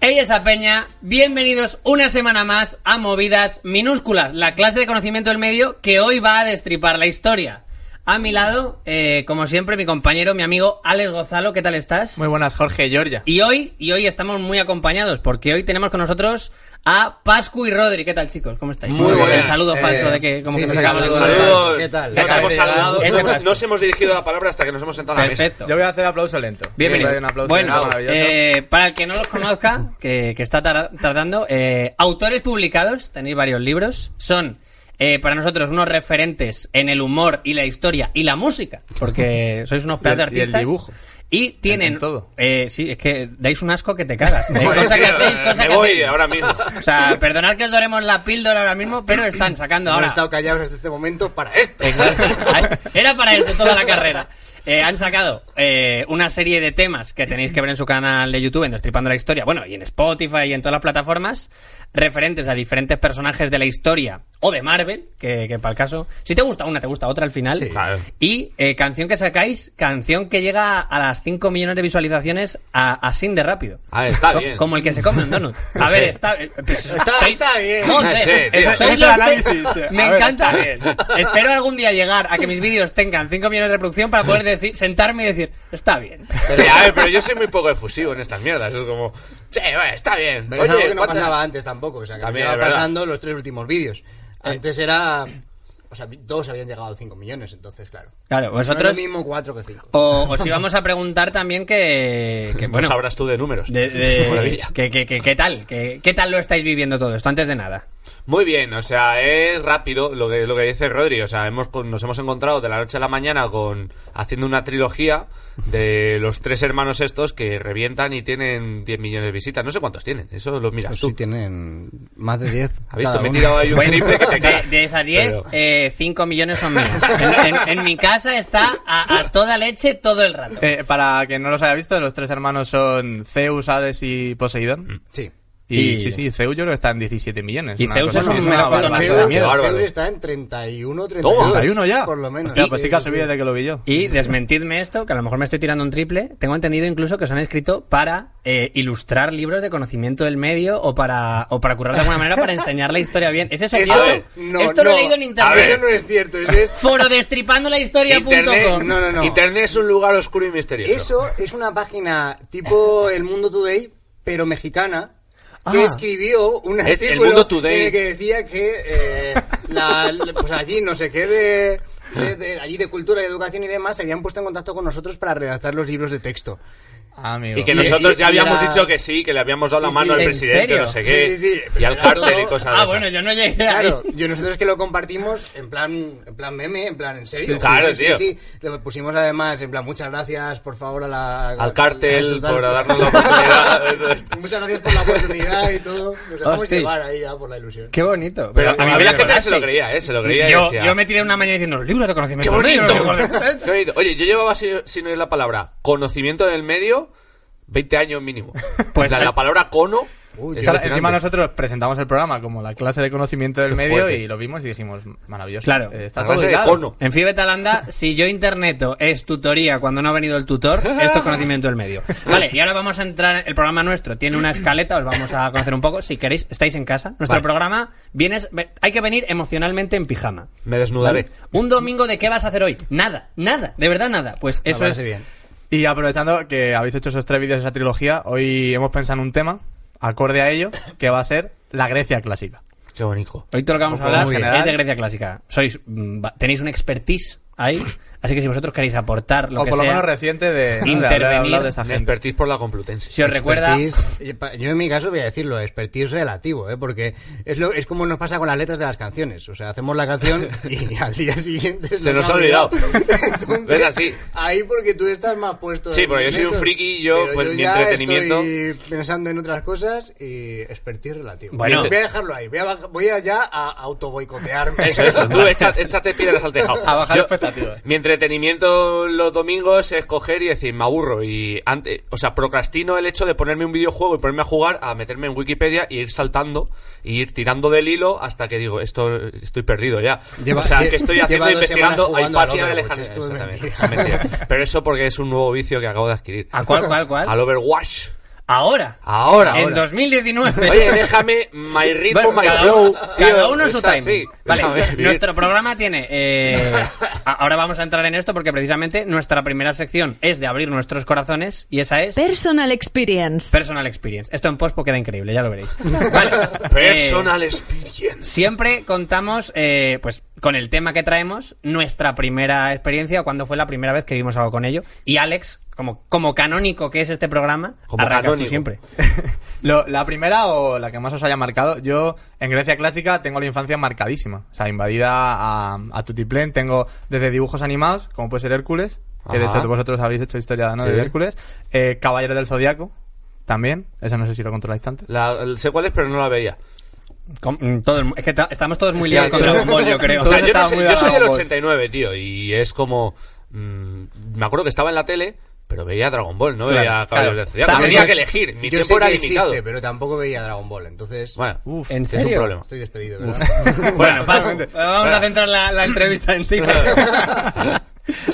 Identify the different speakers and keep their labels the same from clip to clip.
Speaker 1: Hey esa peña, bienvenidos una semana más a Movidas Minúsculas, la clase de conocimiento del medio que hoy va a destripar la historia. A mi lado, eh, como siempre, mi compañero, mi amigo Alex Gozalo, ¿qué tal estás?
Speaker 2: Muy buenas, Jorge Georgia.
Speaker 1: Y hoy, y hoy estamos muy acompañados, porque hoy tenemos con nosotros a Pascu y Rodri. ¿Qué tal, chicos? ¿Cómo estáis?
Speaker 2: Muy
Speaker 1: bien.
Speaker 2: buenas.
Speaker 1: saludo
Speaker 2: Eh,
Speaker 1: falso de que como
Speaker 2: sí,
Speaker 1: que
Speaker 2: sí,
Speaker 1: nos
Speaker 2: sí,
Speaker 1: acabamos de
Speaker 2: saludos.
Speaker 1: saludar.
Speaker 3: Saludos.
Speaker 2: ¿Qué tal?
Speaker 3: Nos hemos saludado.
Speaker 1: Ese
Speaker 3: No,
Speaker 1: casco.
Speaker 3: nos hemos dirigido la palabra hasta que nos hemos sentado a la mesa.
Speaker 1: Perfecto.
Speaker 2: Yo voy a hacer aplauso lento.
Speaker 1: Bienvenido.
Speaker 2: Voy a hacer un aplauso
Speaker 1: bueno,
Speaker 2: lento, Ah, maravilloso.
Speaker 1: eh, para el que no los conozca, que, que está tar- tardando, eh, autores publicados, tenéis varios libros, son eh, para nosotros unos referentes en el humor y la historia y la música, porque sois unos pedazos de
Speaker 2: Y el- y el
Speaker 1: artistas.
Speaker 2: dibujo.
Speaker 1: Y tienen...
Speaker 2: En todo.
Speaker 1: eh, sí, es que dais un asco que te cagas. Hay
Speaker 3: Joder,
Speaker 1: cosas que
Speaker 3: tío,
Speaker 1: hacéis, cosas
Speaker 3: me
Speaker 1: que
Speaker 3: voy
Speaker 1: hacéis.
Speaker 3: ahora mismo.
Speaker 1: O sea, perdonad que os doremos la píldora ahora mismo, pero están sacando
Speaker 4: Hemos
Speaker 1: ahora...
Speaker 4: estado callados hasta este momento para esto.
Speaker 1: Exacto. Era para esto toda la carrera. Eh, han sacado eh, una serie de temas que tenéis que ver en su canal de YouTube, en Destripando la Historia, bueno, y en Spotify y en todas las plataformas, referentes a diferentes personajes de la historia o de Marvel, que, que para el caso, si te gusta una, te gusta otra al final.
Speaker 3: Claro.
Speaker 1: Y eh, canción que sacáis, canción que llega a las 5 millones de visualizaciones a- así de rápido.
Speaker 3: Ah, está
Speaker 1: Co-
Speaker 3: bien.
Speaker 1: Como el que se come un donut. A ver, está, eh, pues, sois-
Speaker 4: está bien.
Speaker 1: Joder,
Speaker 3: Sí, tío.
Speaker 1: sois
Speaker 2: Ese es el
Speaker 1: los-
Speaker 2: análisis.
Speaker 1: Me
Speaker 2: A ver,
Speaker 1: encanta.
Speaker 2: está
Speaker 1: Espero algún día llegar a que mis vídeos tengan 5 millones de reproducción para poder decir, sentarme y decir, está bien.
Speaker 3: Sí, a ver, pero eh, yo soy muy poco efusivo en estas mierdas. Es como, sí, bueno, está bien.
Speaker 4: Pero es algo que no
Speaker 3: ¿cuántas-
Speaker 4: pasaba antes tampoco. O sea, que
Speaker 3: También,
Speaker 4: me
Speaker 3: es
Speaker 4: estaba
Speaker 3: verdad.
Speaker 4: pasando los tres últimos vídeos. Antes era... O sea, dos habían llegado a 5 millones, entonces, claro.
Speaker 1: Claro,
Speaker 4: No
Speaker 1: vosotros.
Speaker 4: es lo mismo 4 que 5.
Speaker 1: O os íbamos a preguntar también que. que, bueno,
Speaker 3: Bueno, Pues sabrás tú de números.
Speaker 1: de- de-
Speaker 3: Qué maravilla.
Speaker 1: que- que- que- ¿Qué tal? Que- ¿Qué tal lo estáis viviendo todo esto? Antes de nada.
Speaker 3: Muy bien, o sea, es rápido lo que, lo que dice Rodri. O sea, hemos, con- nos hemos encontrado de la noche a la mañana con haciendo una trilogía de los tres hermanos estos que revientan y tienen 10 millones de visitas. No sé cuántos tienen, eso lo
Speaker 4: Pues
Speaker 3: miras tú.
Speaker 4: tienen más de 10.
Speaker 3: ¿Has visto? Me he tirado ahí un
Speaker 1: Pues,
Speaker 3: triple que te
Speaker 1: de,
Speaker 3: cagas.
Speaker 1: de esas 10,
Speaker 3: Pero-
Speaker 1: 5 millones son míos. En, en- en mi casa está a, a toda leche todo el rato.
Speaker 2: Eh, para quien no los haya visto, los tres hermanos son Zeus, Hades y Poseidón.
Speaker 4: Sí.
Speaker 2: Y,
Speaker 1: Y-
Speaker 2: sí, sí, Zeus yo creo que está en 17 millones.
Speaker 1: Y
Speaker 2: una
Speaker 1: Zeus
Speaker 2: cosa
Speaker 1: es un
Speaker 2: así,
Speaker 1: mero
Speaker 2: una barbaridad.
Speaker 1: conocido.
Speaker 4: Zeus-
Speaker 3: Bárbaro.
Speaker 4: Zeus está en 31, 32.
Speaker 3: Toma,
Speaker 2: 31 ya.
Speaker 4: Por lo menos.
Speaker 2: Hostia, pues
Speaker 4: Sí,
Speaker 2: sí que ha
Speaker 4: sí,
Speaker 2: subido
Speaker 4: sí.
Speaker 2: desde que lo vi yo.
Speaker 1: Y desmentidme esto, que a lo mejor me estoy tirando un triple. Tengo entendido incluso que os han escrito para eh, ilustrar libros de conocimiento del medio o para, o para currar de alguna manera para enseñar la historia bien. ¿Es eso,
Speaker 4: Eso
Speaker 1: cierto?
Speaker 3: ver,
Speaker 4: no,
Speaker 1: esto lo
Speaker 4: no.
Speaker 1: he leído en
Speaker 3: A
Speaker 1: internet.
Speaker 3: ver.
Speaker 4: Eso no es cierto. eso es-
Speaker 1: eh, Forodestripandolahistoria.com.
Speaker 4: no, no, no.
Speaker 3: Internet es un lugar oscuro y misterioso.
Speaker 4: Eso es una página tipo El Mundo Today, pero mexicana, que
Speaker 1: Ah.
Speaker 4: escribió un
Speaker 3: Es El
Speaker 4: artículo
Speaker 3: Mundo Today.
Speaker 4: en el que decía que eh, la- la- pues allí no sé qué de, de- de- allí de cultura y educación y demás se habían puesto en contacto con nosotros para redactar los libros de texto.
Speaker 2: Ah, Amigo.
Speaker 3: Y que
Speaker 4: Y-
Speaker 3: nosotros
Speaker 4: y-
Speaker 3: ya
Speaker 4: y
Speaker 3: habíamos
Speaker 4: era-
Speaker 3: dicho que sí, que le habíamos dado la
Speaker 4: Sí,
Speaker 3: mano
Speaker 4: sí,
Speaker 3: al
Speaker 1: ¿en
Speaker 3: presidente,
Speaker 1: serio?
Speaker 3: no sé qué,
Speaker 4: Sí, sí, sí.
Speaker 3: y al
Speaker 4: Claro.
Speaker 3: cártel y cosas de
Speaker 1: Ah,
Speaker 3: esas.
Speaker 1: bueno, yo no llegué
Speaker 4: Claro,
Speaker 1: ahí.
Speaker 4: yo nosotros que lo compartimos en plan, en plan meme, en plan en serio.
Speaker 3: Sí, claro, tío.
Speaker 4: Le pusimos además en plan muchas gracias, por favor, a la,
Speaker 3: Al cártel
Speaker 4: al-
Speaker 3: por darnos la oportunidad. Eso es.
Speaker 4: Muchas gracias por la oportunidad y todo. Nos dejamos
Speaker 1: Hostia.
Speaker 4: llevar ahí ya por la ilusión.
Speaker 1: Qué bonito.
Speaker 3: Pero
Speaker 1: a mí
Speaker 3: había
Speaker 1: me
Speaker 3: gente que se lo
Speaker 1: recordasteis.
Speaker 3: creía, ¿eh? Se lo creía y
Speaker 1: Yo,
Speaker 3: decía,
Speaker 1: yo me tiré una mañana diciendo los libros de
Speaker 3: ¡Qué
Speaker 1: conocimiento del
Speaker 3: bonito!
Speaker 1: medio, los libros de-
Speaker 3: Qué bonito. Oye, yo llevaba, si, si no es la palabra, conocimiento del medio, 20 años mínimo.
Speaker 1: Pues
Speaker 3: Pues o sea,
Speaker 1: hay-
Speaker 3: la palabra cono...
Speaker 4: Uy,
Speaker 3: es
Speaker 2: Claro,
Speaker 3: alucinante.
Speaker 2: encima nosotros presentamos el programa como la clase de conocimiento del
Speaker 3: Qué
Speaker 2: medio
Speaker 3: fuerte.
Speaker 2: y lo vimos y dijimos, maravilloso.
Speaker 1: Claro.
Speaker 2: Eh, está
Speaker 3: La
Speaker 2: todo
Speaker 3: clase de
Speaker 2: hilado.
Speaker 3: cono.
Speaker 1: En FIBE Talanda, si yo interneto es tutoría cuando no ha venido el tutor, esto es conocimiento del medio. Vale, y ahora vamos a entrar. El programa nuestro tiene una escaleta, os vamos a conocer un poco. Si queréis, estáis en casa. Nuestro
Speaker 3: Vale.
Speaker 1: programa vienes, ve- hay que venir emocionalmente en pijama.
Speaker 3: Me desnudaré.
Speaker 1: ¿Vale? Un domingo de qué vas a hacer hoy? Nada, nada, de verdad nada. Pues eso es.
Speaker 4: parece bien.
Speaker 2: Y aprovechando que habéis hecho esos tres vídeos de esa trilogía, hoy hemos pensado en un tema, acorde a ello, que va a ser la Grecia clásica.
Speaker 3: Qué bonito.
Speaker 1: Hoy todo lo que vamos a
Speaker 2: Muy
Speaker 1: hablar
Speaker 2: bien.
Speaker 1: es de Grecia clásica. Sois, mm, va- tenéis un expertise ahí. Así que si vosotros queréis aportar lo
Speaker 2: o
Speaker 1: que
Speaker 2: por lo
Speaker 1: sea,
Speaker 2: menos reciente de, de haber
Speaker 1: Intervenir.
Speaker 2: hablado de esa
Speaker 3: Me
Speaker 2: gente.
Speaker 3: expertís por la Complutense.
Speaker 1: si os recuerda,
Speaker 4: Expertise, eh, pa- yo en mi caso voy a decirlo, expertise relativo, ¿eh? porque es, lo, es como nos pasa con las letras de las canciones. O sea, hacemos la canción y al día siguiente
Speaker 3: Se nos
Speaker 4: ha
Speaker 3: ha olvidado.
Speaker 4: Entonces,
Speaker 3: Es así.
Speaker 4: Ahí porque tú estás más puesto.
Speaker 3: Sí,
Speaker 4: en
Speaker 3: porque yo soy un
Speaker 4: esto.
Speaker 3: friki, yo,
Speaker 4: Pero
Speaker 3: pues, mi
Speaker 4: ya
Speaker 3: entretenimiento-
Speaker 4: Estoy pensando en otras cosas y expertise relativo.
Speaker 1: Bueno.
Speaker 4: voy a dejarlo ahí. Voy a, baj- voy a ya a autoboicotearme.
Speaker 3: Eso, eso. Tú echa- échate piedras al tejado.
Speaker 2: A bajar
Speaker 3: Yo-
Speaker 2: expectativas.
Speaker 3: Mi entretenimiento los domingos es coger y decir, me aburro. Y antes, o sea, procrastino el hecho de ponerme un videojuego y ponerme a jugar, a meterme en Wikipedia y ir saltando y ir tirando del hilo hasta que digo, esto estoy perdido ya.
Speaker 4: Lleva-
Speaker 3: o sea,
Speaker 4: lle-
Speaker 3: que estoy
Speaker 4: lleva
Speaker 3: haciendo
Speaker 4: dos
Speaker 3: investigando
Speaker 4: semanas
Speaker 3: a
Speaker 4: jugando al
Speaker 3: Hipatia de
Speaker 4: Overwatch,
Speaker 3: Alejandro.
Speaker 4: esto es
Speaker 3: Exactamente,
Speaker 4: mentira.
Speaker 3: es mentira. Pero eso porque es un nuevo vicio que acabo de adquirir.
Speaker 1: ¿A cuál, cuál, cuál?
Speaker 3: Al Overwatch.
Speaker 1: ahora,
Speaker 3: Ahora,
Speaker 1: en
Speaker 3: ahora.
Speaker 1: 2019.
Speaker 3: Oye, déjame my ritmo,
Speaker 1: Bueno,
Speaker 3: my
Speaker 1: cada,
Speaker 3: flow.
Speaker 1: uno,
Speaker 3: tío,
Speaker 1: cada uno
Speaker 3: es
Speaker 1: su timing.
Speaker 3: así. Déjame
Speaker 1: Vale,
Speaker 3: vivir.
Speaker 1: nuestro programa tiene. eh, a- ahora vamos a entrar en esto porque precisamente nuestra primera sección es de abrir nuestros corazones y esa es
Speaker 5: Personal Experience.
Speaker 1: Personal Experience. Esto en pospo queda increíble, ya lo veréis. Vale, eh,
Speaker 3: Personal experience.
Speaker 1: Siempre contamos, eh, pues, con el tema que traemos, nuestra primera experiencia o cuándo fue la primera vez que vimos algo con ello. Y Alex, como, como canónico que es este programa,
Speaker 3: Como
Speaker 1: arrancas tú
Speaker 3: canónigo.
Speaker 1: siempre.
Speaker 2: Lo- la primera o la que más os haya marcado, yo en Grecia clásica tengo la infancia marcadísima, o sea, invadida a, a tutiplén, tengo desde dibujos animados, como puede ser Hércules, que de
Speaker 3: Ajá.
Speaker 2: hecho vosotros habéis hecho historia ¿no?
Speaker 3: Sí.
Speaker 2: de Hércules, eh, Caballero del Zodiaco, también, eso no sé si lo controláis tanto.
Speaker 3: La, sé cuál es, pero no la veía.
Speaker 1: Com- mm, todo el mu- es que ta- estamos todos muy
Speaker 3: Sí,
Speaker 1: liados con
Speaker 3: tío.
Speaker 1: Dragon Ball, yo creo.
Speaker 3: O sea, yo, no
Speaker 2: estaba
Speaker 3: sé-
Speaker 2: muy
Speaker 3: yo
Speaker 2: dado
Speaker 3: soy
Speaker 2: a
Speaker 3: del
Speaker 2: Dragon Ball.
Speaker 3: 89, tío, y es como... mm, me acuerdo que estaba en la tele, pero veía Dragon Ball, no
Speaker 1: Claro,
Speaker 3: veía Caballeros
Speaker 1: claro.
Speaker 3: del Zodiaco.
Speaker 1: O sea,
Speaker 3: Tenía
Speaker 1: yo-
Speaker 3: que elegir, mi
Speaker 4: yo
Speaker 3: tiempo
Speaker 4: sé
Speaker 3: era
Speaker 4: que
Speaker 3: limitado.
Speaker 4: existe, pero tampoco veía Dragon Ball. Entonces,
Speaker 3: Bueno,
Speaker 2: Uf,
Speaker 1: ¿En
Speaker 3: es un
Speaker 1: serio?
Speaker 3: problema.
Speaker 4: estoy despedido. ¿verdad?
Speaker 1: Bueno, paso.
Speaker 2: Exactamente.
Speaker 1: Vamos a centrar la, la entrevista en ti.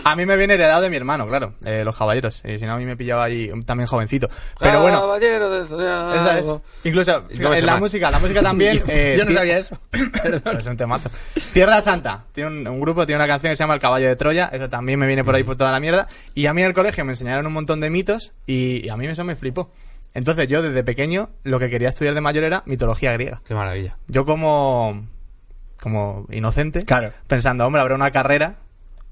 Speaker 2: A mí me viene heredado de mi hermano, claro, eh, los caballeros, y si no a mí me pillaba ahí um, también jovencito,
Speaker 3: Ah,
Speaker 2: pero bueno...
Speaker 3: Caballero del
Speaker 2: esa es.
Speaker 3: Zodiaco.
Speaker 2: Incluso
Speaker 3: Yo me sé
Speaker 2: en la
Speaker 3: más.
Speaker 2: música, la música también. eh,
Speaker 1: yo no
Speaker 2: ti-
Speaker 1: sabía eso.
Speaker 2: Pero Es un temazo. Tierra Santa. Tiene un, un grupo, tiene una canción que se llama El Caballo de Troya. Eso también me viene por ahí por toda la mierda. Y a mí en el colegio me enseñaron un montón de mitos y, y a mí eso me flipó. Entonces yo desde pequeño lo que quería estudiar de mayor era mitología griega.
Speaker 3: Qué maravilla.
Speaker 2: Yo como, como inocente,
Speaker 1: Claro.
Speaker 2: pensando, hombre, habrá una carrera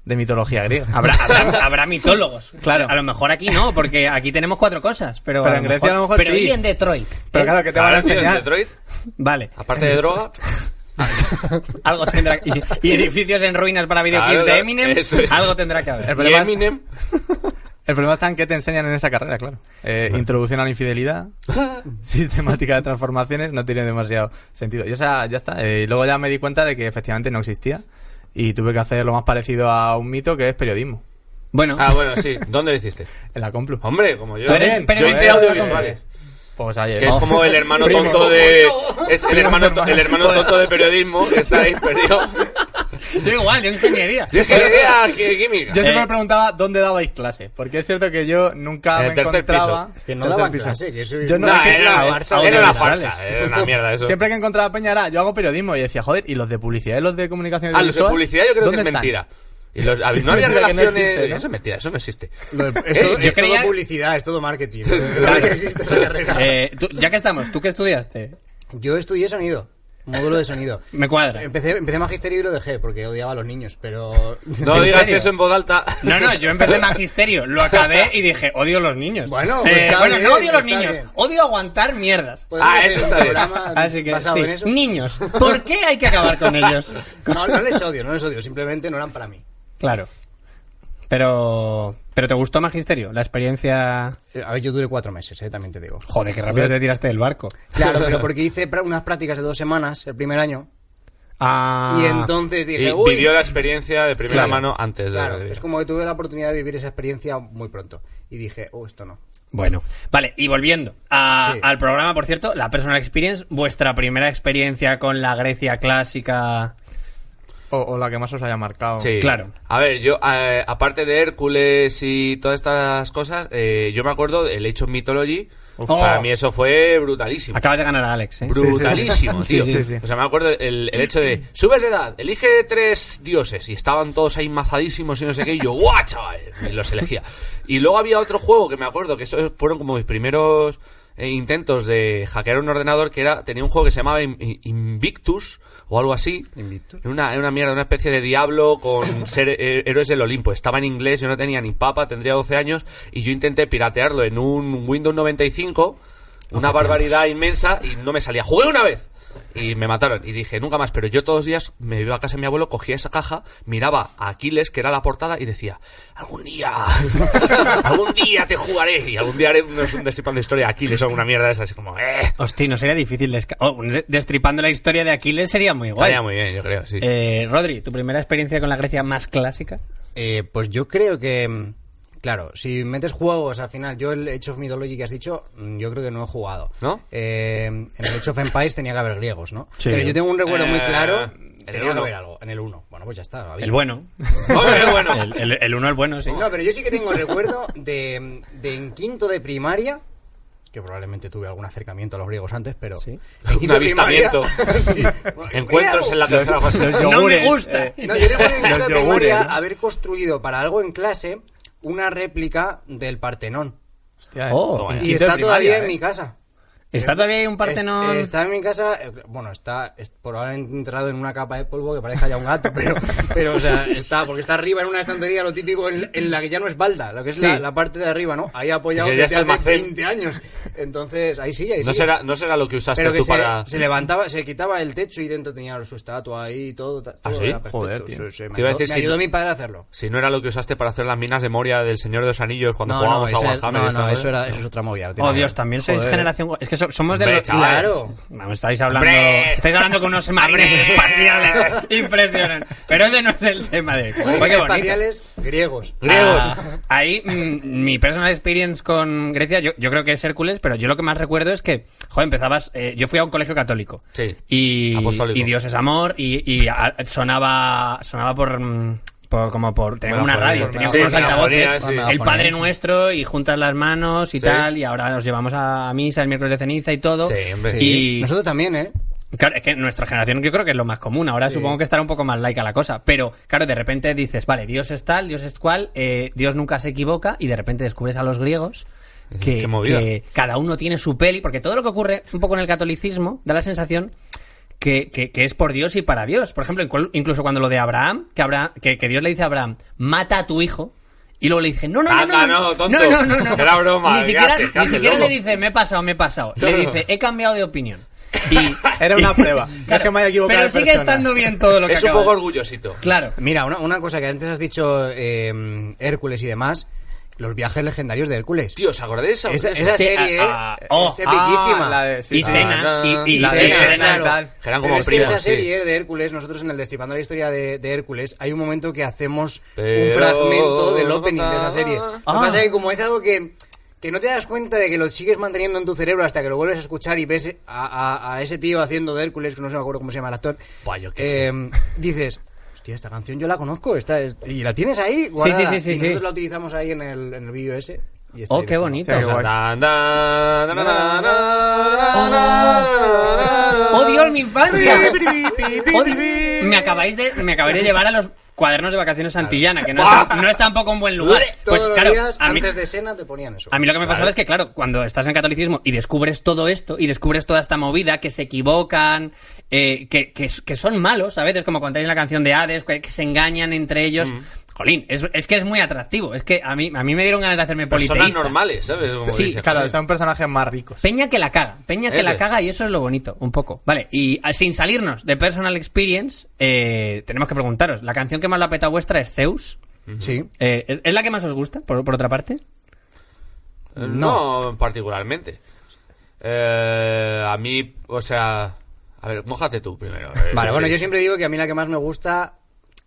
Speaker 2: de mitología griega.
Speaker 1: Habrá, habrá- habrá mitólogos. Claro. A lo mejor aquí no, porque aquí tenemos cuatro cosas. Pero,
Speaker 2: Pero en Grecia a lo mejor
Speaker 1: Pero
Speaker 2: sí.
Speaker 1: y en Detroit.
Speaker 2: Pero
Speaker 1: ¿eh?
Speaker 2: claro, ¿qué te van a
Speaker 3: Ahora sí, en
Speaker 2: enseñar?
Speaker 3: Detroit,
Speaker 1: Vale.
Speaker 3: aparte de droga...
Speaker 1: Algo tendrá y, y edificios en ruinas para videoclips
Speaker 3: Claro,
Speaker 1: de Eminem.
Speaker 3: eso es.
Speaker 1: Algo tendrá que
Speaker 2: El
Speaker 1: haber.
Speaker 3: Y
Speaker 2: problema es-
Speaker 3: Eminem...
Speaker 2: El problema está en qué te enseñan en esa carrera, claro. Eh, Introducción a la infidelidad, sistemática de transformaciones, no tiene demasiado sentido. Yo, esa- ya está. Eh, y luego ya me di cuenta de que efectivamente no existía y tuve que hacer lo más parecido a un mito que es periodismo,
Speaker 1: Bueno,
Speaker 3: Ah, bueno, sí. ¿Dónde lo hiciste?
Speaker 2: en la Complu.
Speaker 3: Hombre, como yo...
Speaker 1: Tú eres
Speaker 3: yo hice
Speaker 1: periodista de
Speaker 3: audiovisuales.
Speaker 2: Pues ayer.
Speaker 3: Que es como el hermano
Speaker 2: Primo.
Speaker 3: tonto de. Es el
Speaker 2: Primos
Speaker 3: hermano, to-
Speaker 2: hermanos.
Speaker 3: el hermano tonto de periodismo que está ahí perdido.
Speaker 1: yo igual, yo ingeniería.
Speaker 3: Yo es que idea que química.
Speaker 2: Yo siempre
Speaker 1: Eh.
Speaker 2: me preguntaba dónde dabais clase, porque es cierto que yo nunca
Speaker 3: En el
Speaker 2: me
Speaker 3: tercer
Speaker 2: encontraba...
Speaker 3: piso.
Speaker 4: Que no
Speaker 2: Tercer
Speaker 4: daban
Speaker 2: piso.
Speaker 4: clase, que eso es
Speaker 2: Yo no-
Speaker 3: Nah,
Speaker 2: es que-
Speaker 3: era,
Speaker 1: la Barça
Speaker 3: era una
Speaker 1: audiovisuales.
Speaker 3: farsa, era una mierda eso.
Speaker 2: Siempre que encontraba Peña era, yo hago periodismo y decía, joder, y los de publicidad y los de comunicación
Speaker 3: ah, los de
Speaker 2: audiovisual,
Speaker 3: publicidad yo creo que
Speaker 2: ¿dónde
Speaker 3: es
Speaker 2: están?
Speaker 3: mentira. Y los, hab- no había
Speaker 2: Que no
Speaker 3: relaciones.
Speaker 2: existe, ¿no?
Speaker 3: Eso es mentira, eso no existe.
Speaker 4: Lo de- es
Speaker 3: Eh,
Speaker 4: todo,
Speaker 1: yo
Speaker 4: es todo
Speaker 1: creía-
Speaker 4: publicidad, es todo marketing.
Speaker 3: Claro.
Speaker 4: Existe esa carrera.
Speaker 1: Eh, tú- ya que estamos, ¿tú qué estudiaste?
Speaker 4: Yo estudié sonido, módulo de sonido.
Speaker 1: Me cuadra.
Speaker 4: Empecé, empecé magisterio y lo dejé porque odiaba a los niños, pero...
Speaker 3: No
Speaker 1: ¿En
Speaker 3: digas
Speaker 1: serio?
Speaker 3: eso en voz alta.
Speaker 1: No, no, yo empecé magisterio, lo acabé y dije, odio los niños.
Speaker 4: Bueno, pues
Speaker 1: Eh,
Speaker 4: está
Speaker 1: bueno
Speaker 4: bien,
Speaker 1: no odio los
Speaker 4: está
Speaker 1: niños,
Speaker 4: bien.
Speaker 1: odio aguantar mierdas.
Speaker 4: ¿Podemos
Speaker 3: Ah,
Speaker 4: hacer
Speaker 3: eso
Speaker 4: un
Speaker 3: está bien.
Speaker 4: programa
Speaker 1: Así que,
Speaker 4: basado
Speaker 1: Ah, sí,
Speaker 4: en eso?
Speaker 1: niños, ¿por qué hay que acabar con ellos?
Speaker 4: No, no les odio, no les odio, simplemente no eran para mí.
Speaker 1: Claro. Pero, pero ¿te gustó magisterio? La experiencia...
Speaker 4: Eh, A ver, yo duré cuatro meses, eh, también te digo.
Speaker 1: Joder, qué rápido te tiraste del barco.
Speaker 4: Claro, pero porque hice pra- unas prácticas de dos semanas el primer año
Speaker 1: Ah,
Speaker 4: y entonces dije,
Speaker 3: Y
Speaker 4: uy...
Speaker 3: vivió la experiencia de primera
Speaker 4: Claro.
Speaker 3: mano antes de.
Speaker 4: Claro, es como que tuve la oportunidad de vivir esa experiencia muy pronto. Y dije, oh, esto no.
Speaker 1: Bueno, vale, y volviendo a-
Speaker 4: Sí.
Speaker 1: al programa, por cierto, la Personal Experience, vuestra primera experiencia con la Grecia clásica.
Speaker 2: O, o la que más os haya marcado.
Speaker 3: Sí.
Speaker 1: Claro.
Speaker 3: A ver, yo, eh, aparte de Hércules y todas estas cosas, eh, yo me acuerdo del Age of Mythology.
Speaker 1: Uf.
Speaker 3: Para
Speaker 1: Oh.
Speaker 3: mí eso fue brutalísimo.
Speaker 1: Acabas de ganar a Alex, ¿eh?
Speaker 3: Brutalísimo,
Speaker 2: Sí,
Speaker 3: tío.
Speaker 2: sí, sí.
Speaker 3: O sea, me acuerdo el, el hecho de subes de edad, elige tres dioses y estaban todos ahí mazadísimos y no sé qué. Y yo, ¡guau, chaval! Y los elegía. Y luego había otro juego que me acuerdo que esos fueron como mis primeros eh, intentos de hackear un ordenador que era tenía un juego que se llamaba In- In- Invictus o algo así.
Speaker 4: Invictus.
Speaker 3: Era una, era una mierda, una especie de diablo con ser eh, héroes del Olimpo. Estaba en inglés, yo no tenía ni papa, tendría 12 años y yo intenté piratearlo en un Windows 95, una barbaridad inmensa y no me salía. Jugué una vez y me mataron y dije nunca más pero yo todos los días me iba a casa de mi abuelo cogía esa caja miraba a Aquiles que era la portada y decía algún día algún día te jugaré y algún día haré unos- un destripando historia de Aquiles o alguna mierda de esas así como eh
Speaker 1: Hostia, no sería difícil. desca- oh, un- destripando la historia de Aquiles sería muy guay.
Speaker 3: estaría muy bien yo creo sí
Speaker 1: Eh, Rodri, ¿tu primera experiencia con la Grecia más clásica?
Speaker 4: Eh, pues yo creo que. mm, Claro, si metes juegos al final, yo el Age of Mythology que has dicho, mm, yo creo que no he jugado.
Speaker 3: ¿No?
Speaker 4: Eh, en el Age of Empires tenía que haber griegos, ¿no?
Speaker 2: Sí.
Speaker 4: Pero yo tengo un recuerdo muy
Speaker 3: Eh,
Speaker 4: claro.
Speaker 3: el
Speaker 4: Tenía que
Speaker 3: uno.
Speaker 4: haber algo, en el 1. Bueno, pues ya está. lo había.
Speaker 1: El bueno.
Speaker 3: Hombre, bueno.
Speaker 1: El, el- el uno, el bueno, sí.
Speaker 4: No, pero yo sí que tengo el recuerdo de, mm, de en quinto de primaria, que probablemente tuve algún acercamiento a los griegos antes, pero.
Speaker 1: Sí.
Speaker 4: en
Speaker 3: Un
Speaker 4: quinto de primaria-
Speaker 3: avistamiento.
Speaker 4: Sí.
Speaker 3: encuentros en la tercera fase
Speaker 1: No me
Speaker 2: Yogures,
Speaker 1: gusta.
Speaker 2: eh.
Speaker 4: No, yo recuerdo en quinto
Speaker 2: Los
Speaker 4: de
Speaker 2: yogures,
Speaker 4: primaria
Speaker 2: ¿no?
Speaker 4: haber construido para algo en clase una réplica del Partenón.
Speaker 2: Hostia, eh.
Speaker 1: Oh,
Speaker 2: en
Speaker 1: toma ya.
Speaker 2: quinto
Speaker 4: Y
Speaker 2: de
Speaker 4: está
Speaker 2: primaria,
Speaker 4: todavía en
Speaker 2: eh.
Speaker 4: mi casa.
Speaker 1: ¿Está todavía ahí un Partenón?
Speaker 4: Es- eh, está en mi casa, eh, bueno, está es- probablemente entrado en una capa de polvo que parezca ya un gato, pero, pero o sea, está, porque está arriba en una estantería, lo típico, en, en la que ya no es balda, lo que es
Speaker 1: Sí.
Speaker 4: la, la parte de arriba, ¿no? Ahí apoyado
Speaker 3: Que ya es
Speaker 4: desde hace
Speaker 3: almacén.
Speaker 4: 20 años. Entonces, ahí sí, ahí
Speaker 3: no
Speaker 4: Eh, sí.
Speaker 3: será no será lo que usaste
Speaker 4: pero que
Speaker 3: tú
Speaker 4: se,
Speaker 3: para
Speaker 4: se levantaba, se quitaba el techo y dentro tenía su estatua ahí y todo. ta-
Speaker 3: ¿Ah,
Speaker 4: todo
Speaker 3: sí?
Speaker 4: era perfecto.
Speaker 2: Joder, tío.
Speaker 4: Sí, sí, me,
Speaker 3: Te iba a
Speaker 4: ayudó-
Speaker 3: decir
Speaker 4: me
Speaker 3: si-
Speaker 4: ayudó mi padre a hacerlo.
Speaker 3: si no era lo que usaste para hacer las minas de Moria del Señor de los Anillos cuando
Speaker 4: No, no,
Speaker 3: jugábamos a
Speaker 4: esa-
Speaker 3: Warhammer y
Speaker 4: no,
Speaker 3: esas
Speaker 4: no,
Speaker 3: cosas.
Speaker 4: eso, era, eso es otra movida. no tiene
Speaker 1: Oh
Speaker 4: nada que
Speaker 1: Dios,
Speaker 4: ver.
Speaker 1: también sois
Speaker 2: Joder.
Speaker 1: generación. Es que so- somos de
Speaker 3: Hombre,
Speaker 1: los.
Speaker 3: chaval.
Speaker 4: Claro.
Speaker 1: Vamos, estáis hablando.
Speaker 3: Hombre.
Speaker 1: Estáis hablando con unos marines
Speaker 3: Hombre.
Speaker 1: espaciales. Impresionante. Pero ese no es el tema de. hoy. Oye, qué bonito.
Speaker 4: espaciales griegos.
Speaker 1: Ah, ahí, mm, mi personal experience con Grecia, yo, yo creo que es Hércules, pero yo lo que más recuerdo es que, joder, empezabas. eh, yo fui a un colegio católico.
Speaker 3: Sí.
Speaker 1: Y,
Speaker 3: Apostólico.
Speaker 1: y Dios es amor, y, y a- sonaba, sonaba por. mm, por- como por tener una
Speaker 3: megafonía.
Speaker 1: radio,
Speaker 3: Por
Speaker 1: teníamos
Speaker 3: megafonía.
Speaker 1: unos
Speaker 3: Sí,
Speaker 1: altavoces,
Speaker 3: megafonía,
Speaker 2: sí.
Speaker 1: el Padre Nuestro y juntas las manos y
Speaker 3: Sí.
Speaker 1: tal, y ahora nos llevamos a misa el miércoles de ceniza y todo.
Speaker 3: Sí, hombre.
Speaker 4: Sí.
Speaker 1: Y
Speaker 4: Nosotros también, ¿eh?
Speaker 1: Claro, es que nuestra generación yo creo que es lo más común. Ahora supongo que estará un poco más laica la cosa. Pero, claro, de repente dices, vale, Dios es tal, Dios es cual, eh, Dios nunca se equivoca, y de repente descubres a los griegos que,
Speaker 3: Qué movida.
Speaker 1: que cada uno tiene su peli. Porque todo lo que ocurre un poco en el catolicismo da la sensación que, que- que es por Dios y para Dios. Por ejemplo, inclu- incluso cuando lo de Abraham, que, Abraham- que, que Dios le dice a Abraham, mata a tu hijo. Y luego le dice, no, no, no,
Speaker 3: Anda,
Speaker 1: no,
Speaker 3: no, tonto.
Speaker 1: no, no, no, no.
Speaker 3: Era broma,
Speaker 1: Ni
Speaker 3: ¿qué
Speaker 1: siquiera,
Speaker 3: haces? ¿Qué
Speaker 1: ni
Speaker 3: haces,
Speaker 1: siquiera le
Speaker 3: loco?
Speaker 1: dice, me he pasado, me he pasado. Le dice, he cambiado de opinión. Y,
Speaker 2: Era una prueba. Es que me haya equivocado
Speaker 1: pero
Speaker 2: de
Speaker 1: sigue
Speaker 2: persona.
Speaker 1: estando bien todo lo que
Speaker 3: es un
Speaker 1: acaba
Speaker 3: poco
Speaker 1: de-
Speaker 3: orgullosito
Speaker 1: Claro.
Speaker 4: Mira, una, una cosa que antes has dicho eh, Hércules y demás, los viajes legendarios de Hércules.
Speaker 3: tío ¿os acordáis de eso?
Speaker 4: esa
Speaker 3: De eso?
Speaker 4: esa
Speaker 1: Sí,
Speaker 4: serie
Speaker 1: ah, ah,
Speaker 4: es
Speaker 1: oh,
Speaker 4: epiquísima.
Speaker 2: ah, la de- sí,
Speaker 1: y
Speaker 2: sí.
Speaker 1: cena.
Speaker 3: Ah,
Speaker 1: y, y-
Speaker 4: La
Speaker 1: y
Speaker 4: de
Speaker 1: cena.
Speaker 4: Cena,
Speaker 2: y tal.
Speaker 3: Que eran
Speaker 4: Pero
Speaker 3: como
Speaker 4: es que
Speaker 3: primos,
Speaker 4: esa
Speaker 3: sí.
Speaker 4: serie de Hércules, nosotros en el Destipando la Historia de, de Hércules, hay un momento que hacemos
Speaker 3: Pero-
Speaker 4: un fragmento del opening de esa serie. Lo que
Speaker 1: Ah.
Speaker 4: pasa es que como es algo que, que no te das cuenta de que lo sigues manteniendo en tu cerebro hasta que lo vuelves a escuchar y ves a, a- a ese tío haciendo de Hércules, que no se me acuerdo cómo se llama el actor,
Speaker 3: Buah, yo qué
Speaker 4: eh, dices... Hostia, esta canción yo la conozco, esta es- y la tienes ahí guardada.
Speaker 1: sí, sí, sí,
Speaker 4: y nosotros
Speaker 1: sí.
Speaker 4: la utilizamos ahí en el, en el vídeo ese. y está
Speaker 1: Oh,
Speaker 4: ahí
Speaker 1: qué
Speaker 4: de fondo.
Speaker 1: bonito.
Speaker 2: Hostia, qué
Speaker 1: O sea,
Speaker 2: guay.
Speaker 3: Dan, dan, dan, dan, dan, dan, dan,
Speaker 1: Oh,
Speaker 3: dan.
Speaker 1: oh, Dios, mi infancia. Oh, Dios. me acabáis de me acabáis de llevar a los cuadernos de vacaciones Santillana, que no es, no es tampoco un buen lugar.
Speaker 4: Todos
Speaker 1: Pues
Speaker 4: los
Speaker 1: claro,
Speaker 4: días,
Speaker 1: a mí,
Speaker 4: antes de cena te ponían eso.
Speaker 1: a mí lo que me pasaba es que claro, cuando estás en catolicismo y descubres todo esto y descubres toda esta movida que se equivocan, eh, que, que- que son malos a veces, como contáis en la canción de Hades, que, que se engañan entre ellos.
Speaker 3: Mm.
Speaker 1: Jolín, es, es que es muy atractivo. Es que a mí a mí me dieron ganas de hacerme
Speaker 3: personas
Speaker 1: politeísta.
Speaker 3: normales ¿sabes? Como
Speaker 1: Sí,
Speaker 3: dices,
Speaker 2: Claro,
Speaker 3: joder.
Speaker 2: son personajes más ricos.
Speaker 1: Peña que la caga, Peña que
Speaker 3: Ese
Speaker 1: la
Speaker 3: es.
Speaker 1: caga y eso es lo bonito, un poco. Vale, y ah, sin salirnos de Personal Experience, eh, tenemos que preguntaros, ¿la canción que más la peta vuestra es Zeus?
Speaker 4: Sí.
Speaker 1: Eh, ¿es, es la que más os gusta, por, por otra parte?
Speaker 3: Eh, No, particularmente. Eh, a mí, o sea... A ver, mojate tú primero. eh.
Speaker 4: Vale, bueno, yo siempre digo que a mí la que más me gusta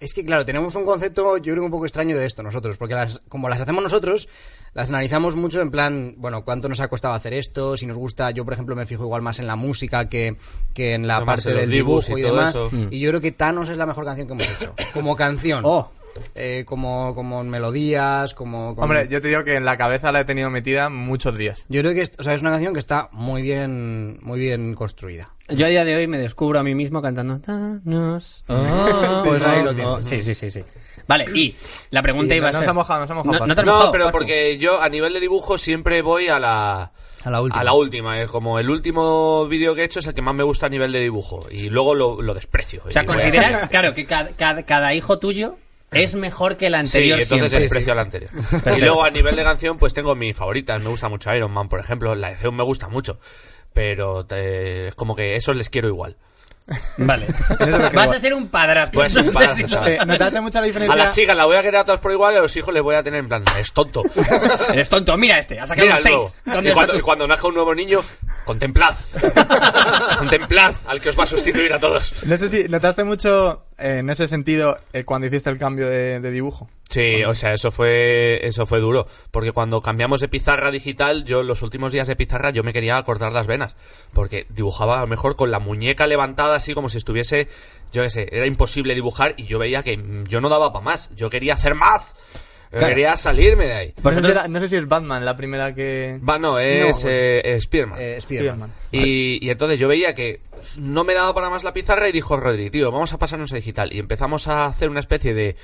Speaker 4: es que, claro, tenemos un concepto, yo creo, un poco extraño de esto nosotros, porque las, como las hacemos nosotros, las analizamos mucho en plan, bueno, cuánto nos ha costado hacer esto, si nos gusta, yo, por ejemplo, me fijo igual más en la música que, que en la
Speaker 3: Además,
Speaker 4: parte
Speaker 3: en los
Speaker 4: del
Speaker 3: dibujos
Speaker 4: dibujo
Speaker 3: y
Speaker 4: y,
Speaker 3: todo
Speaker 4: demás,
Speaker 3: eso.
Speaker 4: y yo creo que Thanos es la mejor canción que hemos hecho, como canción.
Speaker 1: Oh.
Speaker 4: Eh, como, como melodías, como... como-
Speaker 2: Hombre, yo te digo que en la cabeza la he tenido metida muchos días.
Speaker 4: yo creo que es, o sea, es una canción que está muy bien, muy bien construida.
Speaker 1: Yo a día de hoy me descubro a mí mismo cantando Thanos.
Speaker 2: Ah,
Speaker 1: oh,
Speaker 4: Pues ahí lo
Speaker 1: oh,
Speaker 4: tienes.
Speaker 1: oh. Sí, sí, sí, sí. Vale, y la pregunta
Speaker 2: Y
Speaker 1: iba a
Speaker 2: no
Speaker 1: ser...
Speaker 2: se ha mojado, no se ha mojado,
Speaker 1: No,
Speaker 2: Paco.
Speaker 1: no te has
Speaker 3: No,
Speaker 1: mojado,
Speaker 3: pero
Speaker 1: Paco?
Speaker 3: porque yo a nivel de dibujo siempre voy a la...
Speaker 4: A la última.
Speaker 3: A la última, es como el último vídeo que he hecho es el que más me gusta a nivel de dibujo. Y luego lo, lo desprecio.
Speaker 1: O sea,
Speaker 3: Y voy a-
Speaker 1: consideras, claro, que cada, cada- cada hijo tuyo es mejor que el
Speaker 3: Sí,
Speaker 1: anterior
Speaker 3: entonces
Speaker 1: siempre.
Speaker 3: desprecio al anterior. Y luego a nivel de canción, pues tengo mis favoritas. Me gusta mucho Iron Man, por ejemplo. La de Zeus me gusta mucho. Pero te- es como que esos les quiero igual.
Speaker 1: Vale.
Speaker 2: Eso me
Speaker 1: Vas
Speaker 2: quedo.
Speaker 1: a ser un padrastro.
Speaker 3: Voy a ser Pues
Speaker 1: no sé
Speaker 3: un
Speaker 1: si
Speaker 3: padrastro,
Speaker 1: lo-
Speaker 3: ¿sabes?
Speaker 2: Eh, ¿Notaste mucha la diferencia?
Speaker 3: A las chicas la voy a querer a todas por igual y a los hijos les voy a tener en plan, es tonto.
Speaker 1: Eres tonto, mira este, ha sacado un
Speaker 3: Míralo.
Speaker 1: 6.
Speaker 3: Y cuando, y cuando nazca un nuevo niño, contemplad. contemplad al que os va a sustituir a todos.
Speaker 2: No sé si notaste mucho eh, en ese sentido eh, cuando hiciste el cambio de, de dibujo.
Speaker 3: Sí, o sea, eso fue, eso fue duro. Porque cuando cambiamos de pizarra digital, yo los últimos días de pizarra yo me quería cortar las venas. Porque dibujaba a lo mejor con la muñeca levantada así como si estuviese, yo qué sé, era imposible dibujar y yo veía que mm, yo no daba para más. Yo quería hacer más. Yo
Speaker 2: Claro.
Speaker 3: Quería salirme de
Speaker 2: No sé,
Speaker 3: ahí.
Speaker 2: si
Speaker 1: Vosotros-
Speaker 2: era- no sé si es Batman la primera que...
Speaker 3: Va, no, es
Speaker 2: No,
Speaker 3: eh, Spearman.
Speaker 4: Eh, Spiderman.
Speaker 2: Spiderman.
Speaker 3: Y, y entonces yo veía que no me daba para más la pizarra y dijo Rodri, tío, vamos a pasarnos a digital. Y empezamos a hacer una especie de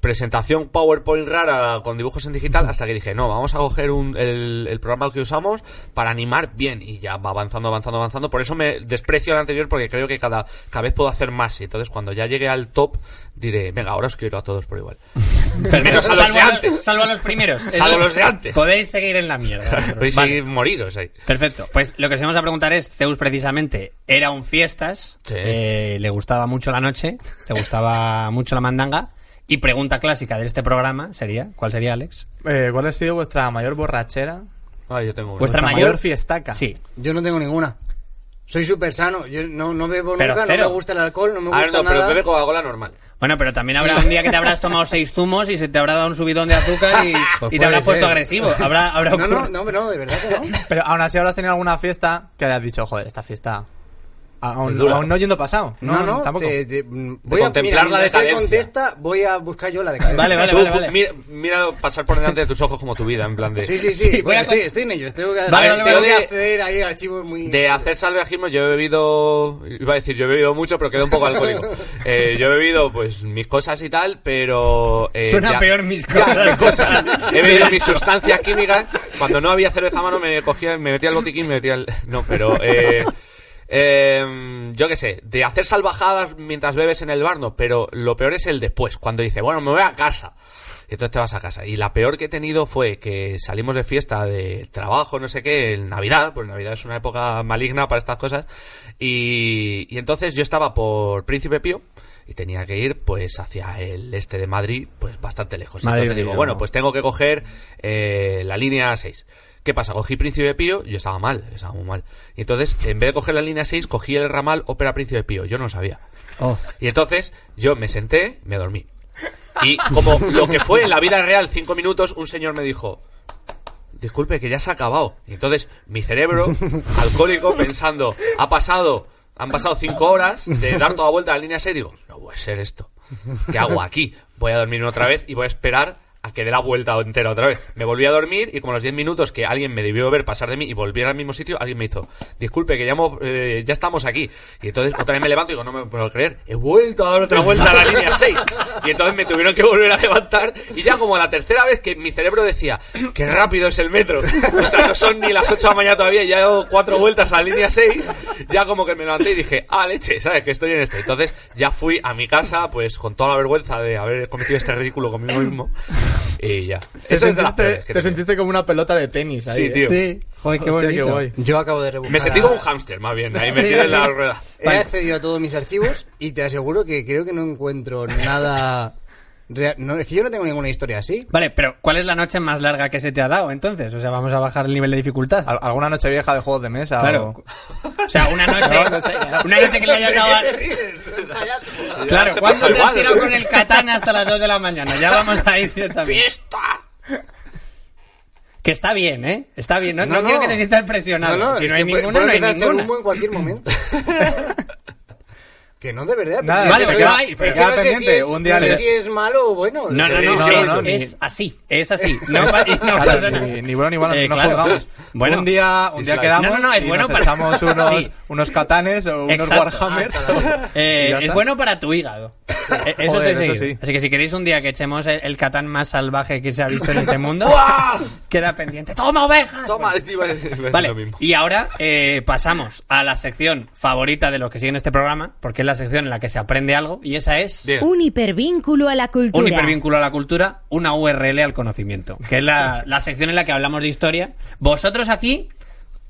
Speaker 3: presentación PowerPoint rara con dibujos en digital hasta que dije, no, vamos a coger un- el, el programa que usamos para animar bien. Y ya va avanzando, avanzando, avanzando. Por eso me desprecio al anterior porque creo que cada, cada vez puedo hacer más. Y entonces cuando ya llegue al top diré, venga, ahora os quiero a todos por igual. Menos a los
Speaker 1: salvo,
Speaker 3: de
Speaker 1: a
Speaker 3: antes.
Speaker 1: los, salvo a los primeros.
Speaker 3: Salvo los de antes.
Speaker 1: Podéis seguir en la mierda.
Speaker 3: Podéis
Speaker 1: Vale,
Speaker 3: seguir moriros ahí.
Speaker 1: Perfecto. Pues lo que os íbamos a preguntar es, Zeus precisamente era un fiestas,
Speaker 3: Sí.
Speaker 1: eh, le gustaba mucho la noche, le gustaba mucho la mandanga. Y pregunta clásica de este programa sería, ¿cuál sería, Alex?
Speaker 2: Eh, ¿Cuál ha sido vuestra mayor borrachera?
Speaker 3: Ah, yo tengo una.
Speaker 1: Vuestra
Speaker 2: Vuestra
Speaker 1: mayor-
Speaker 2: mayor, fiestaca.
Speaker 1: Sí.
Speaker 4: Yo no tengo ninguna. Soy súper sano. Yo no, no bebo
Speaker 1: Pero
Speaker 4: nunca,
Speaker 1: cero.
Speaker 4: no me gusta el alcohol, no me
Speaker 3: Ah,
Speaker 4: gusta
Speaker 3: no, pero
Speaker 4: nada.
Speaker 3: bebe Coca-Cola normal.
Speaker 1: Bueno, pero también habrá un día que te habrás tomado seis zumos y se te habrá dado un subidón de azúcar y, y te
Speaker 4: puede
Speaker 1: habrás puesto
Speaker 4: ser.
Speaker 1: agresivo. Habrá, habrá
Speaker 4: No, no,
Speaker 1: ocurrido.
Speaker 4: no, no, de verdad que no.
Speaker 2: Pero aún así habrás tenido alguna fiesta que hayas dicho, joder, esta fiesta... a- Aún,
Speaker 3: Es dura.
Speaker 2: aún no yendo pasado.
Speaker 4: No, no,
Speaker 2: tampoco.
Speaker 4: te- te- mm, voy a,
Speaker 3: contemplar
Speaker 4: mira,
Speaker 3: la
Speaker 4: mientras él
Speaker 3: decadencia.
Speaker 4: contesta, voy a buscar yo la decadencia.
Speaker 1: Vale, vale,
Speaker 3: Tú,
Speaker 1: vale, vale.
Speaker 3: Mira, míralo pasar por delante de tus ojos como tu vida, en plan de...
Speaker 4: Sí, sí, sí.
Speaker 1: Sí, voy a
Speaker 4: estoy,
Speaker 1: con-
Speaker 4: estoy en ello. Tengo que,
Speaker 1: Vale,
Speaker 4: tengo
Speaker 1: vale,
Speaker 4: que
Speaker 3: vale.
Speaker 4: acceder ahí a archivos muy...
Speaker 3: De hacer salvajismo yo he bebido, iba a decir yo he bebido mucho, pero queda un poco alcohólico. Eh, yo he bebido pues mis cosas y tal, pero... eh,
Speaker 1: Suena
Speaker 3: ya-
Speaker 1: peor mis
Speaker 3: Ya,
Speaker 1: cosas.
Speaker 3: mis cosas. He bebido mis sustancias químicas. Cuando no había cerveza a mano me cogía, me metía el botiquín, me metía el... No, pero... eh, eh, yo qué sé, de hacer salvajadas mientras bebes en el bar, no, pero lo peor es el después, cuando dice, bueno, me voy a casa. Y entonces te vas a casa. Y la peor que he tenido fue que salimos de fiesta, de trabajo, no sé qué, en Navidad, pues Navidad es una época maligna para estas cosas. Y, y entonces yo estaba por Príncipe Pío y tenía que ir pues hacia el este de Madrid, pues bastante lejos.
Speaker 1: Madrid,
Speaker 3: entonces digo,
Speaker 1: Río.
Speaker 3: bueno, pues tengo que coger eh, la línea 6. ¿Qué pasa? Cogí Príncipe Pío, yo estaba mal, estaba muy mal. Y entonces, en vez de coger la línea 6, cogí el ramal Ópera Príncipe Pío, yo no lo sabía. Y entonces yo me senté, me dormí. Y como lo que fue en la vida real, cinco minutos, un señor me dijo, disculpe, que ya se ha acabado. Y entonces mi cerebro, alcohólico, pensando, ha pasado, han pasado cinco horas de dar toda vuelta a la línea 6, digo, no puede ser esto. ¿Qué hago aquí? Voy a dormir otra vez y voy a esperar a que dé la vuelta entera otra vez. Me volví a dormir y como a los 10 minutos que alguien me debió ver pasar de mí y volviera al mismo sitio, alguien me hizo, disculpe, que ya, hemos, eh, ya estamos aquí. Y entonces otra vez me levanto y digo, no me puedo creer, he vuelto a dar otra vuelta a la línea 6. Y entonces me tuvieron que volver a levantar y ya como la tercera vez que mi cerebro decía, qué rápido es el metro. O sea, no son ni las 8 de la mañana todavía, ya he dado cuatro vueltas a la línea 6, ya como que me levanté y dije, ah, leche, ¿sabes? Que estoy en este. Entonces ya fui a mi casa, pues con toda la vergüenza de haber cometido este ridículo conmigo mismo. Y ya.
Speaker 2: Te
Speaker 3: Eso es de las
Speaker 2: sentiste-
Speaker 3: peores que
Speaker 2: te
Speaker 3: tenía.
Speaker 2: sentiste como una pelota de tenis ahí.
Speaker 3: Sí,
Speaker 2: ¿eh?
Speaker 3: tío.
Speaker 5: Sí, joder, qué
Speaker 2: Hostia,
Speaker 5: bonito.
Speaker 2: guay.
Speaker 4: Yo acabo de rebuscar.
Speaker 3: Me sentí
Speaker 4: a-
Speaker 3: como un hámster, más bien, ahí metido en la rueda.
Speaker 4: He accedido a todos mis archivos y te aseguro que creo que no encuentro nada... real- No, es que yo no tengo ninguna historia así.
Speaker 1: Vale, pero ¿cuál es la noche más larga que se te ha dado entonces? O sea, vamos a bajar el nivel de dificultad.
Speaker 2: Al- ¿Alguna noche vieja de juegos de mesa?
Speaker 1: Claro.
Speaker 2: o-
Speaker 1: O sea, una noche, una noche que le hayas dado. a- Claro,
Speaker 3: Ya se
Speaker 1: ¿cuándo
Speaker 3: pasa
Speaker 1: te has
Speaker 3: igual.
Speaker 1: tirado con el katana hasta las 2 de la mañana? Ya vamos a ir también.
Speaker 3: ¡Fiesta!
Speaker 1: Que está bien, ¿eh? Está bien. No,
Speaker 4: No,
Speaker 1: no
Speaker 4: no.
Speaker 1: quiero que te sientas presionado. si
Speaker 4: es
Speaker 1: no hay
Speaker 4: que
Speaker 1: ninguna,
Speaker 4: puedo
Speaker 1: no hay
Speaker 4: empezar a echar
Speaker 1: ninguna.
Speaker 4: humo en cualquier momento. que no, de verdad.
Speaker 2: Nada,
Speaker 4: pero
Speaker 1: Vale,
Speaker 4: es que
Speaker 1: pero
Speaker 4: soy-
Speaker 1: hay,
Speaker 4: es
Speaker 1: pero
Speaker 4: que
Speaker 2: queda
Speaker 4: no sé si
Speaker 2: pendiente,
Speaker 4: es,
Speaker 2: un día
Speaker 4: no sé
Speaker 2: de-
Speaker 4: si es malo o bueno.
Speaker 1: No, no, no,
Speaker 3: No,
Speaker 1: es,
Speaker 3: no,
Speaker 2: ni-
Speaker 1: es así, es así. No, pa- y no
Speaker 2: Claro,
Speaker 1: pasa nada.
Speaker 2: ni, ni bueno ni malo,
Speaker 1: Eh,
Speaker 2: no
Speaker 1: claro.
Speaker 2: jugamos.
Speaker 1: Bueno,
Speaker 2: un día, un día
Speaker 3: dislike.
Speaker 2: quedamos
Speaker 1: No, no, no, es
Speaker 2: y
Speaker 1: bueno
Speaker 2: nos
Speaker 1: para-
Speaker 2: echamos unos,
Speaker 1: Sí.
Speaker 2: unos katanes o unos
Speaker 1: Exacto.
Speaker 2: warhammers.
Speaker 1: Eh,
Speaker 2: Y ya
Speaker 1: es
Speaker 2: está.
Speaker 1: bueno para tu hígado. Eh, Eso estoy
Speaker 2: Joder,
Speaker 1: seguido.
Speaker 2: eso sí.
Speaker 1: Así que si queréis un día que echemos el, el Catán más salvaje que se ha visto en este mundo, queda pendiente. ¡Toma, ovejas!
Speaker 3: Toma, iba a decir- iba a decir
Speaker 1: Vale,
Speaker 3: lo mismo.
Speaker 1: y ahora eh, pasamos a la sección favorita de los que siguen este programa, porque es la sección en la que se aprende algo, y esa es
Speaker 3: Bien.
Speaker 5: Un hipervínculo a la cultura.
Speaker 1: un hipervínculo a la cultura, una URL al conocimiento, que es la, la sección en la que hablamos de historia. Vosotros aquí,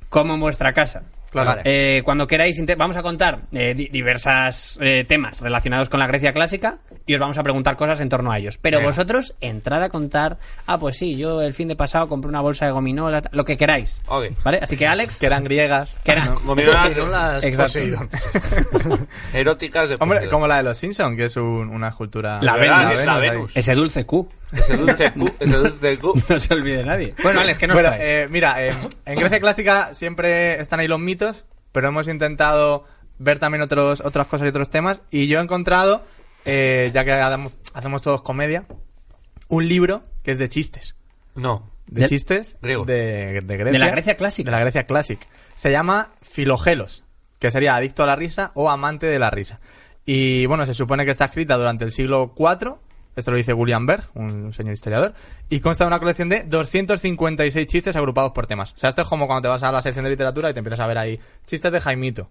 Speaker 1: como en vuestra casa.
Speaker 4: Claro. Vale.
Speaker 1: Eh, cuando queráis, inte- vamos a contar eh, di- diversas eh, temas relacionados con la Grecia clásica y os vamos a preguntar cosas en torno a ellos. Pero vosotros, entrad a contar, ah, pues sí, yo el fin de pasado compré una bolsa de gominola, lo que queráis.
Speaker 3: Ok.
Speaker 1: ¿Vale? Así que Alex,
Speaker 2: Que eran griegas.
Speaker 1: que era-
Speaker 3: Gominolas
Speaker 4: No las
Speaker 1: Exacto.
Speaker 4: Poseidon.
Speaker 3: eróticas de
Speaker 2: Hombre,
Speaker 3: Poseidon.
Speaker 2: como la de los Simpsons, que es un- una escultura.
Speaker 1: La
Speaker 3: De verdad,
Speaker 1: Venus,
Speaker 3: es la
Speaker 2: ahí.
Speaker 3: Venus.
Speaker 1: ese dulce Q,
Speaker 3: Ese dulce Q, ese dulce Q.
Speaker 1: no se olvide nadie. Bueno, Alex, que nos
Speaker 2: Bueno,
Speaker 1: traes?
Speaker 2: eh, mira, eh, en Grecia clásica siempre están ahí los mitos, pero hemos intentado ver también otros, otras cosas y otros temas. Y yo he encontrado, eh, ya que hagamos- hacemos todos comedia, un libro que es de chistes.
Speaker 3: No.
Speaker 2: De,
Speaker 1: Del-
Speaker 2: chistes
Speaker 3: griego.
Speaker 2: De, de Grecia.
Speaker 1: De la Grecia clásica.
Speaker 2: De la Grecia clásica. Se llama Filogelos, que sería adicto a la risa o amante de la risa. Y bueno, se supone que está escrita durante el siglo IV. Esto lo dice William Berg, un, un señor historiador. Y consta de una colección de 256 chistes agrupados por temas. O sea, esto es como cuando te vas a la sección de literatura y te empiezas a ver ahí chistes de Jaimito,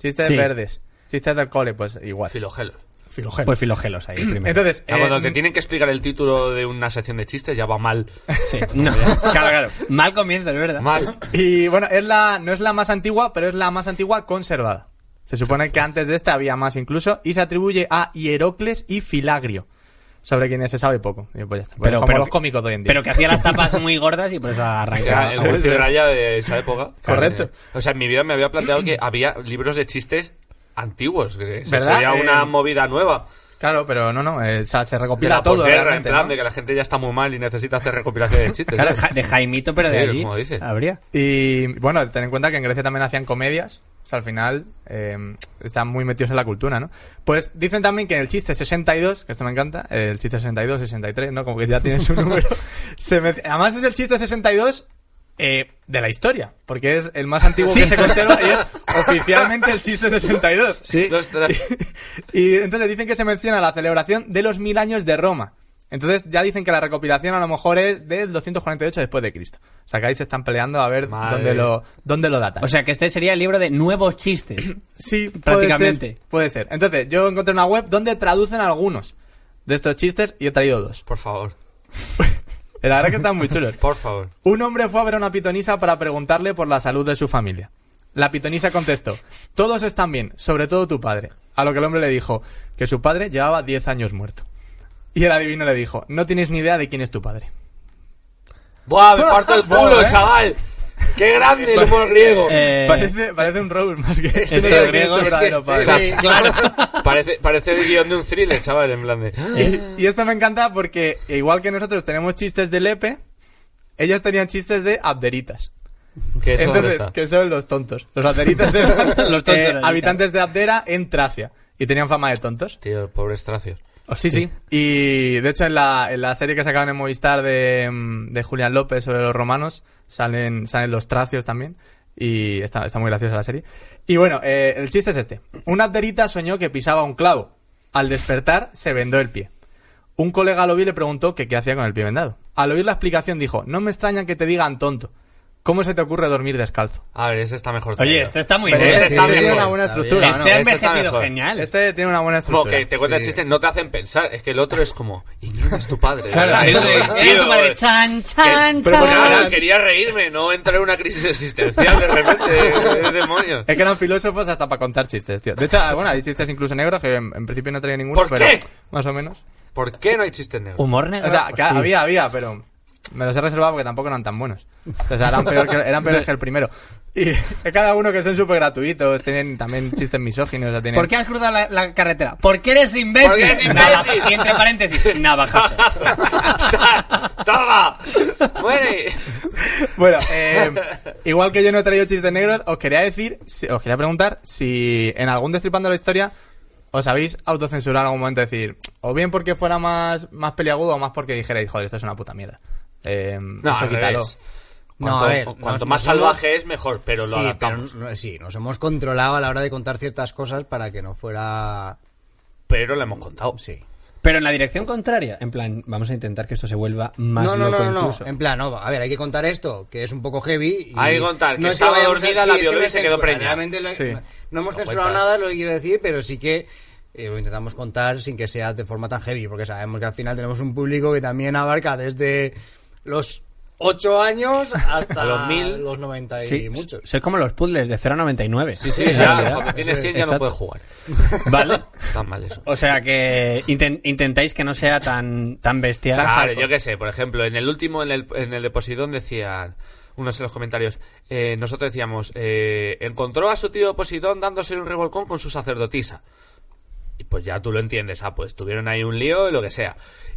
Speaker 2: chistes
Speaker 1: Sí.
Speaker 2: verdes, chistes del cole, pues igual.
Speaker 3: Filogelos.
Speaker 2: Filogelos.
Speaker 1: Pues filogelos ahí primero.
Speaker 2: Entonces,
Speaker 3: Ah,
Speaker 2: eh,
Speaker 3: cuando te tienen que explicar el título de una sección de chistes, ya va mal.
Speaker 1: Sí, no, claro, claro. Mal comienzo, es verdad.
Speaker 3: Mal.
Speaker 2: Y bueno, es la, no es la más antigua, pero es la más antigua conservada. Se supone que antes de esta había más incluso, y se atribuye a Hierocles y Filagrio, sobre quienes se sabe poco. Y pues ya está. Pues como los cómicos de hoy en día.
Speaker 1: Pero que hacía las tapas muy gordas y por eso
Speaker 3: Era
Speaker 1: arrancaba.
Speaker 3: el juez de raya de esa época.
Speaker 2: Ah, Correcto.
Speaker 3: Eh, O sea, en mi vida me había planteado que había libros de chistes antiguos. Que eso
Speaker 2: ¿Verdad?
Speaker 3: sería
Speaker 2: Eh,
Speaker 3: una movida nueva.
Speaker 2: Claro, pero no, no, eh, o sea, se
Speaker 3: De
Speaker 2: recopila
Speaker 3: la
Speaker 2: todo.
Speaker 3: posguerra, en
Speaker 2: realmente,
Speaker 3: plan,
Speaker 2: ¿no?
Speaker 3: de que la gente ya está muy mal y necesita hacer recopilación de chistes.
Speaker 1: Claro,
Speaker 3: ¿sabes?
Speaker 1: ja- de Jaimito, pero de
Speaker 3: Sí,
Speaker 1: allí.
Speaker 3: como dice.
Speaker 1: Habría.
Speaker 2: Y bueno, ten en cuenta que en Grecia también hacían comedias. O sea, al final eh, están muy metidos en la cultura, ¿no? Pues dicen también que en el chiste 62, que esto me encanta, eh, el chiste 62, 63, ¿no? Como que ya tiene su número. se met- Además es el chiste 62 eh, de la historia, porque es el más antiguo que se conserva y es oficialmente el chiste 62.
Speaker 3: Los tra-
Speaker 2: Y entonces dicen que se menciona la celebración de los mil años de Roma. Entonces ya dicen que la recopilación a lo mejor es del 248 después de Cristo. O sea que ahí se están peleando a ver
Speaker 3: Madre.
Speaker 2: dónde lo, dónde lo datan.
Speaker 1: O sea, que este sería el libro de nuevos chistes.
Speaker 2: sí, puede
Speaker 1: prácticamente.
Speaker 2: ser, Puede ser. Entonces yo encontré una web donde traducen algunos de estos chistes y he traído dos.
Speaker 3: Por favor,
Speaker 2: La verdad que están muy chulos.
Speaker 3: por favor.
Speaker 2: Un hombre fue a ver a una pitonisa para preguntarle por la salud de su familia. La pitonisa contestó, todos están bien, sobre todo tu padre. A lo que el hombre le dijo, que su padre llevaba 10 años muerto. Y el adivino le dijo, no tienes ni idea de quién es tu padre.
Speaker 3: ¡Buah, me parto el culo,
Speaker 2: Buah, eh.
Speaker 3: chaval! ¡Qué grande el humor griego!
Speaker 1: Eh,
Speaker 2: parece, parece un road más que...
Speaker 4: Esto
Speaker 2: que
Speaker 4: griego
Speaker 2: es tu
Speaker 4: es
Speaker 2: verdadero
Speaker 4: este,
Speaker 2: padre.
Speaker 4: o sea,
Speaker 1: claro.
Speaker 3: Parece, parece el guión de un thriller, chaval, en plan de... "Ah,
Speaker 4: Eh,
Speaker 2: Y, y esto me encanta porque, igual que nosotros tenemos chistes de Lepe, ellos tenían chistes de Abderitas.
Speaker 3: Que eso dónde
Speaker 2: Entonces,
Speaker 3: está.
Speaker 2: que son los tontos. Los abderitas eran
Speaker 1: Los tontos
Speaker 2: eh,
Speaker 1: eran,
Speaker 2: habitantes de Abdera en Tracia. Y tenían fama de tontos.
Speaker 3: Tío, pobres tracios.
Speaker 2: Ah, sí, sí. Y de hecho, en la, en la serie que sacaban en Movistar de, mm, de Julián López sobre los romanos, salen, salen los tracios también. Y está, está muy graciosa la serie. Y bueno, eh, el chiste es este: un abderita soñó que pisaba un clavo. Al despertar, se vendó el pie. Un colega lo vio y le preguntó que qué hacía con el pie vendado. Al oír la explicación, dijo: No me extraña que te digan tonto. ¿Cómo se te ocurre dormir descalzo?
Speaker 3: A ver, ese está mejor.
Speaker 1: Oye,
Speaker 3: traído.
Speaker 1: este está muy
Speaker 2: Pero
Speaker 1: bien. Este
Speaker 3: ese Eh, está
Speaker 2: tiene
Speaker 3: mejor.
Speaker 2: una buena
Speaker 4: Está
Speaker 2: estructura. ¿no?
Speaker 4: bien.
Speaker 1: ha
Speaker 3: este está
Speaker 1: envejecido
Speaker 3: mejor.
Speaker 1: genial.
Speaker 2: Este tiene una buena
Speaker 3: Como
Speaker 2: estructura.
Speaker 3: que te cuentan
Speaker 4: sí.
Speaker 3: chistes, no te hacen pensar. Es que el otro es como, y no es tu padre.
Speaker 2: Claro,
Speaker 3: Era
Speaker 2: era
Speaker 3: de-
Speaker 2: tu-
Speaker 1: Era tu
Speaker 3: tío,
Speaker 1: madre.
Speaker 3: que-
Speaker 1: Chan, chan,
Speaker 2: Pero bueno,
Speaker 1: chan.
Speaker 3: Claro, quería reírme, no entrar en una crisis existencial de repente. de demonios.
Speaker 2: Es que eran filósofos hasta para contar chistes, tío. De hecho, ah, bueno, hay chistes incluso negros que en, en principio no traía ninguno,
Speaker 3: ¿Por
Speaker 2: pero
Speaker 3: qué?
Speaker 2: más o menos.
Speaker 3: ¿Por qué no hay chistes negros?
Speaker 1: Humor negro.
Speaker 2: O sea, que
Speaker 1: Hostia.
Speaker 2: había, había, pero me los he reservado porque tampoco eran tan buenos. O sea, eran, peor que, eran peores que el primero. Y cada uno que son súper gratuitos, tienen también chistes misóginos. O sea, tienen...
Speaker 1: ¿Por qué has cruzado la, la carretera? Porque eres imbécil.
Speaker 3: Porque eres imbécil.
Speaker 1: Navaja- y entre paréntesis, navajazo.
Speaker 3: ¡Toma! ¡Muere!
Speaker 2: Bueno, eh, igual que yo no he traído chistes negros, os quería decir, si- os quería preguntar si en algún destripando la historia os habéis autocensurado en algún momento, es decir, o bien porque fuera más, más peliagudo o más porque dijerais, joder, esto es una puta mierda. Eh,
Speaker 3: No,
Speaker 2: esto
Speaker 3: al
Speaker 2: quítalo.
Speaker 3: revés.
Speaker 4: No,
Speaker 3: Cuanto-
Speaker 4: a ver,
Speaker 3: Cuanto
Speaker 4: nos-
Speaker 3: más
Speaker 4: nos
Speaker 3: salvaje
Speaker 4: hemos-
Speaker 3: es, mejor, pero lo
Speaker 4: sí,
Speaker 3: adaptamos.
Speaker 4: pero no- sí, nos hemos controlado a la hora de contar ciertas cosas para que no fuera
Speaker 3: pero la hemos contado.
Speaker 4: Sí.
Speaker 1: Pero en la dirección contraria, en plan, vamos a intentar que esto se vuelva más
Speaker 4: No, no,
Speaker 1: loco
Speaker 4: no, no,
Speaker 1: incluso.
Speaker 4: En plan, no, a ver, hay que contar esto, que es un poco heavy. y-
Speaker 3: Hay que contar que
Speaker 4: es
Speaker 3: estaba
Speaker 4: vayamos
Speaker 3: dormida, la
Speaker 4: es que
Speaker 3: violó
Speaker 4: no
Speaker 3: y
Speaker 4: es
Speaker 3: se quedó
Speaker 4: censura,
Speaker 3: preñada.
Speaker 4: realmente lo-
Speaker 2: Sí.
Speaker 4: No hemos
Speaker 3: No
Speaker 4: censurado
Speaker 3: cuenta.
Speaker 4: nada, lo que quiero decir, pero sí que eh, lo intentamos contar sin que sea de forma tan heavy, porque sabemos que al final tenemos un público que también abarca desde los 8 años hasta
Speaker 3: A los mil.
Speaker 4: los 90 y
Speaker 1: Sí,
Speaker 4: muchos.
Speaker 1: soy como los puzzles de 0,99.
Speaker 3: Sí, sí,
Speaker 1: En
Speaker 3: ya,
Speaker 1: realidad.
Speaker 3: cuando tienes 100 ya
Speaker 1: Exacto.
Speaker 3: no puedes jugar.
Speaker 1: Vale.
Speaker 3: Está mal eso.
Speaker 1: O sea que inten- intentáis que no sea tan, tan bestial.
Speaker 3: Claro, yo qué sé, por ejemplo, en el último, en el, en el de Poseidón, decían unos en los comentarios, eh, nosotros decíamos, eh, encontró a su tío Poseidón dándose un revolcón con su sacerdotisa. Y pues ya tú lo entiendes, ah, pues tuvieron ahí un lío y lo que sea.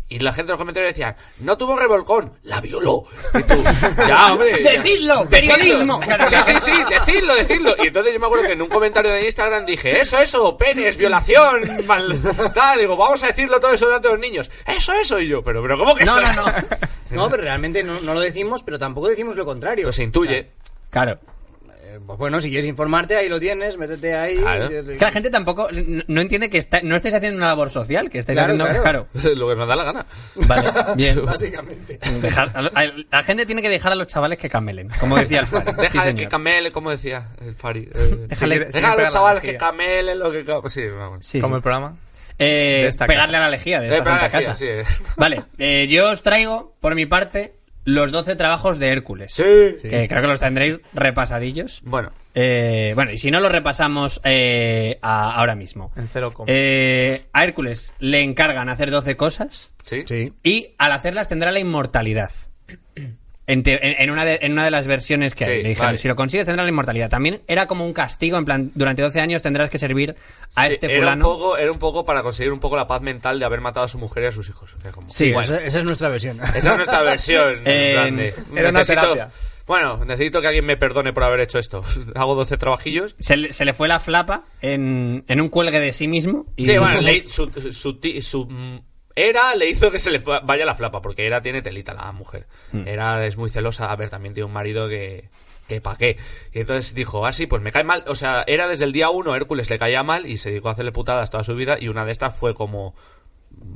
Speaker 3: Y la gente en los comentarios decían, no tuvo revolcón, la violó. Y tú, ya, hombre. ya.
Speaker 1: ¡Decidlo!
Speaker 3: ¡Decidlo!
Speaker 1: ¡Periodismo!
Speaker 3: Sí, sí, sí, decidlo, decidlo. Y entonces yo me acuerdo que en un comentario de Instagram dije, eso, eso, penes, violación, mal, tal, digo, vamos a decirlo todo eso delante de los niños. Eso, eso, y yo, pero, pero, ¿cómo que
Speaker 4: No,
Speaker 3: eso?
Speaker 4: no, no. No, pero realmente no, no lo decimos, pero tampoco decimos lo contrario.
Speaker 3: Pues se intuye.
Speaker 1: Claro.
Speaker 4: Eh, pues bueno, si quieres informarte, ahí lo tienes, métete ahí.
Speaker 3: Claro.
Speaker 4: Eh,
Speaker 1: Que la gente tampoco n- no entiende que está- no estáis haciendo una labor social, que estáis
Speaker 4: Claro,
Speaker 1: haciendo.
Speaker 4: claro.
Speaker 1: Claro.
Speaker 3: Lo que nos da la gana.
Speaker 1: Vale, bien.
Speaker 4: Básicamente.
Speaker 1: Dejar- a- a- la gente tiene que dejar a los chavales que camelen, como decía el Fari. Sí,
Speaker 3: Deja que
Speaker 1: señor.
Speaker 3: camele, como decía el Fari.
Speaker 1: Déjale-
Speaker 2: sigue
Speaker 3: Deja a
Speaker 2: pegando la
Speaker 3: los chavales que
Speaker 2: energía.
Speaker 3: camele lo que... ca- Sí, vamos.
Speaker 1: Sí,
Speaker 2: Como
Speaker 1: sí.
Speaker 2: el programa.
Speaker 1: Eh,
Speaker 2: de esta
Speaker 1: pegarle
Speaker 2: casa.
Speaker 1: a la lejía de
Speaker 3: Eh,
Speaker 1: esta
Speaker 3: pegarle a
Speaker 1: santa
Speaker 3: la
Speaker 1: casa.
Speaker 3: lejía, sí.
Speaker 1: Vale, eh, yo os traigo, por mi parte, los 12 trabajos de Hércules.
Speaker 3: Sí.
Speaker 1: Que creo que los tendréis repasadillos.
Speaker 3: Bueno,
Speaker 1: Eh, bueno, y si no lo repasamos eh, a- ahora mismo.
Speaker 2: En cero coma.
Speaker 1: Eh, a Hércules le encargan hacer 12 cosas
Speaker 3: sí.
Speaker 4: Sí.
Speaker 1: y al hacerlas tendrá la inmortalidad. En, te- en- en una, de, en una de las versiones que hay.
Speaker 3: Sí,
Speaker 1: Le dijeron,
Speaker 3: vale.
Speaker 1: si lo consigues tendrás la inmortalidad. También era como un castigo, en plan, durante 12 años tendrás que servir a
Speaker 3: Sí,
Speaker 1: este
Speaker 3: era un,
Speaker 1: fulano.
Speaker 3: poco, era un poco para conseguir un poco la paz mental de haber matado a su mujer y a sus hijos. O sea, como-
Speaker 1: Sí,
Speaker 4: Esa, esa es nuestra versión.
Speaker 3: Esa es nuestra versión. en
Speaker 1: Eh,
Speaker 3: plan de,
Speaker 2: era una terapia.
Speaker 3: Bueno, necesito que alguien me perdone por haber hecho esto. Hago 12 trabajillos.
Speaker 1: se, le- se le fue la flapa en, en un cuelgue de sí mismo. Y
Speaker 3: Sí, bueno, le- su, su ti- su, mm, era le hizo que se le fa- vaya la flapa, porque era tiene telita la mujer.
Speaker 2: Hmm.
Speaker 3: Era es muy celosa. A ver, también tiene un marido que. que pa' qué. Y entonces dijo, ah, sí, pues me cae mal. O sea, era desde el día uno, Hércules le caía mal y se dedicó a hacerle putadas toda su vida. Y una de estas fue como.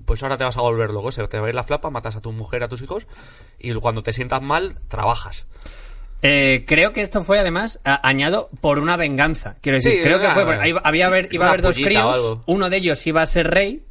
Speaker 3: Pues ahora te vas a volver loco, se te va a ir la flapa, matas a tu mujer, a tus hijos, y cuando te sientas mal, trabajas.
Speaker 1: Eh, creo que esto fue además a- añado por una venganza. Quiero decir,
Speaker 3: Sí,
Speaker 1: creo que
Speaker 3: una-
Speaker 1: fue. por- ahí va- había haber- iba a
Speaker 3: una
Speaker 1: haber dos
Speaker 3: pullita o
Speaker 1: críos,
Speaker 3: algo.
Speaker 1: uno de ellos iba a ser rey.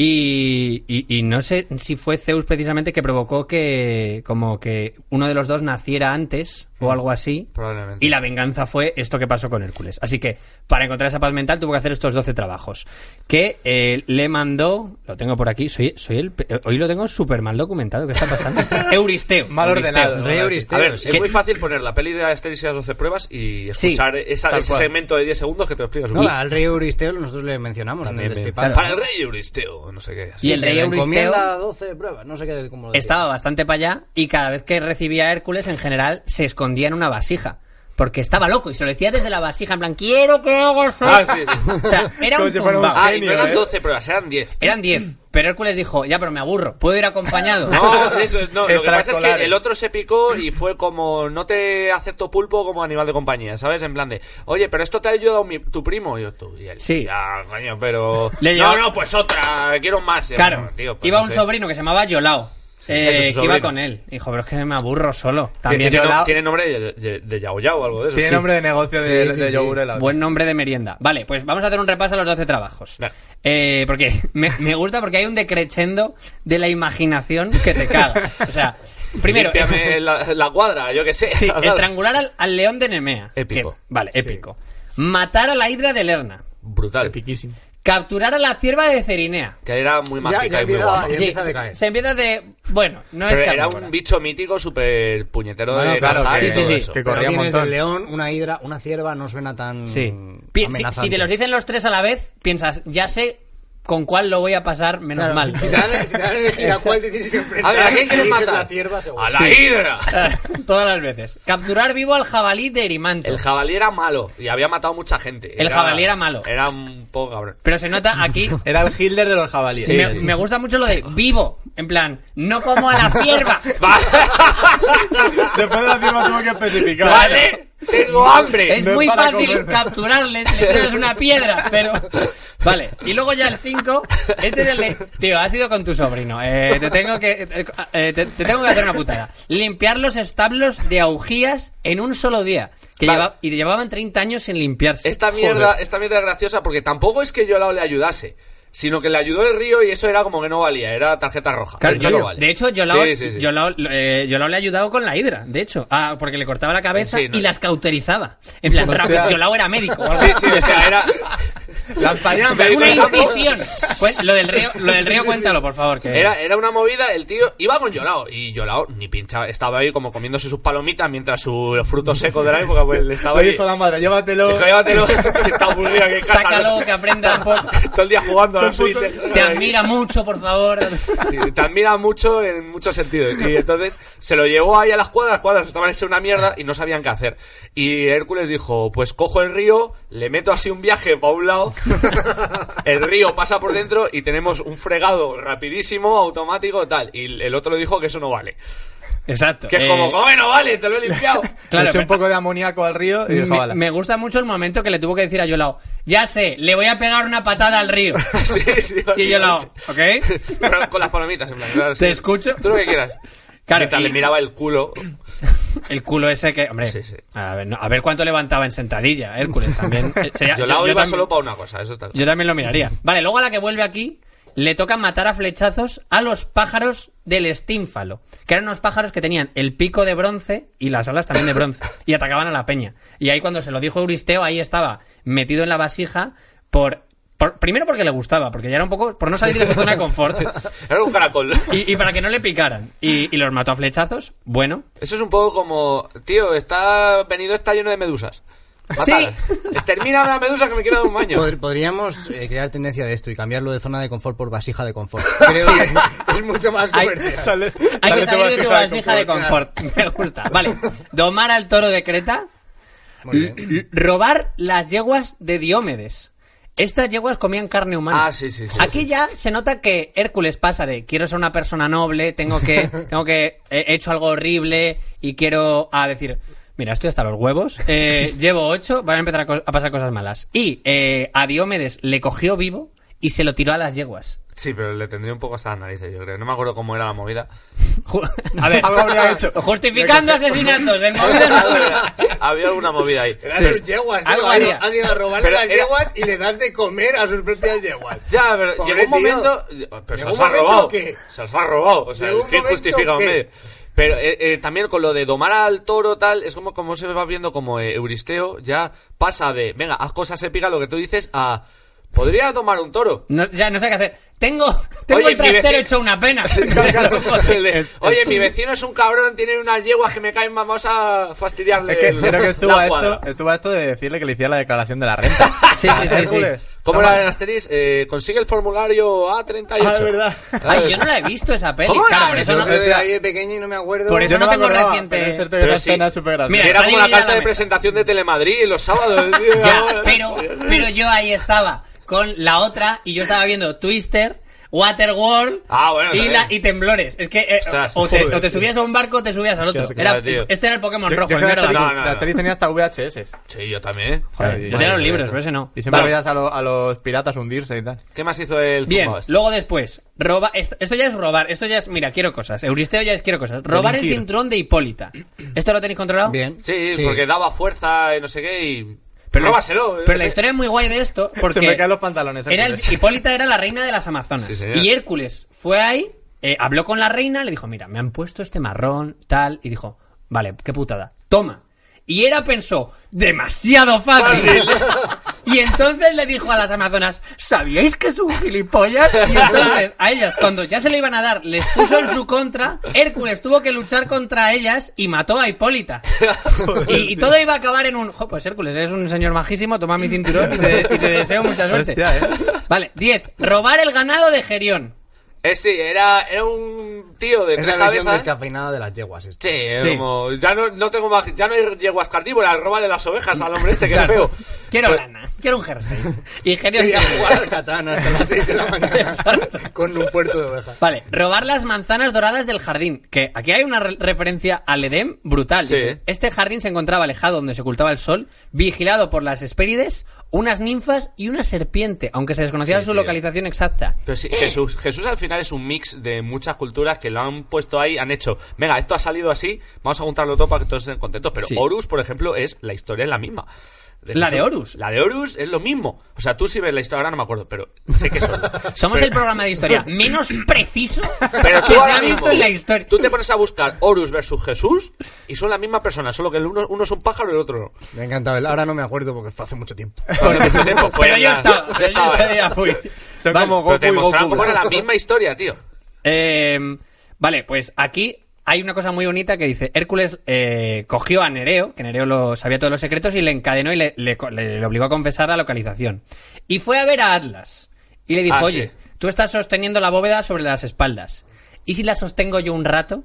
Speaker 1: Y, y- y no sé si fue Zeus precisamente que provocó que como que uno de los dos naciera antes o algo así.
Speaker 3: Mm. probablemente.
Speaker 1: Y la venganza fue esto que pasó con Hércules. Así que para encontrar esa paz mental tuvo que hacer estos 12 trabajos. Que eh, le mandó, lo tengo por aquí, soy, soy el, pe- eh, hoy lo tengo súper mal documentado, ¿qué está pasando? Euristeo.
Speaker 2: Mal
Speaker 1: Euristeo.
Speaker 2: ordenado.
Speaker 4: Rey
Speaker 3: A
Speaker 4: Euristeo.
Speaker 3: ver,
Speaker 4: sí.
Speaker 3: es muy fácil poner la peli de Asterix y las 12 pruebas y
Speaker 1: Sí,
Speaker 3: escuchar esa-
Speaker 2: tal
Speaker 3: ese
Speaker 2: cual.
Speaker 3: segmento de 10 segundos que te lo explicas.
Speaker 4: No,
Speaker 3: Uy,
Speaker 4: al rey Euristeo nosotros le mencionamos en el
Speaker 3: también, bien.
Speaker 4: Destripado.
Speaker 3: Para el rey Euristeo, no sé qué.
Speaker 1: Y el
Speaker 4: Te
Speaker 1: rey Euristeo
Speaker 4: recomienda 12 pruebas, no sé qué cómo lo decía.
Speaker 1: estaba bastante para allá y cada vez que recibía a Hércules en general se escondía en una vasija. Porque estaba loco y se lo decía desde la vasija, en plan, quiero que hagas
Speaker 3: Ah,
Speaker 1: esto".
Speaker 3: sí, sí.
Speaker 1: O sea, era
Speaker 2: Como
Speaker 1: un
Speaker 2: si fuera un
Speaker 1: zumbao.
Speaker 3: Ah, y no
Speaker 2: Genio,
Speaker 3: eran
Speaker 2: ¿eh?
Speaker 3: 12 pruebas, eran 10.
Speaker 1: Eran 10, pero Hércules dijo, ya, pero me aburro, puedo ir acompañado.
Speaker 3: No, eso es, no, lo que pasa es que
Speaker 2: Extraescolares.
Speaker 3: el otro se picó y fue como, no te acepto pulpo como animal de compañía, ¿sabes? En plan de, oye, pero esto te ha ayudado mi- tu primo. Y yo, tú, y él,
Speaker 1: Sí.
Speaker 3: ya, coño, pero...
Speaker 1: Le
Speaker 3: no,
Speaker 1: llevaba-
Speaker 3: no, pues otra, quiero más. Y yo,
Speaker 1: Claro,
Speaker 3: no, tío, pues
Speaker 1: iba
Speaker 3: no
Speaker 1: un
Speaker 3: sé.
Speaker 1: sobrino que se llamaba Yolao, eh,
Speaker 3: eso es su
Speaker 1: que iba
Speaker 3: sobrino.
Speaker 1: con él. Dijo, pero es que me aburro solo.
Speaker 3: Tiene,
Speaker 1: También
Speaker 2: Yo-
Speaker 3: no-
Speaker 2: la-
Speaker 3: tiene nombre de, de, de Yao Yao o algo de eso.
Speaker 2: Tiene
Speaker 3: sí.
Speaker 2: nombre de negocio de,
Speaker 4: Sí, sí,
Speaker 2: de
Speaker 4: sí.
Speaker 2: yogur helado.
Speaker 1: Buen nombre de merienda. Vale, pues vamos a hacer un repaso a los 12 trabajos.
Speaker 3: Vale.
Speaker 1: Eh, porque me, me gusta porque hay un decrechendo de la imaginación que te cagas. O sea, primero,
Speaker 3: Límpiame la, la cuadra, yo que sé.
Speaker 1: sí,
Speaker 3: Claro.
Speaker 1: estrangular al, al león de Nemea.
Speaker 3: Épico.
Speaker 1: Que- vale, épico. Matar a la hidra de Lerna.
Speaker 3: Brutal.
Speaker 2: Piquísimo.
Speaker 1: Capturar a la cierva de Cerinea.
Speaker 3: Que era muy mágica
Speaker 4: ya eh.
Speaker 3: y muy
Speaker 4: empieza-
Speaker 3: guapa.
Speaker 4: ya- empieza a decaer.
Speaker 1: se empieza de... Bueno, no
Speaker 3: Pero
Speaker 1: es
Speaker 3: era
Speaker 1: carnívora.
Speaker 3: un bicho mítico súper puñetero
Speaker 2: Bueno,
Speaker 3: de
Speaker 2: claro,
Speaker 3: cazar y
Speaker 1: que- sí,
Speaker 3: todo
Speaker 1: sí, sí.
Speaker 3: eso.
Speaker 2: Que
Speaker 4: Pero
Speaker 2: corría un
Speaker 4: tienes
Speaker 2: montón.
Speaker 4: el león, una hidra, una cierva, no suena tan
Speaker 1: Sí. Pi- si- si,
Speaker 4: amenazante.
Speaker 1: te los dicen los tres a la vez, piensas, ya sé con cuál lo voy a pasar menos
Speaker 4: Claro,
Speaker 1: mal.
Speaker 4: Si te dan si te dan a elegir a cuál te tienes que enfrentar.
Speaker 3: A ver, ¿a quién quieres
Speaker 4: eliges
Speaker 3: matar?
Speaker 4: la cierva, seguro.
Speaker 3: a la hidra.
Speaker 1: Todas las veces. Capturar vivo al jabalí de Erimanto.
Speaker 3: El jabalí era malo y había matado mucha gente.
Speaker 1: El jabalí era malo.
Speaker 3: Era un poco cabrón.
Speaker 1: Pero se nota aquí.
Speaker 2: Era el Hitler de los jabalíes.
Speaker 1: me, me gusta mucho lo de vivo. En plan, no como a la cierva.
Speaker 3: Va-
Speaker 2: Después de la cima tuvo que especificar.
Speaker 3: vale. Tengo hambre.
Speaker 1: Es
Speaker 2: No es
Speaker 1: muy
Speaker 2: para
Speaker 1: fácil
Speaker 2: comer.
Speaker 1: capturarles, le tiras una piedra, pero... Vale, y luego ya el 5, este es el de... Tío, has ido con tu sobrino, eh, te, tengo que, eh, eh, te, te tengo que hacer una putada. Limpiar los establos de augías en un solo día. Que
Speaker 3: Vale.
Speaker 1: lleva- y llevaban 30 años sin limpiarse.
Speaker 3: Esta mierda, esta mierda es graciosa porque tampoco es que yo le ayudase, sino que le ayudó el río y eso era como que no valía, era tarjeta roja.
Speaker 1: Claro,
Speaker 3: Eso
Speaker 1: yo-
Speaker 3: no vale.
Speaker 1: De hecho, Yolao,
Speaker 3: Sí, sí, sí.
Speaker 1: Yolao- eh, Yolao le ha ayudado con la hidra, de hecho. Ah, porque le cortaba la cabeza
Speaker 3: Sí, no,
Speaker 1: y
Speaker 3: no.
Speaker 1: las cauterizaba. En plan,
Speaker 2: Hostia.
Speaker 1: rápido, Yolao era médico. o algo.
Speaker 3: Sí, sí, o sea, era.
Speaker 2: Lanzallamas.
Speaker 3: Pero
Speaker 1: Una
Speaker 3: hizo el campo.
Speaker 1: incisión. Cuen- Lo del río, lo del río cuéntalo, por favor. que-
Speaker 3: Era, era una movida, el tío iba con Yolao y Yolao ni pinchaba, estaba ahí como comiéndose sus palomitas mientras su fruto seco de la época pues le
Speaker 1: Ah,
Speaker 3: estaba
Speaker 2: Lo
Speaker 3: ahí.
Speaker 2: dijo la madre, llévatelo.
Speaker 3: Dijo, llévatelo, que está aburrido aquí en casa,
Speaker 1: Sácalo,
Speaker 3: ¿no?
Speaker 1: que aprenda un poco.
Speaker 3: Todo el día jugando a la
Speaker 2: Tú puto-
Speaker 3: Switch. ¿eh?
Speaker 1: Te admira mucho, por favor.
Speaker 3: Sí, te admira mucho en muchos sentidos. Y entonces se lo llevó ahí a las cuadras, las cuadras estaban hechas una mierda y no sabían qué hacer. Y Hércules dijo, pues cojo el río, le meto así un viaje para un lado, el río pasa por dentro y tenemos un fregado rapidísimo, automático, tal. Y el otro le dijo que eso no vale.
Speaker 1: Exacto.
Speaker 3: Que es
Speaker 1: eh,
Speaker 3: como, ¿cómo que no vale? Te lo he limpiado.
Speaker 2: Le
Speaker 1: Claro,
Speaker 2: echó un
Speaker 1: pero-
Speaker 2: poco de amoníaco al río y dijo,
Speaker 1: me,
Speaker 2: "Hala".
Speaker 1: me gusta mucho el momento que le tuvo que decir a Yolao, ya sé, le voy a pegar una patada al río.
Speaker 3: Sí, sí,
Speaker 1: Y Yolao, ¿ok?
Speaker 3: Pero con las palomitas, en plan. claro,
Speaker 1: Te escucho.
Speaker 3: Tú lo que quieras.
Speaker 1: Claro,
Speaker 3: Mientras
Speaker 1: y-
Speaker 3: le miraba el culo.
Speaker 1: El culo ese que, hombre,
Speaker 3: Sí, sí.
Speaker 1: A, ver, no, a ver cuánto levantaba en sentadilla Hércules también. Eh, sería-
Speaker 3: Yo, la iba
Speaker 1: también-
Speaker 3: solo para una cosa, eso está
Speaker 1: yo también lo miraría. Vale, luego a la que vuelve aquí le toca matar a flechazos a los pájaros del estínfalo, que eran unos pájaros que tenían el pico de bronce y las alas también de bronce, y atacaban a la peña. Y ahí cuando se lo dijo Euristeo, ahí estaba metido en la vasija por... por- primero porque le gustaba, porque ya era un poco... por no salir de su zona de confort.
Speaker 3: Era un caracol.
Speaker 1: Y, y para que no le picaran. Y, y los mató a flechazos. Bueno,
Speaker 3: Eso es un poco como, tío, está venido está lleno de medusas. Mátala. Termina la medusa que me quiero dar un baño.
Speaker 4: Pod- podríamos eh, crear tendencia de esto y cambiarlo de zona de confort por vasija de confort. Creo que es mucho más
Speaker 1: Hay-
Speaker 4: comercial.
Speaker 2: Sale-
Speaker 1: Hay
Speaker 2: sale
Speaker 1: que salir de tu
Speaker 2: vasija
Speaker 1: vasija de confort. Me gusta. Vale. Domar al toro de Creta.
Speaker 4: Muy bien.
Speaker 1: L- Robar las yeguas de Diómedes. Estas yeguas comían carne humana.
Speaker 3: Ah, sí, sí, sí,
Speaker 1: Aquí ya se nota que Hércules pasa de quiero ser una persona noble, tengo que, tengo que, eh, he hecho algo horrible y quiero a decir, mira, estoy hasta los huevos, eh, llevo ocho, van a empezar a, co- a pasar cosas malas. Y eh, a Diómedes le cogió vivo y se lo tiró a las yeguas.
Speaker 3: Sí, pero le tendría un poco hasta las narices, yo creo. No me acuerdo cómo era la movida.
Speaker 1: Ju- A ver,
Speaker 2: Algo habría hecho.
Speaker 1: justificando asesinatos en movidas nocturnas.
Speaker 3: Había alguna movida ahí.
Speaker 6: Eran sus yeguas, tío.
Speaker 1: Algo
Speaker 6: Has ido-
Speaker 1: haría.
Speaker 6: has ido a robarle
Speaker 3: Pero
Speaker 6: las
Speaker 3: era-
Speaker 6: yeguas y le das de comer a sus propias yeguas.
Speaker 3: Ya, pero
Speaker 6: Pobre
Speaker 3: llegó un
Speaker 6: tío.
Speaker 3: momento. Pero se
Speaker 6: ¿Llegó
Speaker 3: los
Speaker 6: un
Speaker 3: ha
Speaker 6: momento
Speaker 3: robado.
Speaker 6: o qué?
Speaker 3: Se los ha robado. O sea,
Speaker 6: ¿Llegó
Speaker 3: el
Speaker 6: un
Speaker 3: fin
Speaker 6: momento
Speaker 3: justifica
Speaker 6: o
Speaker 3: un
Speaker 6: qué?
Speaker 3: medio. Pero eh, eh, también con lo de domar al toro, tal, es como, como se va viendo como eh, Euristeo ya pasa de, venga, haz cosas épicas, lo que tú dices, a. Podría domar un toro.
Speaker 1: No, ya no sé qué hacer. Tengo, tengo
Speaker 3: Oye,
Speaker 1: el trastero
Speaker 3: mi vecino-
Speaker 1: hecho una pena.
Speaker 3: El de, Oye, mi vecino es un cabrón, tiene unas yeguas que me caen, vamos a fastidiarle.
Speaker 2: Es que
Speaker 3: el-
Speaker 2: creo que estuvo
Speaker 3: la
Speaker 2: a,
Speaker 3: cuadra.
Speaker 2: esto, estuvo a esto de decirle que le hiciera la declaración de la renta.
Speaker 1: Sí, sí, sí, sí.
Speaker 2: Hércules.
Speaker 3: ¿Cómo era en Asterix? Eh, consigue el formulario A38.
Speaker 2: Ah, es verdad.
Speaker 1: Ay, yo no la he visto esa peli.
Speaker 3: ¿Cómo
Speaker 1: Claro,
Speaker 3: la
Speaker 1: por
Speaker 3: ves?
Speaker 1: eso no.
Speaker 4: Yo de ahí de pequeño y no me acuerdo.
Speaker 1: Por eso-
Speaker 2: Yo
Speaker 1: no
Speaker 2: me
Speaker 1: tengo
Speaker 2: acordaba,
Speaker 1: reciente-
Speaker 2: pero es cierto que
Speaker 3: Pero
Speaker 2: esa
Speaker 3: sí.
Speaker 2: escena es súper graciosa.
Speaker 1: Mira,
Speaker 3: Que era
Speaker 1: está
Speaker 3: como la
Speaker 1: dividida
Speaker 3: carta
Speaker 1: la
Speaker 3: de
Speaker 1: mesa.
Speaker 3: presentación de Telemadrid los sábados. tío.
Speaker 1: Ya, pero, pero yo ahí estaba con la otra y yo estaba viendo Twister. Waterworld
Speaker 3: Ah, bueno,
Speaker 1: y,
Speaker 3: también.
Speaker 1: la- y temblores. Es que eh,
Speaker 3: Ostras,
Speaker 1: o, te,
Speaker 3: joder.
Speaker 1: o te subías a un barco o te subías al otro.
Speaker 2: asco.
Speaker 1: Era-
Speaker 3: Vale, tío.
Speaker 1: este era el Pokémon
Speaker 2: Yo- yo
Speaker 1: rojo.
Speaker 2: creo
Speaker 1: el
Speaker 2: que
Speaker 1: mierda.
Speaker 2: Asterix-
Speaker 3: No, no, no.
Speaker 2: Asterix tenía hasta VHS.
Speaker 3: Sí, yo también. ¿eh?
Speaker 2: Joder,
Speaker 1: yo
Speaker 2: yo-
Speaker 1: tenía los
Speaker 3: sí,
Speaker 1: libros,
Speaker 3: sí.
Speaker 1: pero ese no.
Speaker 2: Y siempre
Speaker 1: Vale.
Speaker 2: veías a, lo- a los piratas hundirse y tal.
Speaker 3: ¿Qué más hizo el
Speaker 1: Bien,
Speaker 3: zumbao este?
Speaker 1: luego después, roba, esto, esto ya es robar, esto ya es, mira, quiero cosas, Euristeo ya es quiero cosas, robar el
Speaker 2: Delinquir.
Speaker 1: cinturón de Hipólita. ¿Esto lo tenéis controlado?
Speaker 4: Bien.
Speaker 3: Sí, porque daba fuerza y no sé qué y... Pero
Speaker 1: la-
Speaker 3: Róbaselo. eh. yo
Speaker 1: pero
Speaker 3: qué
Speaker 1: la
Speaker 3: sé.
Speaker 1: historia es muy guay de esto, porque
Speaker 2: Se me caen los pantalones.
Speaker 1: era el-
Speaker 2: Hércules.
Speaker 1: Hipólita era la reina de las Amazonas.
Speaker 3: Sí, señor.
Speaker 1: y Hércules fue ahí, eh, habló con la reina, le dijo, mira, me han puesto este marrón, tal, y dijo, vale, qué putada, toma. Y era pensó, demasiado fácil. Y entonces le dijo a las amazonas, ¿sabíais que es un gilipollas? Y entonces a ellas, cuando ya se le iban a dar, les puso en su contra, Hércules tuvo que luchar contra ellas y mató a Hipólita. Y, y todo iba a acabar en un, "Jo, pues Hércules, eres un señor majísimo, toma mi cinturón y te, y te deseo mucha suerte.
Speaker 2: Hostia, ¿eh?
Speaker 1: Vale, 10. Robar el ganado de Gerión.
Speaker 3: Eh, sí, era, era un tío de
Speaker 4: Es
Speaker 3: tres
Speaker 4: la versión
Speaker 6: ¿eh?
Speaker 3: cabezas.
Speaker 4: descafeinada de las yeguas. esto.
Speaker 3: Sí, es
Speaker 1: Sí.
Speaker 3: como, ya no, no tengo más, ya no hay yeguas carnívoras, róbale las ovejas al hombre este que es feo.
Speaker 1: Quiero
Speaker 3: Pues-
Speaker 1: lana, quiero un jersey. Ingenio
Speaker 4: Quería
Speaker 1: en
Speaker 4: jugar al Catán hasta las 6 de la mañana
Speaker 1: Exacto.
Speaker 4: con un puerto de ovejas.
Speaker 1: Vale, robar las manzanas doradas del jardín. Que aquí hay una re- referencia al Edén brutal.
Speaker 3: Sí.
Speaker 1: Dice, Este jardín se encontraba alejado donde se ocultaba el sol, vigilado por las espérides, unas ninfas y una serpiente, aunque se desconocía
Speaker 3: Sí,
Speaker 1: su
Speaker 3: tío.
Speaker 1: localización exacta.
Speaker 3: Pero sí, Jesús, Jesús al final es un mix de muchas culturas que lo han puesto ahí, han hecho, venga, esto ha salido así, vamos a juntarlo todo para que todos estén contentos. Pero
Speaker 1: Sí.
Speaker 3: Horus, por ejemplo, es la historia es la misma.
Speaker 1: ¿La de
Speaker 3: Jesús-
Speaker 1: Horus?
Speaker 3: La de Horus es lo mismo. O sea, tú si ves la historia, ahora no me acuerdo, pero sé que son.
Speaker 1: Somos
Speaker 3: Pero-
Speaker 1: el programa de historia menos preciso
Speaker 3: Pero tú
Speaker 1: que se
Speaker 3: ahora
Speaker 1: ha
Speaker 3: mismo,
Speaker 1: visto en la historia.
Speaker 3: Tú te pones a buscar Horus versus Jesús y son la misma persona, solo que el uno, uno es un pájaro y el otro no.
Speaker 4: Me encanta verla. Ahora no me acuerdo porque fue hace mucho tiempo.
Speaker 3: Porque ese tiempo fue
Speaker 1: Pero yo
Speaker 3: ya-
Speaker 1: estaba,
Speaker 3: ya
Speaker 1: pero yo
Speaker 3: estaba.
Speaker 1: ese día fui.
Speaker 2: Son
Speaker 1: Vale.
Speaker 2: como
Speaker 3: Pero
Speaker 2: Goku
Speaker 3: te
Speaker 2: y
Speaker 3: mostraron
Speaker 2: Goku.
Speaker 3: cómo era la misma historia, tío.
Speaker 1: Eh, vale, pues aquí hay una cosa muy bonita que dice: Hércules eh, cogió a Nereo, que Nereo lo, sabía todos los secretos, y le encadenó y le, le co- le- le obligó a confesar la localización. Y fue a ver a Atlas. Y le dijo:
Speaker 3: Ah, sí.
Speaker 1: Oye, tú estás sosteniendo la bóveda sobre las espaldas. ¿Y si la sostengo yo un rato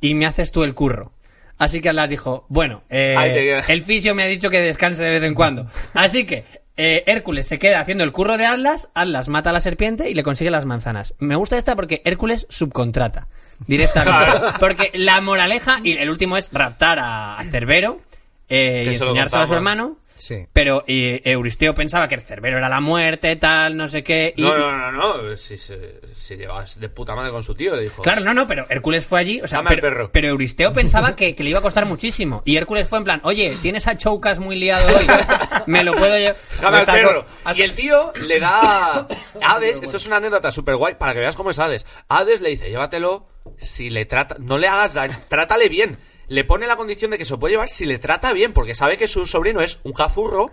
Speaker 1: y me haces tú el curro? Así que Atlas dijo: Bueno, eh,
Speaker 3: Ahí te queda.
Speaker 1: el fisio me ha dicho que descanse de vez en cuando. Así que. eh, Hércules se queda haciendo el curro de Atlas, Atlas mata a la serpiente y le consigue las manzanas. Me gusta esta porque Hércules subcontrata directamente. Porque la moraleja, y el último es raptar a Cerbero eh, y
Speaker 3: Que se lo
Speaker 1: enseñárselo a su
Speaker 3: contamos.
Speaker 1: hermano.
Speaker 4: Sí.
Speaker 1: Pero eh, Euristeo pensaba que el Cerbero era la muerte, tal, no sé qué. y-
Speaker 3: No, no, no, no. Si, si, si llevabas de puta madre con su tío, le dijo.
Speaker 1: Claro, no, no, pero Hércules fue allí. O sea,
Speaker 3: Dame al
Speaker 1: pero,
Speaker 3: Pues- perro.
Speaker 1: pero Euristeo pensaba que, que le iba a costar muchísimo. Y Hércules fue en plan, oye, tienes a Choucas muy liado hoy. Me lo puedo llevar.
Speaker 3: Dame
Speaker 2: Me
Speaker 3: al
Speaker 2: saco-
Speaker 3: perro. Y el tío le da a Hades, esto es una anécdota súper guay, para que veas cómo es Hades. Hades le dice, llévatelo, si le trata, no le hagas daño, trátale bien. Le pone la condición de que se lo puede llevar si le trata bien, porque sabe que su sobrino es un jazurro.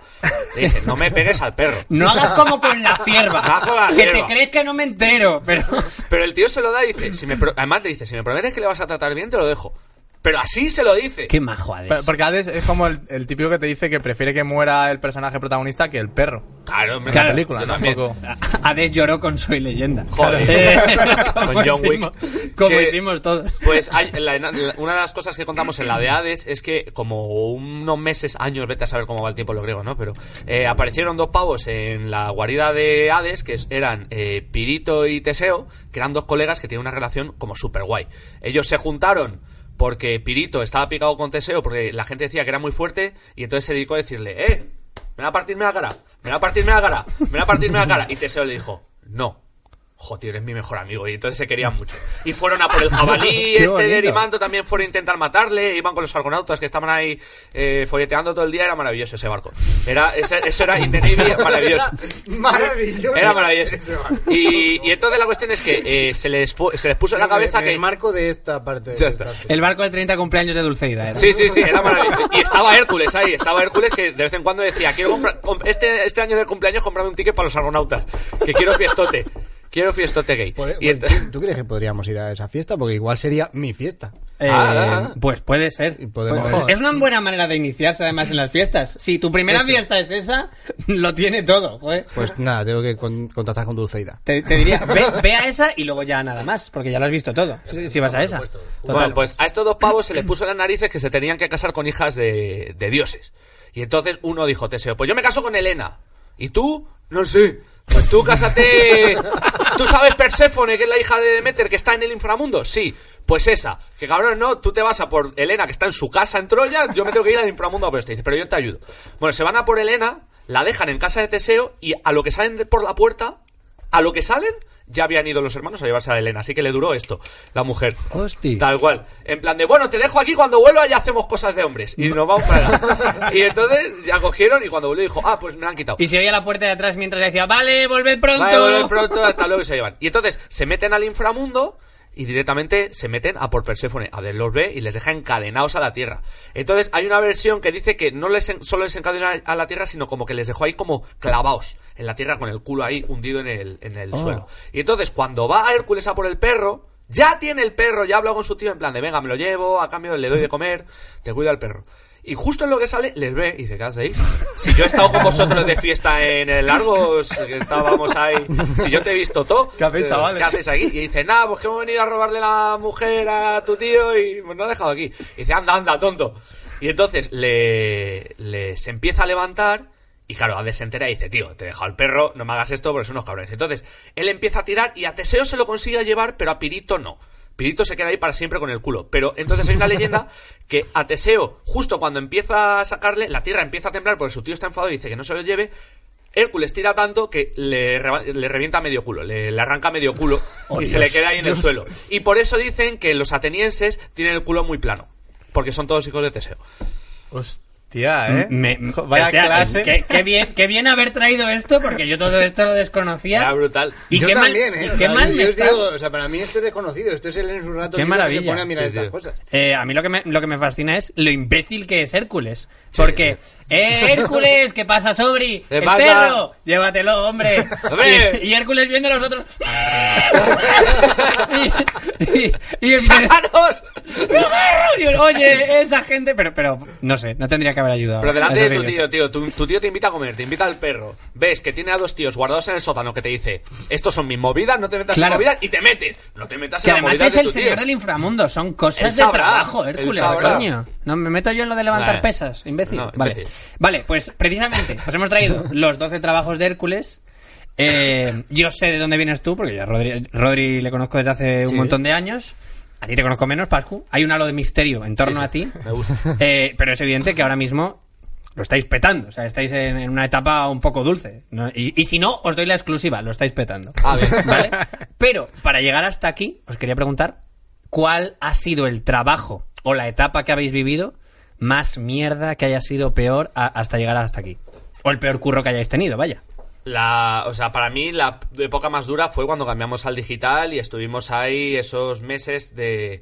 Speaker 3: Le dice, no me pegues al perro.
Speaker 1: No hagas como con la cierva.
Speaker 3: Bajo la
Speaker 1: que te
Speaker 3: cierva.
Speaker 1: crees que no me entero, pero.
Speaker 3: Pero el tío se lo da y dice, si me pro- además le dice, si me prometes que le vas a tratar bien, te lo dejo. Pero así se lo dice.
Speaker 1: Qué majo, Hades.
Speaker 2: Pero- Porque Hades es como el, el típico que te dice que prefiere que muera el personaje protagonista que el perro.
Speaker 3: Claro, hombre,
Speaker 2: Claro.
Speaker 3: yo
Speaker 2: película, ¿no?
Speaker 3: también.
Speaker 2: Poco.
Speaker 1: Hades lloró con Soy Leyenda. Eh,
Speaker 3: Joder.
Speaker 1: como
Speaker 3: Con John Wick.
Speaker 1: hicimos- Como
Speaker 3: Que-
Speaker 1: hicimos todos.
Speaker 3: Pues hay- la- la- una de las cosas que contamos en la de Hades es que como unos meses, años, vete a saber cómo va el tiempo en lo griego, ¿no? Pero eh, aparecieron dos pavos en la guarida de Hades, que es- eran eh, Pirito y Teseo, que eran dos colegas que tienen una relación como súper guay. Ellos se juntaron porque Pirito estaba picado con Teseo, porque la gente decía que era muy fuerte, y entonces se dedicó a decirle, ¡eh! Me va a partirme la cara, me va a partirme la cara, me va a partirme la cara. Y Teseo le dijo, no. Joder, eres mi mejor amigo. Y entonces se querían mucho. Y fueron a por el jabalí,
Speaker 2: Qué
Speaker 3: este
Speaker 2: bonito.
Speaker 3: derimando también fueron a intentar matarle. Iban con los argonautas que estaban ahí eh, folleteando todo el día. Era maravilloso ese barco. Era, ese- eso era indetenible, maravilloso.
Speaker 4: Maravilloso.
Speaker 3: Era maravilloso. Y, y entonces la cuestión es que eh, se, les fu- se les puso en la cabeza que.
Speaker 4: El marco de esta parte.
Speaker 3: Ya está.
Speaker 1: El barco de 30 cumpleaños de Dulceida. ¿eh? era.
Speaker 3: Sí, sí, sí, era maravilloso. Y estaba Hércules ahí, estaba Hércules que de vez en cuando decía, quiero comprar, com- este, este año de cumpleaños comprarme un ticket para los argonautas, que quiero fiestote, quiero fiestote gay.
Speaker 4: Pues,
Speaker 3: Y
Speaker 4: pues,
Speaker 3: ent-
Speaker 4: ¿tú, tú crees que podríamos ir a esa fiesta? Porque igual sería mi fiesta.
Speaker 1: Eh,
Speaker 3: Ah, ah, ah.
Speaker 1: Pues puede ser.
Speaker 4: Y podemos-
Speaker 1: Pues- es una buena manera de iniciarse además en las fiestas. Si tu primera fiesta es esa, lo tiene todo, joder.
Speaker 4: Pues nada, tengo que con- contactar con Dulceida.
Speaker 1: Te, te diría, ve, ve a esa y luego ya nada más, porque ya lo has visto todo. Si, si vas a esa. Total.
Speaker 3: Bueno, pues a estos dos pavos se les puso en las narices que se tenían que casar con hijas de, de dioses. Y entonces uno dijo, Teseo, pues yo me caso con Helena. ¿Y tú? No sé. Pues tú cásate... ¿Tú sabes Perséfone, que es la hija de Demeter, que está en el inframundo? Sí. Pues esa. Que cabrón, no, tú te vas a por Helena, que está en su casa en Troya, yo me tengo que ir al inframundo a por este. Dice, pero yo te ayudo. Bueno, se van a por Helena, la dejan en casa de Teseo, y a lo que salen de- por la puerta, a lo que salen, ya habían ido los hermanos a llevarse a Helena. Así que le duró esto, la mujer.
Speaker 1: Hostia.
Speaker 3: Tal cual. En plan de, bueno, te dejo aquí, cuando vuelva ya hacemos cosas de hombres. Y nos vamos para allá. Y entonces ya cogieron y cuando volvió dijo, ah, pues me la han quitado.
Speaker 1: Y se oía la puerta de atrás mientras le decía, vale, volved pronto.
Speaker 3: Vale, volver pronto, hasta luego y se llevan. Y entonces se meten al inframundo y directamente se meten a por Perséfone. A ver, los ve y les deja encadenados a la tierra. Entonces hay una versión que dice que no les en- solo les encadenó a- a la tierra, sino como que les dejó ahí como clavados en la tierra con el culo ahí hundido en el, en el suelo. Y entonces cuando va a Hércules a por el perro, ya tiene el perro, ya ha hablado con su tío en plan de venga, me lo llevo, a cambio le doy de comer, te cuido al perro. Y justo en lo que sale, les ve y dice, ¿qué hacéis? Si yo he estado con vosotros de fiesta en el Largo, si estábamos ahí, si yo te he visto todo,
Speaker 2: ¿Qué hacéis,
Speaker 3: eh,
Speaker 2: chavales?
Speaker 3: ¿qué haces aquí? Y dice, nada, pues que hemos venido a robarle la mujer a tu tío y nos lo ha dejado aquí. Y dice, anda, anda, tonto. Y entonces le, le- se empieza a levantar y claro, Hades se entera y dice, tío, te he dejado el perro, no me hagas esto porque son unos cabrones. Entonces, él empieza a tirar y a Teseo se lo consigue llevar, pero a Pirito no. Pirito se queda ahí para siempre con el culo. Pero entonces hay una leyenda que a Teseo, justo cuando empieza a sacarle, la tierra empieza a temblar porque su tío está enfadado y dice que no se lo lleve. Hércules tira tanto que le, reba- le revienta medio culo, le, le arranca medio culo
Speaker 1: Oh,
Speaker 3: y se le queda ahí en el suelo. Y por eso dicen que los atenienses tienen el culo muy plano, porque son todos hijos de Teseo.
Speaker 2: Hostia, ¿eh?
Speaker 1: Me-
Speaker 2: Jo, vaya
Speaker 1: hostia,
Speaker 2: clase.
Speaker 1: Qué, qué bien, qué bien haber traído esto, porque yo todo esto lo desconocía.
Speaker 3: Era brutal.
Speaker 1: Y
Speaker 6: yo
Speaker 1: qué
Speaker 6: también,
Speaker 1: mal,
Speaker 6: ¿eh?
Speaker 1: y
Speaker 6: O
Speaker 1: qué
Speaker 6: sea,
Speaker 1: mal
Speaker 6: yo
Speaker 1: me
Speaker 6: os
Speaker 1: está.
Speaker 6: digo, o sea, para mí esto es desconocido. Esto es él en su rato
Speaker 1: Qué
Speaker 6: libre que se
Speaker 1: maravilla.
Speaker 6: pone a mirar
Speaker 3: Sí,
Speaker 6: estas
Speaker 3: tío.
Speaker 6: cosas.
Speaker 1: Eh, a mí lo que, me, lo que me fascina es lo imbécil que es Hércules. Porque, ¡eh, Hércules! ¿Qué pasa, Sobri?
Speaker 3: ¿Qué
Speaker 1: ¡El
Speaker 3: pasa?
Speaker 1: perro! ¡Llévatelo, hombre!
Speaker 3: Eh, ¡Hombre!
Speaker 1: Y, y Hércules viendo a los otros. y, y- y en vez-
Speaker 3: ¡Sácanos!
Speaker 1: Y yo, Oye, esa gente. Pero, pero, no sé, no tendría que haber ayudado.
Speaker 3: Pero delante
Speaker 1: Eso sí
Speaker 3: de tu
Speaker 1: que-
Speaker 3: tío, tío, tu, tu tío te invita a comer, te invita al perro. Ves que tiene a dos tíos guardados en el sótano que te dice, estos son mis movidas, no te metas
Speaker 1: Claro.
Speaker 3: en movidas y te metes. No te metas
Speaker 1: Que
Speaker 3: en las
Speaker 1: además
Speaker 3: movidas
Speaker 1: es
Speaker 3: de
Speaker 1: el
Speaker 3: tu
Speaker 1: señor
Speaker 3: tío.
Speaker 1: del inframundo, son cosas
Speaker 3: Él
Speaker 1: de
Speaker 3: sabrá,
Speaker 1: trabajo,
Speaker 3: él
Speaker 1: Hércules,
Speaker 3: sabrá.
Speaker 1: coño. No me meto yo en lo de levantar
Speaker 3: Nah.
Speaker 1: pesas, imbécil.
Speaker 3: No,
Speaker 1: vale.
Speaker 3: imbécil.
Speaker 1: vale, pues precisamente, os hemos traído los 12 trabajos de Hércules. Eh, yo sé de dónde vienes tú, porque yo a Rodri, Rodri le conozco desde hace un montón de años. A ti te conozco menos, Pascu. Hay un halo de misterio en torno
Speaker 3: Sí, sí,
Speaker 1: a ti.
Speaker 3: me gusta.
Speaker 1: Eh, pero es evidente que ahora mismo lo estáis petando. O sea, estáis en, en una etapa un poco dulce. ¿no? Y, y si no, os doy la exclusiva, lo estáis petando.
Speaker 3: A ver.
Speaker 1: ¿Vale? Pero para llegar hasta aquí, os quería preguntar cuál ha sido el trabajo o la etapa que habéis vivido más mierda que haya sido peor a- hasta llegar hasta aquí. O el peor curro que hayáis tenido, vaya.
Speaker 3: La, o sea, para mí la época más dura fue cuando cambiamos al digital y estuvimos ahí esos meses de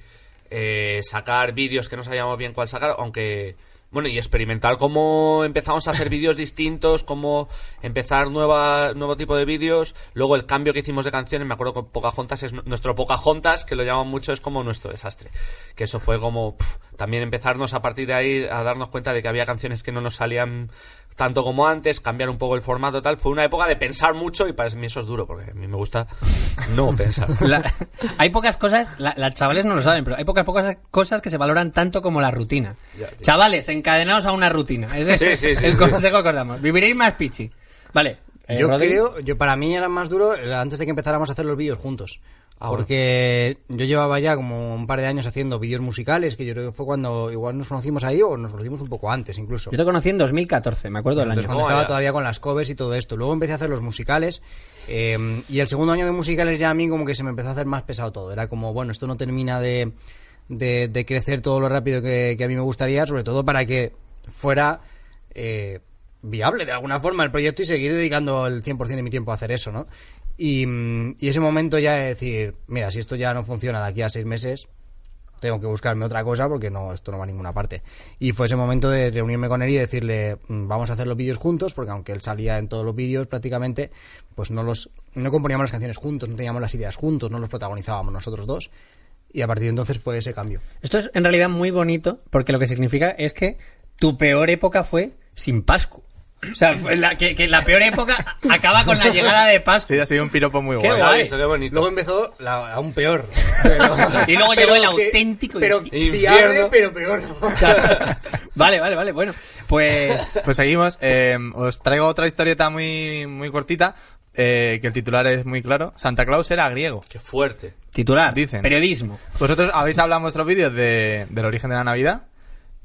Speaker 3: eh, sacar vídeos que no sabíamos bien cuál sacar, aunque bueno, y experimentar cómo empezamos a hacer vídeos distintos, cómo empezar nueva, nuevo tipo de vídeos, luego el cambio que hicimos de canciones, me acuerdo que Pocahontas es nu- nuestro Pocahontas, que lo llaman mucho, es como nuestro desastre. Que eso fue como pf, también empezarnos a partir de ahí a darnos cuenta de que había canciones que no nos salían tanto como antes, cambiar un poco el formato tal. Fue una época de pensar mucho y para mí eso es duro, porque a mí me gusta no pensar.
Speaker 1: La- hay pocas cosas, la- las chavales no lo saben, pero hay pocas, pocas cosas que se valoran tanto como la rutina.
Speaker 3: Ya, tío.
Speaker 1: Chavales, encadenados a una rutina. Ese
Speaker 3: Sí,
Speaker 1: es
Speaker 3: sí, sí,
Speaker 1: el
Speaker 3: sí.
Speaker 1: consejo que os damos. Viviréis más pichi. Vale. eh,
Speaker 4: yo
Speaker 1: Rodri.
Speaker 4: creo, yo para mí era más duro eh, antes de que empezáramos a hacer los vídeos juntos.
Speaker 3: Ah, bueno.
Speaker 4: porque yo llevaba ya como un par de años haciendo vídeos musicales, que yo creo que fue cuando igual nos conocimos ahí o nos conocimos un poco antes incluso.
Speaker 1: Yo te conocí en 2014, me acuerdo del año.
Speaker 4: Entonces, cuando
Speaker 3: Joder.
Speaker 4: estaba todavía con las covers y todo esto. Luego empecé a hacer los musicales. eh, y el segundo año de musicales ya a mí como que se me empezó a hacer más pesado todo. Era como, bueno, esto no termina de, de- de crecer todo lo rápido que, que a mí me gustaría, sobre todo para que fuera eh, viable de alguna forma el proyecto y seguir dedicando el 100% de mi tiempo a hacer eso, ¿no? Y, mm, y ese momento ya de decir, mira, si esto ya no funciona de aquí a seis meses, tengo que buscarme otra cosa porque no esto no va a ninguna parte. Y fue ese momento de reunirme con él y decirle, "Mm, vamos a hacer los vídeos juntos, porque aunque él salía en todos los vídeos prácticamente, pues no los no componíamos las canciones juntos, no teníamos las ideas juntos, no los protagonizábamos nosotros dos. Y a partir de entonces fue ese cambio.
Speaker 1: Esto es en realidad muy bonito porque lo que significa es que tu peor época fue sin Pascu. O sea, fue la, que, que la peor época acaba con la llegada de Pascu.
Speaker 2: Sí, ha sido un piropo muy
Speaker 1: Qué
Speaker 2: guay.
Speaker 3: Ah,
Speaker 1: guay.
Speaker 3: esto, qué bonito.
Speaker 4: Luego empezó la- aún peor.
Speaker 1: Y luego llegó el auténtico
Speaker 6: Pero
Speaker 3: infierno.
Speaker 6: fiable, pero peor.
Speaker 1: Vale, vale, vale. Bueno, pues.
Speaker 2: Pues seguimos. eh, os traigo otra historieta muy, muy cortita, eh, que el titular es muy claro. Santa Claus era griego.
Speaker 3: Qué fuerte.
Speaker 1: Titular.
Speaker 2: Dicen.
Speaker 1: Periodismo.
Speaker 2: Vosotros habéis hablado en vuestros vídeos de- del origen de la Navidad.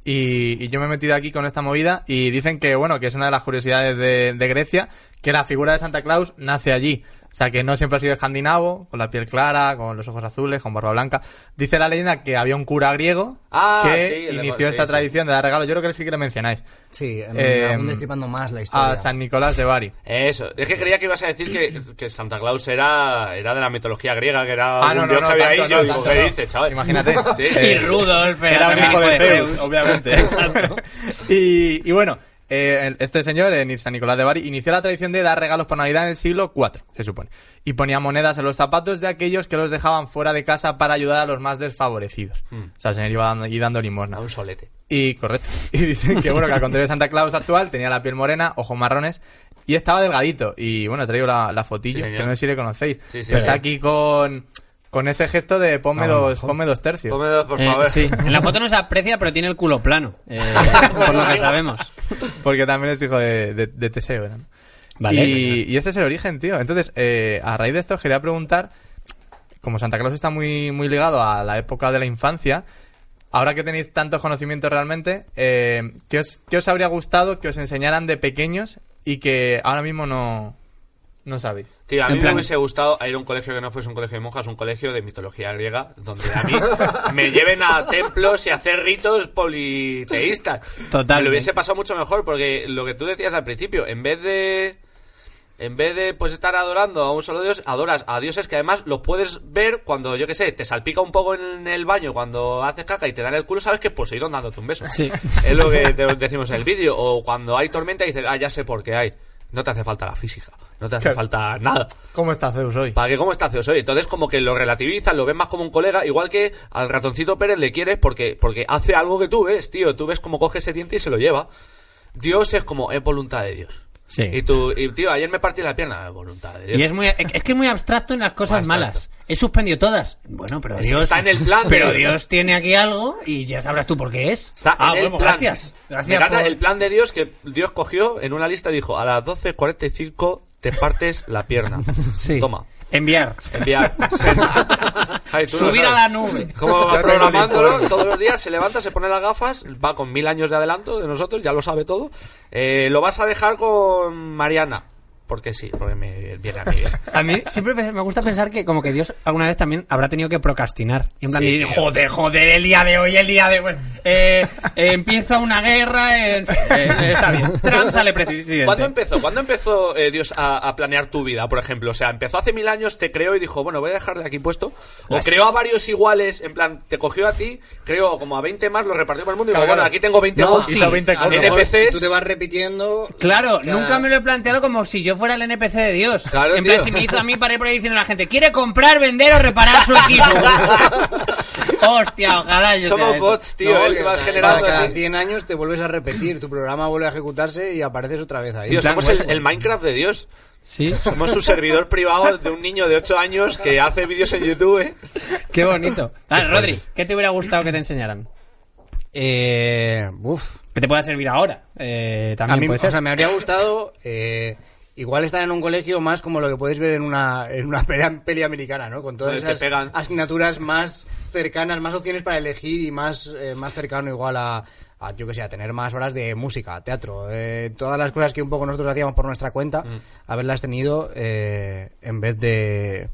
Speaker 2: Y, y yo me he metido aquí con esta movida y dicen que, bueno, que es una de las curiosidades de, de Grecia, que la figura de Santa Claus nace allí. O sea, que no siempre ha sido escandinavo, con la piel clara, con los ojos azules, con barba blanca. Dice la leyenda que había un cura griego
Speaker 3: Ah,
Speaker 2: que
Speaker 3: sí, le-
Speaker 2: inició
Speaker 3: sí,
Speaker 2: esta
Speaker 3: sí.
Speaker 2: tradición de dar regalos. Yo creo que sí que le mencionáis.
Speaker 4: Sí, en-
Speaker 2: Eh,
Speaker 4: aún destripando más la historia.
Speaker 2: A San Nicolás de Bari.
Speaker 3: Eso. Es que creía que ibas a decir que, que Santa Claus era, era de la mitología griega, que era
Speaker 2: Ah, no,
Speaker 3: un
Speaker 2: no,
Speaker 3: dios
Speaker 2: no,
Speaker 3: que había
Speaker 2: tanto
Speaker 3: ahí.
Speaker 2: no,
Speaker 3: Yo digo,
Speaker 2: tanto
Speaker 3: ¿qué
Speaker 2: no.
Speaker 3: dices, chaval?
Speaker 2: Imagínate.
Speaker 3: Sí. eh,
Speaker 1: Y Rudolf Eh, era,
Speaker 2: Era un
Speaker 1: también
Speaker 2: hijo de Zeus, obviamente.
Speaker 1: Exacto.
Speaker 2: y, y bueno, eh, el- este señor, eh, San Nicolás de Bari, inició la tradición de dar regalos por Navidad en el siglo IV, se supone. Y ponía monedas en los zapatos de aquellos que los dejaban fuera de casa para ayudar a los más desfavorecidos.
Speaker 3: Mm.
Speaker 2: O sea, el señor iba dando, y dando limosna.
Speaker 3: A un solete.
Speaker 2: Y correcto. Y dicen que, bueno, que al contrario de Santa Claus actual, tenía la piel morena, ojos marrones y estaba delgadito. Y bueno, traigo la, la fotillo,
Speaker 3: Sí, señor.
Speaker 2: que no sé si le conocéis.
Speaker 3: Sí, sí,
Speaker 2: Pero
Speaker 3: sí.
Speaker 2: está aquí con, con ese gesto de ponme, dos, ponme dos tercios.
Speaker 3: Ponme dos, por
Speaker 1: Eh,
Speaker 3: favor.
Speaker 1: sí, en la foto no se aprecia, pero tiene el culo plano, eh, por lo que sabemos.
Speaker 2: Porque también es hijo de, de- de Teseo, ¿no?
Speaker 1: Vale.
Speaker 2: Y, y ese es el origen, tío. Entonces, eh, a raíz de esto, os quería preguntar, como Santa Claus está muy, muy ligado a la época de la infancia, ahora que tenéis tantos conocimientos realmente, eh, ¿qué, os, qué os habría gustado que os enseñaran de pequeños y que ahora mismo no, no sabéis?
Speaker 3: Tío, a
Speaker 1: En
Speaker 3: mí
Speaker 1: plan-
Speaker 3: me hubiese gustado ir a un colegio que no fuese un colegio de monjas, un colegio de mitología griega, donde a mí me lleven a templos y a hacer ritos politeístas.
Speaker 1: Totalmente.
Speaker 3: Me lo hubiese pasado mucho mejor, porque lo que tú decías al principio, en vez de. En vez de pues estar adorando a un solo dios, adoras a dioses que además los puedes ver cuando, yo qué sé, te salpica un poco en el baño, cuando haces caca y te dan el culo, sabes que es Poseidón dándote un beso.
Speaker 1: Sí.
Speaker 3: Es lo que te decimos en el vídeo. O cuando hay tormenta y dices, ah, ya sé por qué hay. No te hace falta la física, no te hace
Speaker 2: Claro.
Speaker 3: falta nada.
Speaker 2: ¿Cómo está Zeus hoy?
Speaker 3: ¿Para qué cómo está Zeus hoy? Entonces como que lo relativizan, lo ven más como un colega, igual que al ratoncito Pérez le quieres porque, porque hace algo que tú ves, tío. Tú ves cómo coge ese diente y se lo lleva. Dios es como, es voluntad de Dios.
Speaker 1: Sí.
Speaker 3: Y tú, y, tío, ayer me partí la pierna, es voluntad de Dios.
Speaker 1: Y es, muy, es que es muy abstracto en las cosas
Speaker 3: Abstracto.
Speaker 1: malas. He suspendido todas. Bueno, pero
Speaker 3: Es-
Speaker 1: Dios.
Speaker 3: está en el plan,
Speaker 1: Pero
Speaker 3: tío.
Speaker 1: Dios tiene aquí algo y ya sabrás tú por qué es.
Speaker 3: Está
Speaker 1: ah,
Speaker 3: en el
Speaker 1: huevo,
Speaker 3: plan.
Speaker 1: gracias.
Speaker 3: Me
Speaker 1: Gracias.
Speaker 3: encanta
Speaker 1: por-
Speaker 3: el plan de Dios que Dios cogió en una lista y dijo, a las 12.45 te partes la pierna.
Speaker 1: Sí.
Speaker 3: Toma.
Speaker 1: Enviar.
Speaker 3: Enviar. Ay, tú no
Speaker 1: Subir a
Speaker 3: sabes.
Speaker 1: la nube.
Speaker 3: Como
Speaker 2: Ya
Speaker 3: va
Speaker 2: tengo el
Speaker 3: programándolo,
Speaker 2: informe.
Speaker 3: todos los días se levanta, se pone las gafas, va con mil años de adelanto de nosotros, ya lo sabe todo. Eh, lo vas a dejar con Mariana. Porque sí, porque me viene a mí bien.
Speaker 1: A mí siempre me gusta pensar que como que Dios alguna vez también habrá tenido que procrastinar. Y en plan,
Speaker 3: Sí,
Speaker 1: de,
Speaker 3: tío.
Speaker 1: joder, joder, el día de hoy, el día de hoy. Eh, eh, empieza una guerra, en- eh, está bien. Trump sale presidente.
Speaker 3: ¿Cuándo empezó? ¿Cuándo empezó eh, Dios a, a planear tu vida, por ejemplo? O sea, empezó hace mil años, te creó y dijo, bueno, voy a dejar de aquí puesto. O creó a varios iguales, en plan, te cogió a ti, creó como a 20 más, los repartió por el mundo y dijo,
Speaker 2: Claro,
Speaker 3: bueno,
Speaker 2: claro.
Speaker 3: aquí tengo 20
Speaker 4: No,
Speaker 3: más.
Speaker 4: hizo
Speaker 2: 20
Speaker 4: A lo
Speaker 2: copias.
Speaker 4: mejor
Speaker 3: NPCs.
Speaker 4: Tú te vas repitiendo.
Speaker 1: Claro,
Speaker 4: Claro.
Speaker 1: nunca me lo he planteado como si yo fuera el NPC de Dios.
Speaker 3: Claro,
Speaker 1: en plan,
Speaker 3: tío.
Speaker 1: si me hizo a mí para ir por ahí diciendo a la gente, ¿quiere comprar, vender o reparar su equipo? Hostia, ojalá yo sea
Speaker 3: Somos
Speaker 1: eso.
Speaker 3: bots, tío,
Speaker 4: No,
Speaker 3: el que
Speaker 4: que
Speaker 3: va
Speaker 4: para
Speaker 3: generando
Speaker 4: cada
Speaker 3: así.
Speaker 4: 100 años te vuelves a repetir, tu programa vuelve a ejecutarse y apareces otra vez ahí.
Speaker 3: Tío,
Speaker 4: En plan,
Speaker 3: somos el, el Minecraft de Dios.
Speaker 1: Sí,
Speaker 3: Somos su servidor privado de un niño de 8 años que hace vídeos en YouTube. ¿eh?
Speaker 1: qué bonito. Vale, Rodri, ¿qué te hubiera gustado que te enseñaran?
Speaker 4: Eh, uf.
Speaker 1: Que te pueda servir ahora. Eh, también
Speaker 4: A mí,
Speaker 1: puede ser.
Speaker 4: o sea, me habría gustado eh, igual estar en un colegio más como lo que podéis ver en una, en una peli, peli americana, ¿no? Con todas
Speaker 3: Donde te
Speaker 4: esas
Speaker 3: pegan.
Speaker 4: asignaturas más cercanas, más opciones para elegir y más, eh, más cercano igual a, a, yo que sé, a tener más horas de música, teatro, eh, todas las cosas que un poco nosotros hacíamos por nuestra cuenta,
Speaker 3: Mm.
Speaker 4: haberlas tenido eh, en vez de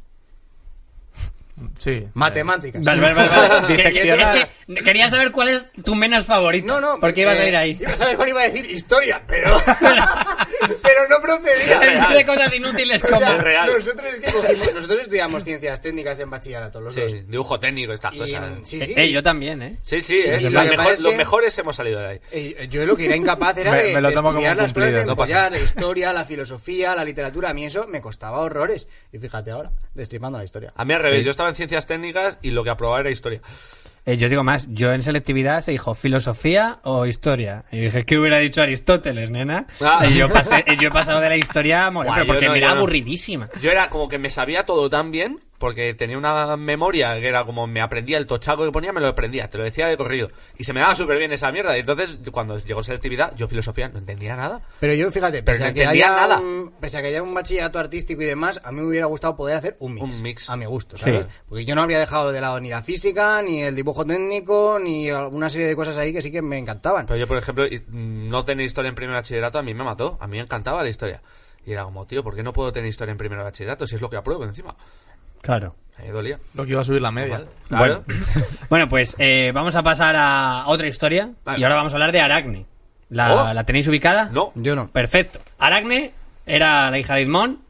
Speaker 2: Sí.
Speaker 4: matemáticas.
Speaker 1: Vale, vale, vale, vale.
Speaker 4: Diseccionar.
Speaker 1: Es que quería saber cuál es tu menos favorito.
Speaker 4: No, no.
Speaker 1: Porque ibas a
Speaker 3: eh,
Speaker 1: ir ahí.
Speaker 4: Ibas a ver cuál iba a decir historia, pero. pero no procedía.
Speaker 1: En vez de cosas inútiles
Speaker 4: O
Speaker 1: como...
Speaker 4: sea,
Speaker 3: Es real.
Speaker 4: Nosotros, es que cogimos- nosotros estudiamos ciencias técnicas en bachillerato, los dos.
Speaker 3: Sí, ah, pues dibujo técnico, estas
Speaker 4: Y,
Speaker 3: cosas.
Speaker 4: sí, sí.
Speaker 1: Eh, yo también, ¿eh?
Speaker 3: Sí, sí, ¿eh?
Speaker 4: Y lo
Speaker 3: Las
Speaker 4: que
Speaker 3: mejor-
Speaker 4: pasa es
Speaker 3: los
Speaker 4: que-
Speaker 3: mejores hemos salido de ahí.
Speaker 4: Eh, yo lo que era incapaz era
Speaker 2: Me-
Speaker 4: de,
Speaker 2: me lo
Speaker 4: de
Speaker 2: tomo como
Speaker 4: estudiar
Speaker 2: un
Speaker 4: las cosas de
Speaker 2: cumplido, no
Speaker 3: pasa
Speaker 4: empollar,
Speaker 3: nada.
Speaker 4: la historia, la filosofía, la literatura. A mí eso me costaba horrores. Y fíjate ahora, destripando la historia.
Speaker 3: A mí al revés, yo estaba en ciencias técnicas y lo que aprobaba era historia.
Speaker 1: Eh, yo digo más, yo en selectividad se dijo filosofía o historia. Y yo dije, ¿qué hubiera dicho Aristóteles, nena?
Speaker 3: Ah.
Speaker 1: Y yo, pasé- y yo he pasado de la historia a morir,
Speaker 3: Buah,
Speaker 1: pero
Speaker 3: yo
Speaker 1: porque
Speaker 3: no,
Speaker 1: me
Speaker 3: yo
Speaker 1: era
Speaker 3: no.
Speaker 1: aburridísima.
Speaker 3: Yo era como que me sabía todo tan bien, porque tenía una memoria que era como me aprendía el tochaco que ponía, me lo aprendía, te lo decía de corrido. Y se me daba súper bien esa mierda. Y entonces, cuando llegó selectividad, yo filosofía no entendía nada.
Speaker 4: Pero yo, fíjate, pese,
Speaker 3: Pero no
Speaker 4: a que
Speaker 3: entendía
Speaker 4: haya
Speaker 3: nada.
Speaker 4: Un, pese a que haya un bachillerato artístico y demás, a mí me hubiera gustado poder hacer un mix.
Speaker 3: Un mix.
Speaker 4: A mi gusto,
Speaker 1: Sí.
Speaker 4: ¿sabes? Porque yo no habría dejado de lado ni la física, ni el dibujo técnico, ni alguna serie de cosas ahí que sí que me encantaban.
Speaker 3: Pero yo, por ejemplo, y- mm, no tener historia en primer bachillerato a mí me mató. A mí me encantaba la historia. Y era como, tío, ¿por qué no puedo tener historia en primer bachillerato si es lo que apruebo encima?
Speaker 1: Claro.
Speaker 3: A mí Me dolía.
Speaker 2: Lo que iba a subir la media.
Speaker 3: Mal. Claro.
Speaker 1: Bueno, pues eh, vamos a pasar a otra historia.
Speaker 3: Vale.
Speaker 1: Y ahora vamos a hablar de Aracne. ¿La,
Speaker 3: Oh.
Speaker 1: la tenéis ubicada?
Speaker 3: No.
Speaker 4: Yo no.
Speaker 1: Perfecto. Aracne era la hija de Idmón,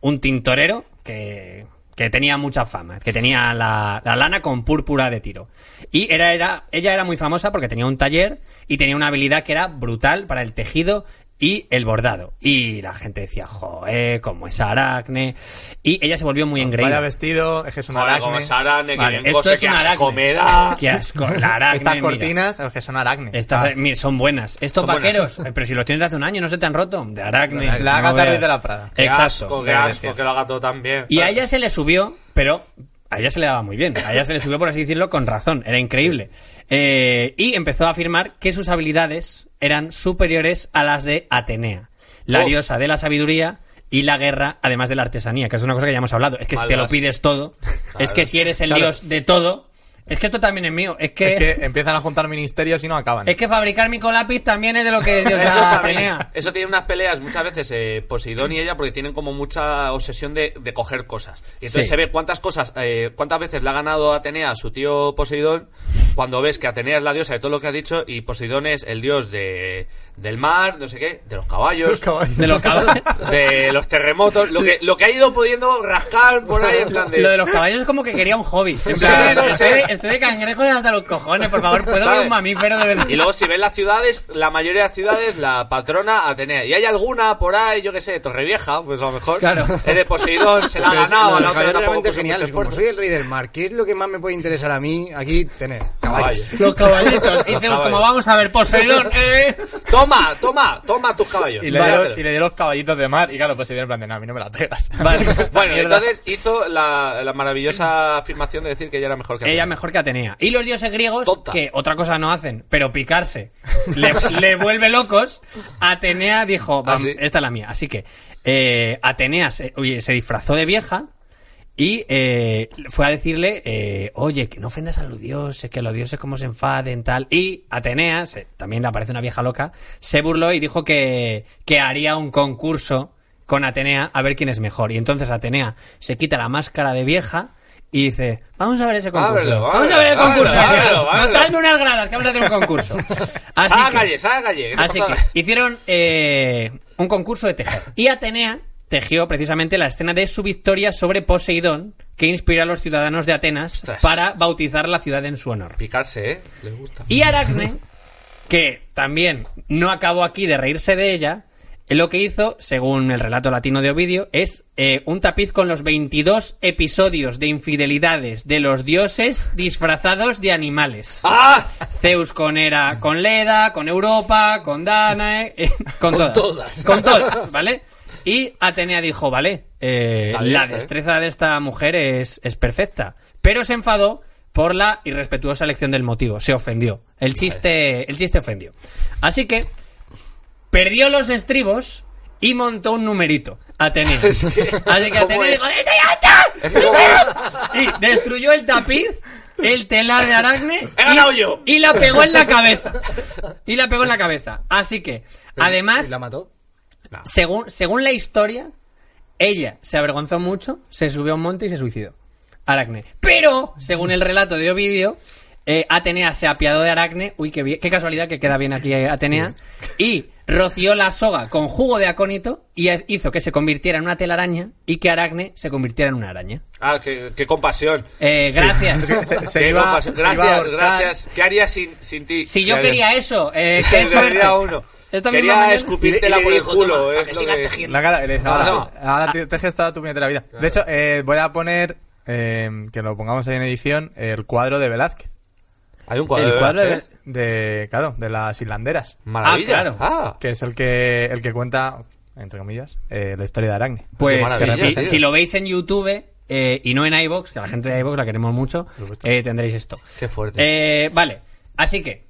Speaker 1: un tintorero que, que tenía mucha fama, que tenía la, la lana con púrpura de tiro. Y era, era, ella era muy famosa porque tenía un taller y tenía una habilidad que era brutal para el tejido y el bordado. Y la gente decía, joe, como es aracne. Y ella se volvió muy engreída.
Speaker 2: Vaya vestido, es que es un
Speaker 3: Joder, como
Speaker 2: aracne.
Speaker 3: es aracne, que
Speaker 1: Vale,
Speaker 3: bien cosa, que
Speaker 1: un
Speaker 3: asco
Speaker 1: aracne.
Speaker 3: me da.
Speaker 1: Qué asco, la aracne,
Speaker 2: Estas
Speaker 1: mira.
Speaker 2: cortinas, es que son aracne.
Speaker 1: Estas,
Speaker 2: Ah,
Speaker 1: eh, mira, son buenas. Estos
Speaker 3: Son
Speaker 1: vaqueros, eh, pero si los tienes de hace un año, no se te han roto. De aracne.
Speaker 2: La
Speaker 1: no
Speaker 2: Ágata
Speaker 1: veas.
Speaker 2: Ruiz de la Prada.
Speaker 3: Qué
Speaker 1: Exacto.
Speaker 3: asco, qué
Speaker 2: Pero
Speaker 3: asco
Speaker 2: decía.
Speaker 3: que lo haga todo tan bien.
Speaker 1: Y a ella se le subió, pero a ella se le daba muy bien. A ella se le subió, por así decirlo, con razón. Era increíble. Eh, y empezó a afirmar que sus habilidades eran superiores a las de Atenea, la
Speaker 3: Oh.
Speaker 1: diosa de la sabiduría y la guerra, además de la artesanía, que es una cosa que ya hemos hablado. Es que si te lo
Speaker 3: Malvas.
Speaker 1: pides todo, es que si eres el
Speaker 2: Claro.
Speaker 1: dios de todo, es que esto también es mío. Es que,
Speaker 2: Es que empiezan a juntar ministerios y no acaban.
Speaker 1: fabricar mi lápiz también es de lo que Dios
Speaker 3: Eso,
Speaker 1: la
Speaker 3: también-
Speaker 1: Atenea.
Speaker 3: eso tiene unas peleas muchas veces eh, Poseidón y ella porque tienen como mucha obsesión de, de coger cosas. Y entonces
Speaker 1: Sí.
Speaker 3: se ve cuántas cosas, eh, cuántas veces le ha ganado Atenea a su tío Poseidón cuando ves que Atenea es la diosa de todo lo que ha dicho y Poseidón es el dios de, del mar, no sé qué, de los caballos.
Speaker 2: Los caballos.
Speaker 1: De los caballos.
Speaker 3: de los terremotos, lo que, lo que ha ido pudiendo rascar por ahí en plan de...
Speaker 1: Lo de los caballos es como que quería un hobby. En
Speaker 3: Sí,
Speaker 1: plan,
Speaker 3: no
Speaker 1: estoy,
Speaker 3: sé.
Speaker 1: de, estoy de cangrejos hasta los cojones, por favor, ¿puedo ver
Speaker 3: ¿Sabes?
Speaker 1: un mamífero de verdad?
Speaker 3: Y luego, si ves las ciudades, la mayoría de las ciudades, la patrona Atenea. Y hay alguna por ahí, yo que sé, Torrevieja, pues a lo mejor.
Speaker 1: Claro.
Speaker 3: Es de Poseidón, se la ha
Speaker 4: Pero es-
Speaker 3: ganado,
Speaker 4: lo
Speaker 3: a
Speaker 4: de
Speaker 3: la otra
Speaker 4: Javier
Speaker 3: tampoco
Speaker 2: pues
Speaker 4: realmente
Speaker 3: puso
Speaker 4: genial.
Speaker 3: mucho
Speaker 4: Es como
Speaker 3: esfuerzo.
Speaker 4: soy el rey del mar. ¿Qué es lo que más me puede interesar a mí? Aquí tener caballos.
Speaker 3: Caballos.
Speaker 1: Los caballitos. Y
Speaker 3: Los
Speaker 1: decimos, como
Speaker 3: caballos.
Speaker 1: vamos a ver, Poseidón, ¿eh?
Speaker 3: Toma, toma, toma tus caballos.
Speaker 2: Y le,
Speaker 3: Vale.
Speaker 2: dio los, y le dio los caballitos de mar. Y claro, pues se dio en plan de, no, a mí no me la pegas.
Speaker 3: Bueno,
Speaker 2: Mierda.
Speaker 3: entonces hizo la, la maravillosa afirmación de decir que ella era mejor que
Speaker 1: Ella
Speaker 3: Atenea.
Speaker 1: mejor que Atenea. Y los dioses griegos,
Speaker 3: Tonta.
Speaker 1: que otra cosa no hacen, pero picarse, le, le vuelve locos. Atenea dijo, "Vam,
Speaker 3: ¿Ah, sí?
Speaker 1: esta es la mía. Así que eh, Atenea se, oye, se disfrazó de vieja y eh, fue a decirle, eh, oye, que no ofendas a los dioses, que los dioses como se enfaden, tal. Y Atenea, se- también le aparece una vieja loca, se burló y dijo que, que haría un concurso con Atenea a ver quién es mejor. Y entonces Atenea se quita la máscara de vieja y dice, vamos a ver ese concurso.
Speaker 3: Ábrelo,
Speaker 1: vamos a ver el
Speaker 3: ábrelo,
Speaker 1: concurso.
Speaker 3: ábrelo,
Speaker 1: Atenea.
Speaker 3: ábrelo, ábrelo.
Speaker 1: No, tráeme unas gradas, que vamos a hacer un concurso. Así
Speaker 3: Ah,
Speaker 1: que-
Speaker 3: calle, ah, calle. ¿Qué te
Speaker 1: Así
Speaker 3: pasa?
Speaker 1: que hicieron eh, un concurso de tejer. Y Atenea tejió precisamente la escena de su victoria sobre Poseidón, que inspiró a los ciudadanos de Atenas
Speaker 3: Ostras.
Speaker 1: para bautizar la ciudad en su honor.
Speaker 3: Picarse, ¿eh? Le gusta.
Speaker 1: Y Aracne, que también no acabó aquí de reírse de ella, lo que hizo, según el relato latino de Ovidio, es eh, un tapiz con los 22 episodios de infidelidades de los dioses disfrazados de animales.
Speaker 3: ¡Ah!
Speaker 1: Zeus con Hera, con Leda, con Europa, con Danae, eh, con, todas.
Speaker 4: todas.
Speaker 1: Con todas, ¿vale? Y Atenea dijo, vale, eh,
Speaker 3: Está bien,
Speaker 1: la
Speaker 3: está bien.
Speaker 1: destreza de esta mujer es, es perfecta. Pero se enfadó por la irrespetuosa elección del motivo. Se ofendió. El chiste, el chiste ofendió. Así que perdió los estribos y montó un numerito. Atenea. Así que
Speaker 3: ¿cómo
Speaker 1: Atenea
Speaker 3: es?
Speaker 1: dijo, "¡Estoy harta!
Speaker 3: Es que como es-
Speaker 1: Y destruyó el tapiz, el telar de aracne.
Speaker 3: He
Speaker 1: y-
Speaker 3: ganado yo.
Speaker 1: Y la pegó en la cabeza. Y la pegó en la cabeza. Así que, además,
Speaker 4: ¿Y la mató?
Speaker 1: según, según la historia, ella se avergonzó mucho, se subió a un monte y se suicidó. Aracne. Pero, según el relato de Ovidio, eh, Atenea se apiadó de Aracne. Uy, qué, bien- qué casualidad que queda bien aquí eh, Atenea. Y roció la soga con jugo de acónito y eh, hizo que se convirtiera en una telaraña y que Aracne se convirtiera en una araña.
Speaker 3: Ah, qué, qué compasión.
Speaker 1: Eh, gracias.
Speaker 2: se, se
Speaker 3: Qué
Speaker 2: iba-
Speaker 3: compasión.
Speaker 2: se iba a
Speaker 3: Gracias,
Speaker 2: ahorcar.
Speaker 3: gracias. ¿Qué harías sin, sin ti?
Speaker 1: Si yo
Speaker 3: Claro.
Speaker 1: quería eso, eh,
Speaker 3: Te
Speaker 1: qué
Speaker 3: daría
Speaker 1: suerte.
Speaker 3: uno.
Speaker 1: Esta misma
Speaker 3: Quería
Speaker 1: mañana-
Speaker 3: escupírtela
Speaker 4: Y le- y
Speaker 3: por
Speaker 4: le
Speaker 3: el
Speaker 4: dijo,
Speaker 3: culo.
Speaker 4: "Toma, a
Speaker 3: es
Speaker 4: que
Speaker 3: lo
Speaker 4: sigas
Speaker 3: que-
Speaker 4: tejiendo".
Speaker 2: La cara, le dice, ahora,
Speaker 3: No.
Speaker 2: ahora te- tejes toda tu puñetera vida. De hecho, eh, voy a poner, eh, que lo pongamos ahí en edición, el cuadro de Velázquez.
Speaker 3: Hay un cuadro. de Velázquez.
Speaker 2: De, claro, de las Islanderas.
Speaker 3: Maravilla.
Speaker 1: Ah, claro.
Speaker 3: Ah.
Speaker 2: Que es el que, el que cuenta, entre comillas, eh, la historia de Aragne.
Speaker 3: Qué
Speaker 1: Pues
Speaker 3: maravilla,
Speaker 1: si,
Speaker 3: tío.
Speaker 1: si lo veis en YouTube eh, y no en iBox, que a la gente de iBox la queremos mucho,
Speaker 2: supuesto.
Speaker 1: eh, tendréis esto.
Speaker 3: Qué fuerte.
Speaker 1: Eh, vale, así que,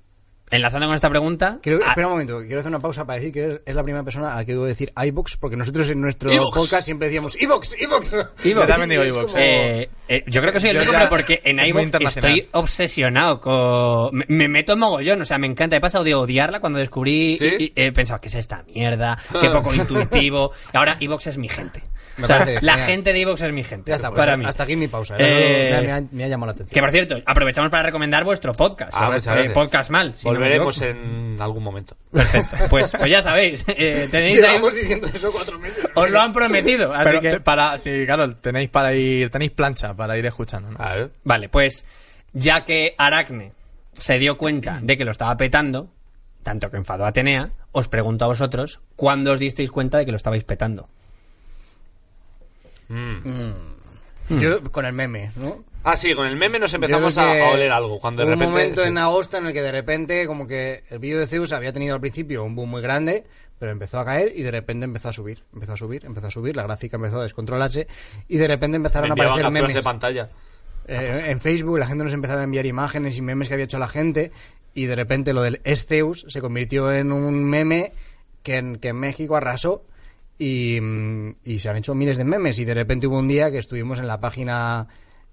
Speaker 1: enlazando con esta pregunta.
Speaker 4: Creo-
Speaker 1: ah,
Speaker 4: espera un momento, quiero hacer una pausa para decir que eres- es la primera persona a la que debo decir iBox, porque nosotros en nuestro
Speaker 3: iVoox.
Speaker 4: podcast siempre decíamos iBox, iBox.
Speaker 2: Yo también digo iVoox.
Speaker 1: eh, eh, yo creo que soy el
Speaker 2: Yo
Speaker 1: único,
Speaker 2: ya-
Speaker 1: pero porque en
Speaker 2: es muy
Speaker 1: iBox
Speaker 2: internacional.
Speaker 1: estoy obsesionado con. Me, me meto en mogollón, o sea, me encanta. He pasado de odiarla cuando descubrí.
Speaker 3: ¿Sí?
Speaker 1: y- y he pensado, ¿qué es esta mierda? Qué poco intuitivo. Y ahora iBox es mi gente.
Speaker 4: Me
Speaker 1: O sea,
Speaker 4: parece
Speaker 1: la
Speaker 4: genial.
Speaker 1: gente de Evox es mi gente.
Speaker 4: Ya está, pues,
Speaker 1: para mí.
Speaker 4: hasta aquí mi pausa.
Speaker 1: Eh,
Speaker 4: Me, ha, me ha llamado la atención.
Speaker 1: Que por cierto, aprovechamos para recomendar vuestro podcast.
Speaker 3: Ah, muchas
Speaker 1: Eh,
Speaker 3: gracias.
Speaker 1: podcast mal. si no me
Speaker 3: Volveremos eh.
Speaker 1: equivoco.
Speaker 3: en algún momento.
Speaker 1: Perfecto. Pues, pues ya sabéis. eh, tenéis ahí-
Speaker 6: Llevamos diciendo eso cuatro meses.
Speaker 1: os lo han prometido. Así
Speaker 2: Pero
Speaker 1: que...
Speaker 2: te- para, sí, claro, tenéis para ir, tenéis plancha para ir escuchando. ¿no?
Speaker 3: A ver.
Speaker 1: Vale, pues ya que Aracne se dio cuenta
Speaker 3: Mm.
Speaker 1: de que lo estaba petando, tanto que enfadó a Atenea, os pregunto a vosotros, ¿cuándo os disteis cuenta de que lo estabais petando?
Speaker 4: Mm. Yo con el meme, ¿no?
Speaker 3: Mm. Ah, sí, con el meme nos
Speaker 4: Yo
Speaker 3: empezamos
Speaker 4: creo
Speaker 3: a,
Speaker 4: que
Speaker 3: a oler algo. Cuando de
Speaker 4: hubo
Speaker 3: repente.
Speaker 4: un momento
Speaker 3: sí.
Speaker 4: en agosto en el que de repente, como que el vídeo de Zeus había tenido al principio un boom muy grande, pero empezó a caer y de repente empezó a subir, empezó a subir, empezó a subir, la gráfica empezó a descontrolarse y de repente
Speaker 3: Me
Speaker 4: empezaron a
Speaker 3: enviaban
Speaker 4: aparecer
Speaker 3: capturas
Speaker 4: memes.
Speaker 3: de pantalla.
Speaker 4: Eh, en Facebook la gente nos empezaba a enviar imágenes y memes que había hecho la gente y de repente lo del es Zeus se convirtió en un meme que en, que en México arrasó y, mm, y se han hecho miles de memes y de repente hubo un día que estuvimos en la página...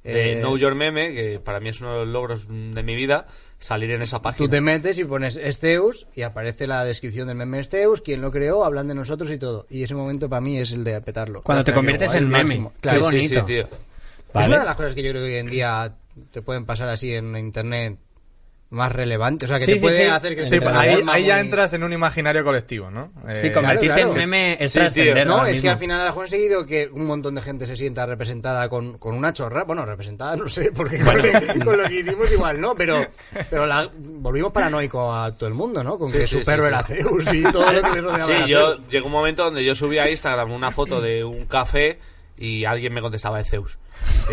Speaker 3: De
Speaker 4: eh,
Speaker 3: Know Your Meme, que para mí es uno de los logros mm, de mi vida, salir en esa página.
Speaker 4: Tú te metes y pones Esteus y aparece la descripción del meme Esteus, quién lo creó, hablan de nosotros y todo. Y ese momento para mí es el de petarlo.
Speaker 1: Cuando te
Speaker 4: Claro,
Speaker 1: conviertes
Speaker 4: guay,
Speaker 1: en
Speaker 4: el
Speaker 1: meme.
Speaker 4: máximo.
Speaker 1: Qué
Speaker 4: Claro,
Speaker 3: Sí, sí, sí,
Speaker 1: bonito.
Speaker 3: tío.
Speaker 4: Es
Speaker 1: Vale.
Speaker 4: una de las cosas que yo creo que hoy en día te pueden pasar así en internet más relevante. O sea, que
Speaker 1: Sí,
Speaker 4: te
Speaker 1: sí,
Speaker 4: puede
Speaker 1: sí.
Speaker 4: hacer que
Speaker 2: Sí,
Speaker 4: se te
Speaker 2: pues ahí,
Speaker 4: transforma
Speaker 2: ahí ya
Speaker 4: muy-
Speaker 2: entras en un imaginario colectivo, ¿no? Eh,
Speaker 1: Sí, convertirte
Speaker 4: claro,
Speaker 1: en
Speaker 4: claro.
Speaker 1: meme es
Speaker 3: Sí, tío.
Speaker 1: trascender.
Speaker 4: No,
Speaker 1: ahora
Speaker 4: es que
Speaker 1: mismo.
Speaker 4: al final has conseguido que un montón de gente se sienta representada con, con una chorra. Bueno, representada no sé, porque con lo- con lo que hicimos igual, ¿no? Pero, pero la, volvimos paranoico a todo el mundo, ¿no? Con que
Speaker 3: sí,
Speaker 4: Super
Speaker 3: sí, sí.
Speaker 4: era Zeus y todo lo que le rodeaba.
Speaker 3: Ah, Sí,
Speaker 4: era
Speaker 3: yo
Speaker 4: Zeus.
Speaker 3: llegó un momento donde yo subí a Instagram una foto de un café y alguien me contestaba de Zeus.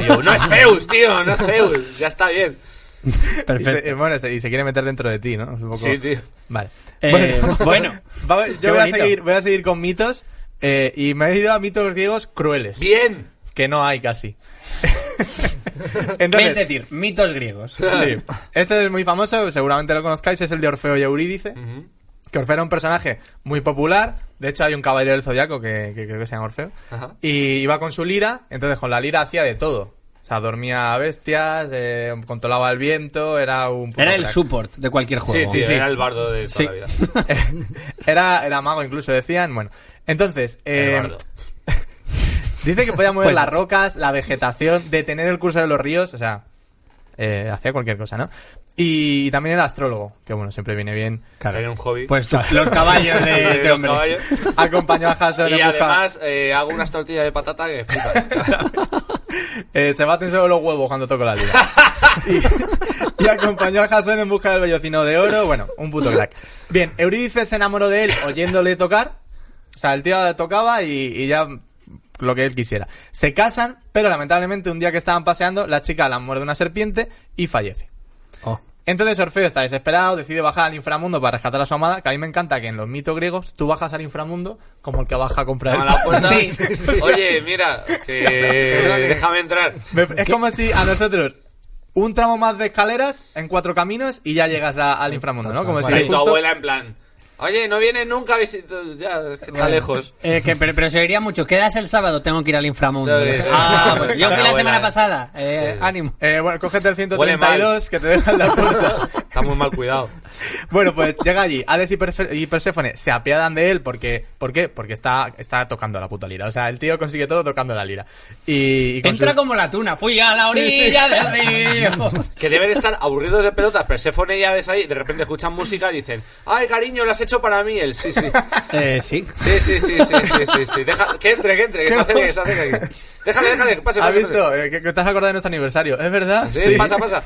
Speaker 3: Y yo, no es Zeus, tío, no es Zeus, ya está bien.
Speaker 2: y se-
Speaker 1: Perfecto.
Speaker 2: eh, bueno, se- y se quiere meter dentro de ti, ¿no? Es un poco-
Speaker 3: Sí, tío.
Speaker 2: Vale.
Speaker 1: Eh, bueno.
Speaker 2: Vamos,
Speaker 1: Qué
Speaker 2: yo voy a,
Speaker 1: bonito.
Speaker 2: seguir, voy a seguir con mitos eh, y me he ido a mitos griegos crueles,
Speaker 3: Bien.
Speaker 2: que no hay casi.
Speaker 1: es decir, mitos griegos.
Speaker 2: Sí. Este es muy famoso, seguramente lo conozcáis, es el de Orfeo y Eurídice. Que Orfeo era un personaje muy popular. De hecho, hay un caballero del zodiaco que, que creo que se llama Orfeo.
Speaker 3: Ajá.
Speaker 2: Y iba con su lira, entonces con la lira hacía de todo. O sea, dormía a bestias, eh, controlaba el viento, era un. puto
Speaker 1: Era el
Speaker 2: crack.
Speaker 1: support de cualquier
Speaker 3: Sí,
Speaker 1: juego.
Speaker 3: sí,
Speaker 2: sí.
Speaker 3: era el bardo de toda
Speaker 1: Sí.
Speaker 3: la vida.
Speaker 2: era, era mago, incluso decían. Bueno, entonces. eh,
Speaker 3: El bardo.
Speaker 2: Dice que podía mover
Speaker 1: Pues-
Speaker 2: las rocas, la vegetación, detener el curso de los ríos, o sea, eh, hacía cualquier cosa, ¿no? Y, también era astrólogo, que bueno, siempre viene bien.
Speaker 1: Claro.
Speaker 3: Tenía un hobby.
Speaker 1: Pues tú- los caballos
Speaker 3: Sí,
Speaker 1: de este
Speaker 3: los
Speaker 1: hombre.
Speaker 3: caballos.
Speaker 2: Acompañó a Hanson
Speaker 3: Y
Speaker 2: en busca.
Speaker 3: además eh, hago unas tortillas de patata que flipas.
Speaker 2: Eh, se baten solo los huevos cuando toco la liga. y, y acompañó a Jason en busca del vellocino de oro. Bueno, un puto crack. Bien, Eurídice se enamoró de él oyéndole tocar. O sea, el tío tocaba y, y ya lo que él quisiera. Se casan, pero lamentablemente un día que estaban paseando, la chica la muerde una serpiente y fallece.
Speaker 1: Oh.
Speaker 2: Entonces Orfeo está desesperado, decide bajar al inframundo para rescatar a su amada, que a mí me encanta que en los mitos griegos tú bajas al inframundo como el que baja a comprar el
Speaker 3: Llama a la
Speaker 2: pan.
Speaker 3: puerta.
Speaker 1: Sí.
Speaker 3: Oye, mira, que déjame entrar.
Speaker 2: Me- es como si a nosotros un tramo más de escaleras en cuatro caminos y ya llegas a- al inframundo, ¿no? Como si
Speaker 3: Sí, tu
Speaker 2: justo-
Speaker 3: abuela en plan. Oye, no vienes nunca a visitar. Ya, es que está lejos.
Speaker 1: Eh, que, pero, pero se diría mucho, quedas el sábado, tengo que ir al inframundo.
Speaker 3: Sí, sí, sí.
Speaker 1: Ah, bueno, yo fui la
Speaker 3: Abuela.
Speaker 1: semana pasada. Eh,
Speaker 3: Sí.
Speaker 1: Ánimo.
Speaker 2: Eh, bueno, cógete el
Speaker 3: Huele mal.
Speaker 2: 132 que te dejan la puerta.
Speaker 3: Está muy mal cuidado.
Speaker 2: bueno, pues llega allí. Hades y, Perse- y Perséfone se apiadan de él porque. ¿Por qué? Porque está, está tocando la puta lira. O sea, el tío consigue todo tocando la lira. Y, y con
Speaker 1: Entra
Speaker 2: sus-
Speaker 1: como la tuna, fui a la orilla del río.
Speaker 3: Que deben estar aburridos de pelotas. Persephone y Hades ahí, de repente escuchan música y dicen: Ay, cariño, lo has hecho para mí. Él, sí, sí.
Speaker 1: Eh, sí.
Speaker 3: Sí, sí, sí, sí, sí, sí, sí. Deja, que entre, que entre, que se acerque, que se acerque aquí. Déjale, déjale, que pase,
Speaker 2: ¿Has
Speaker 3: pase, pase.
Speaker 2: visto? Eh, que, que te has acordado de nuestro aniversario. ¿Es verdad?
Speaker 3: Sí, pasa, pasa.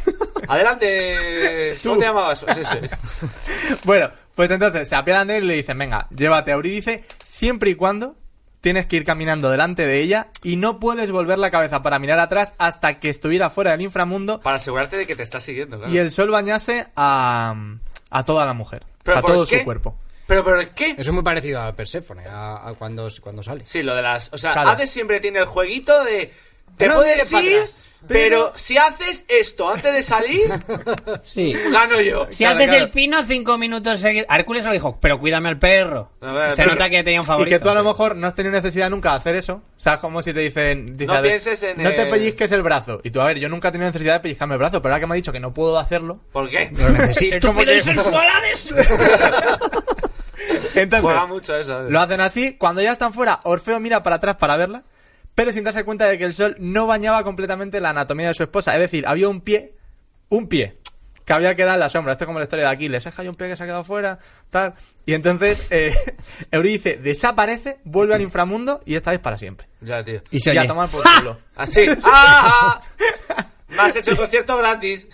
Speaker 3: Adelante. ¿Cómo te llamabas? Sí, sí.
Speaker 2: Bueno, pues entonces se apiadan de él y le dicen, venga, llévate a Eurídice siempre y cuando tienes que ir caminando delante de ella y no puedes volver la cabeza para mirar atrás hasta que estuviera fuera del inframundo
Speaker 3: Para asegurarte de que te está siguiendo, claro.
Speaker 2: y el sol bañase a, a toda la mujer,
Speaker 3: ¿Pero
Speaker 2: a
Speaker 3: por
Speaker 2: todo
Speaker 3: qué?
Speaker 2: su cuerpo.
Speaker 3: ¿Pero por qué?
Speaker 4: Eso es muy parecido a Perséfone, a, a cuando, cuando sale.
Speaker 3: Sí, lo de las. O sea,
Speaker 2: Claro.
Speaker 3: Hades siempre tiene el jueguito de. Te
Speaker 4: No mires
Speaker 3: puedes
Speaker 4: para
Speaker 3: ir,
Speaker 4: atrás,
Speaker 3: pero si haces esto antes de salir,
Speaker 1: Sí.
Speaker 3: gano yo.
Speaker 1: Si haces el pino cinco minutos seguidos. Hércules lo dijo, pero cuídame al perro.
Speaker 3: A ver,
Speaker 1: Se
Speaker 3: pero-
Speaker 1: nota que tenía un
Speaker 2: Y
Speaker 1: favorito.
Speaker 2: que tú a lo mejor no has tenido necesidad nunca de hacer eso. O sea, es como si te dicen... dices,
Speaker 3: No
Speaker 2: a ver,
Speaker 3: pienses en
Speaker 2: no te
Speaker 3: el-
Speaker 2: pellizques el brazo. Y tú, a ver, yo nunca he tenido necesidad de pellizcarme el brazo, pero ahora que me ha dicho que no puedo hacerlo...
Speaker 3: ¿Por qué?
Speaker 4: Lo necesito.
Speaker 1: ¡Estúpido y sensual, Hades!
Speaker 2: Entonces,
Speaker 3: Juega mucho eso. eh. Hades.
Speaker 2: Lo hacen así, cuando ya están fuera, Orfeo mira para atrás para verla, pero sin darse cuenta de que el sol no bañaba completamente la anatomía de su esposa. Es decir, había un pie, un pie, que había quedado en la sombra. Esto es como la historia de Aquiles. Es que hay un pie que se ha quedado fuera, tal. Y entonces, eh, Eurídice desaparece, vuelve al inframundo y esta vez para siempre.
Speaker 3: Ya, tío.
Speaker 1: Y se
Speaker 2: y a
Speaker 1: oye.
Speaker 2: tomar por culo.
Speaker 3: Así. ¡Ah! Me has hecho el concierto gratis.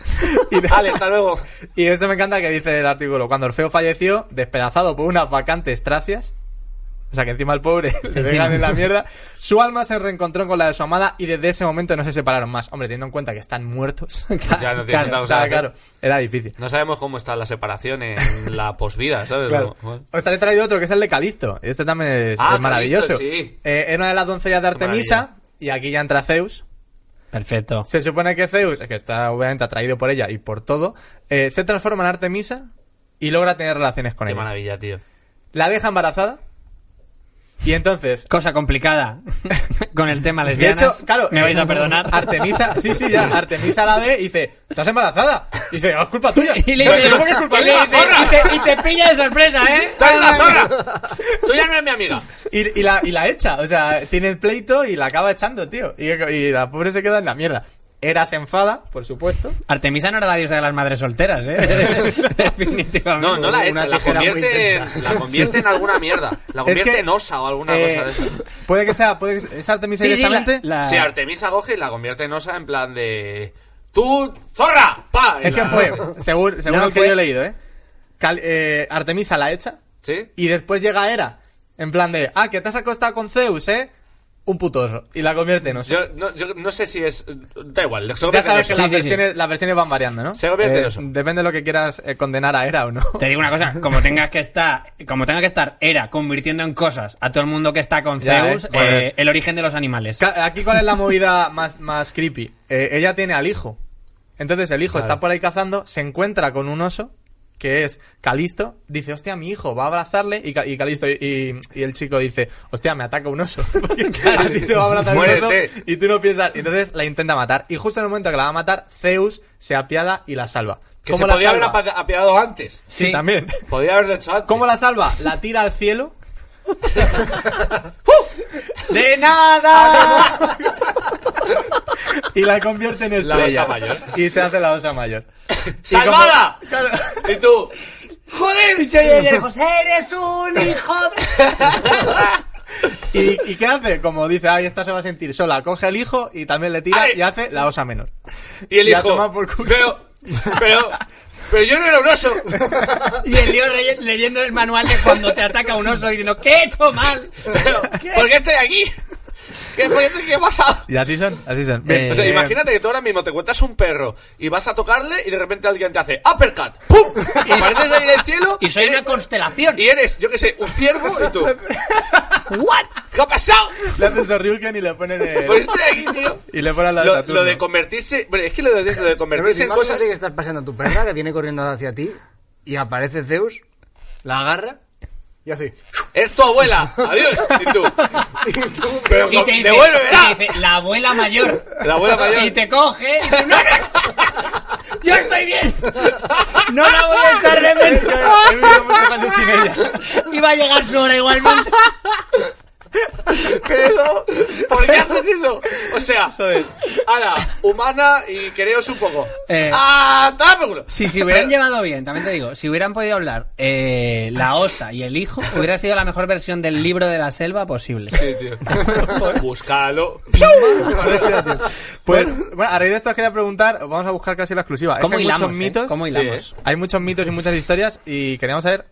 Speaker 3: Vale, hasta luego.
Speaker 2: Y esto me encanta que dice el artículo. Cuando Orfeo falleció, despedazado por unas vacantes tracias, o sea que encima el pobre le dejan en la mierda, su alma se reencontró con la de su amada y desde ese momento no se separaron más. Hombre, teniendo en cuenta que están muertos.
Speaker 3: Ya
Speaker 2: claro,
Speaker 3: no tiene tanta
Speaker 2: o sea,
Speaker 3: cosa que hacer.
Speaker 2: claro, era difícil.
Speaker 3: No sabemos cómo está la separación en la posvida, ¿sabes?
Speaker 2: Claro.
Speaker 3: Como-
Speaker 2: Os he traído otro que es el de Calisto. Y Este también es,
Speaker 3: Ah,
Speaker 2: es maravilloso.
Speaker 3: Calisto, sí.
Speaker 2: Eh, era una de las doncellas de Artemisa. Y aquí ya entra Zeus.
Speaker 1: Perfecto.
Speaker 2: Se supone que Zeus, que está obviamente atraído por ella y por todo, eh, se transforma en Artemisa y logra tener relaciones con
Speaker 3: Qué
Speaker 2: ella.
Speaker 3: maravilla, tío.
Speaker 2: La deja embarazada. Y entonces.
Speaker 1: Cosa complicada. Con el tema
Speaker 2: De
Speaker 1: lesbianas.
Speaker 2: hecho, claro.
Speaker 1: Me vais
Speaker 2: eh,
Speaker 1: a perdonar.
Speaker 2: Artemisa, sí, sí, ya. Artemisa la ve y dice: ¿Estás embarazada? Y dice: "No, Es culpa tuya.
Speaker 1: Y le
Speaker 2: Pero
Speaker 1: dice,
Speaker 2: ¿cómo que es culpa
Speaker 1: y le
Speaker 2: mía?
Speaker 1: dice- y te- y te pilla de sorpresa, ¿eh?
Speaker 3: ¡Estás en la zorra! ¡Tú ya no eres mi amiga!
Speaker 2: Y, y la, y la echa, o sea, tiene el pleito y la acaba echando, tío. Y, y la pobre se queda en la mierda. Era se enfada, por supuesto.
Speaker 1: Artemisa no era la diosa de las madres solteras, ¿eh? Definitivamente.
Speaker 3: No, no la
Speaker 4: Una
Speaker 3: echa, la
Speaker 4: tijera muy
Speaker 3: convierte, en,
Speaker 4: intensa.
Speaker 3: la convierte en alguna mierda. La
Speaker 2: Es
Speaker 3: convierte
Speaker 2: que,
Speaker 3: en osa o alguna
Speaker 2: eh, ah.
Speaker 3: cosa de esas.
Speaker 2: Puede que sea, puede que sea- es Artemisa
Speaker 1: Sí, sí, la-
Speaker 2: directamente.
Speaker 1: la-
Speaker 3: Sí, Artemisa coge y la convierte en osa en plan de... ¡Tú, zorra! ¡Pa! Y
Speaker 2: Es que
Speaker 3: la-
Speaker 2: fue, según, según
Speaker 1: No,
Speaker 2: lo que
Speaker 1: fue-
Speaker 2: yo he leído, ¿eh? Cal- eh, Artemisa la echa
Speaker 3: ¿Sí?
Speaker 2: y después llega Hera. En plan de, ah, que te has acostado con Zeus, ¿eh? Un putoso. Y la convierte en oso.
Speaker 3: Yo no, yo no sé si es... Da igual.
Speaker 2: Ya sabes que
Speaker 1: Sí,
Speaker 2: las,
Speaker 1: sí, sí.
Speaker 2: versiones, las versiones van variando, ¿no?
Speaker 3: Se convierte en
Speaker 2: Eh,
Speaker 3: oso.
Speaker 2: Depende de lo que quieras eh, condenar a Hera o no.
Speaker 1: Te digo una cosa, como tengas que estar, como tenga que estar Era convirtiendo en cosas a todo el mundo que está con
Speaker 2: Ya,
Speaker 1: Zeus,
Speaker 2: ¿eh? Joder.
Speaker 1: eh, el origen de los animales.
Speaker 2: Ca- Aquí cuál es la movida más, más creepy. Eh, ella tiene al hijo. Entonces el hijo está por ahí cazando, se encuentra con un oso, que es Calisto, dice, hostia, mi hijo, va a abrazarle, y, Ca- y Calisto y, y- y el chico dice, hostia, me ataca un oso. Porque a ti te va a abrazar un oso
Speaker 3: Muérete.
Speaker 2: y tú no piensas. Y entonces la intenta matar. Y justo en el momento que la va a matar, Zeus se apiada y la salva.
Speaker 3: Que se
Speaker 2: la
Speaker 3: podía haber
Speaker 2: salva?
Speaker 3: apa- apiadado antes.
Speaker 2: Sí,
Speaker 1: Sí.
Speaker 2: también.
Speaker 3: Podía haberlo hecho antes.
Speaker 2: ¿Cómo la salva? La tira al cielo. ¡De nada! y la convierte en
Speaker 3: La osa
Speaker 2: estrella.
Speaker 3: mayor.
Speaker 2: Y se hace la osa mayor.
Speaker 3: ¡Salvada! ¿Y tú? ¡Joder!
Speaker 2: ¿Y, y qué hace? Como dice, ay, esta se va a sentir sola. Coge el hijo y también le tira
Speaker 3: Ay.
Speaker 2: y hace la osa menor.
Speaker 3: Y el
Speaker 2: Y a
Speaker 3: hijo.
Speaker 2: tomar por culo.
Speaker 3: Pero, pero, pero yo no era un oso.
Speaker 1: Y el tío rey- leyendo el manual de cuando te ataca un oso y diciendo, ¿qué he hecho mal?
Speaker 3: Pero, ¿Por qué estoy aquí? ¿Qué, por qué- qué ha pasado?
Speaker 2: Y así son, así son.
Speaker 3: o sea,
Speaker 2: Eh,
Speaker 3: imagínate que tú ahora mismo te encuentras un perro y vas a tocarle y de repente alguien te hace uppercut. ¡Pum! Y apareces ahí del cielo
Speaker 1: Y soy una constelación.
Speaker 3: y eres, yo qué sé, un ciervo y tú. ¿What? ¿Qué ha pasado?
Speaker 2: Le hacen Sorryuken y le ponen el-
Speaker 3: Pues estoy aquí, tío.
Speaker 2: Y le ponen la de
Speaker 3: Lo,
Speaker 2: Saturno.
Speaker 3: lo de convertirse. bueno, es que lo de, lo de
Speaker 4: Pero
Speaker 3: convertirse
Speaker 4: si
Speaker 3: en cosas.
Speaker 4: que estás paseando a tu perra, que viene corriendo hacia ti, y aparece Zeus, la agarra, y hace...
Speaker 3: Es tu abuela. Adiós. Y tú.
Speaker 4: Y tú,
Speaker 3: Pero,
Speaker 1: Y te dice,
Speaker 3: devuélvemela.
Speaker 1: y te dice, la abuela mayor.
Speaker 3: La abuela mayor.
Speaker 1: Y te coge y dice, "No, no, yo estoy bien. No la voy a echar de
Speaker 2: Es que
Speaker 1: menos.
Speaker 2: He vivido muchos años sin ella.
Speaker 1: Y va a llegar su hora igualmente.
Speaker 3: Pero, ¿por qué haces eso? O sea,
Speaker 2: Joder.
Speaker 3: ala, humana y quereos un poco.
Speaker 1: Eh.
Speaker 3: ¡Ah, toma por culo!
Speaker 1: Si se hubieran llevado bien, también te digo, si hubieran podido hablar eh, la osa y el hijo, hubiera sido la mejor versión del libro de la selva posible.
Speaker 3: Sí, tío. Búscalo.
Speaker 2: Hostia, tío. Pues, bueno, a raíz de esto os quería preguntar, vamos a buscar casi la exclusiva. Es
Speaker 1: ¿Cómo
Speaker 2: que hay
Speaker 1: hilamos?
Speaker 2: muchos
Speaker 1: eh?
Speaker 2: mitos.
Speaker 1: ¿Cómo hilamos?
Speaker 3: Sí,
Speaker 2: Hay muchos mitos y muchas historias y queríamos saber,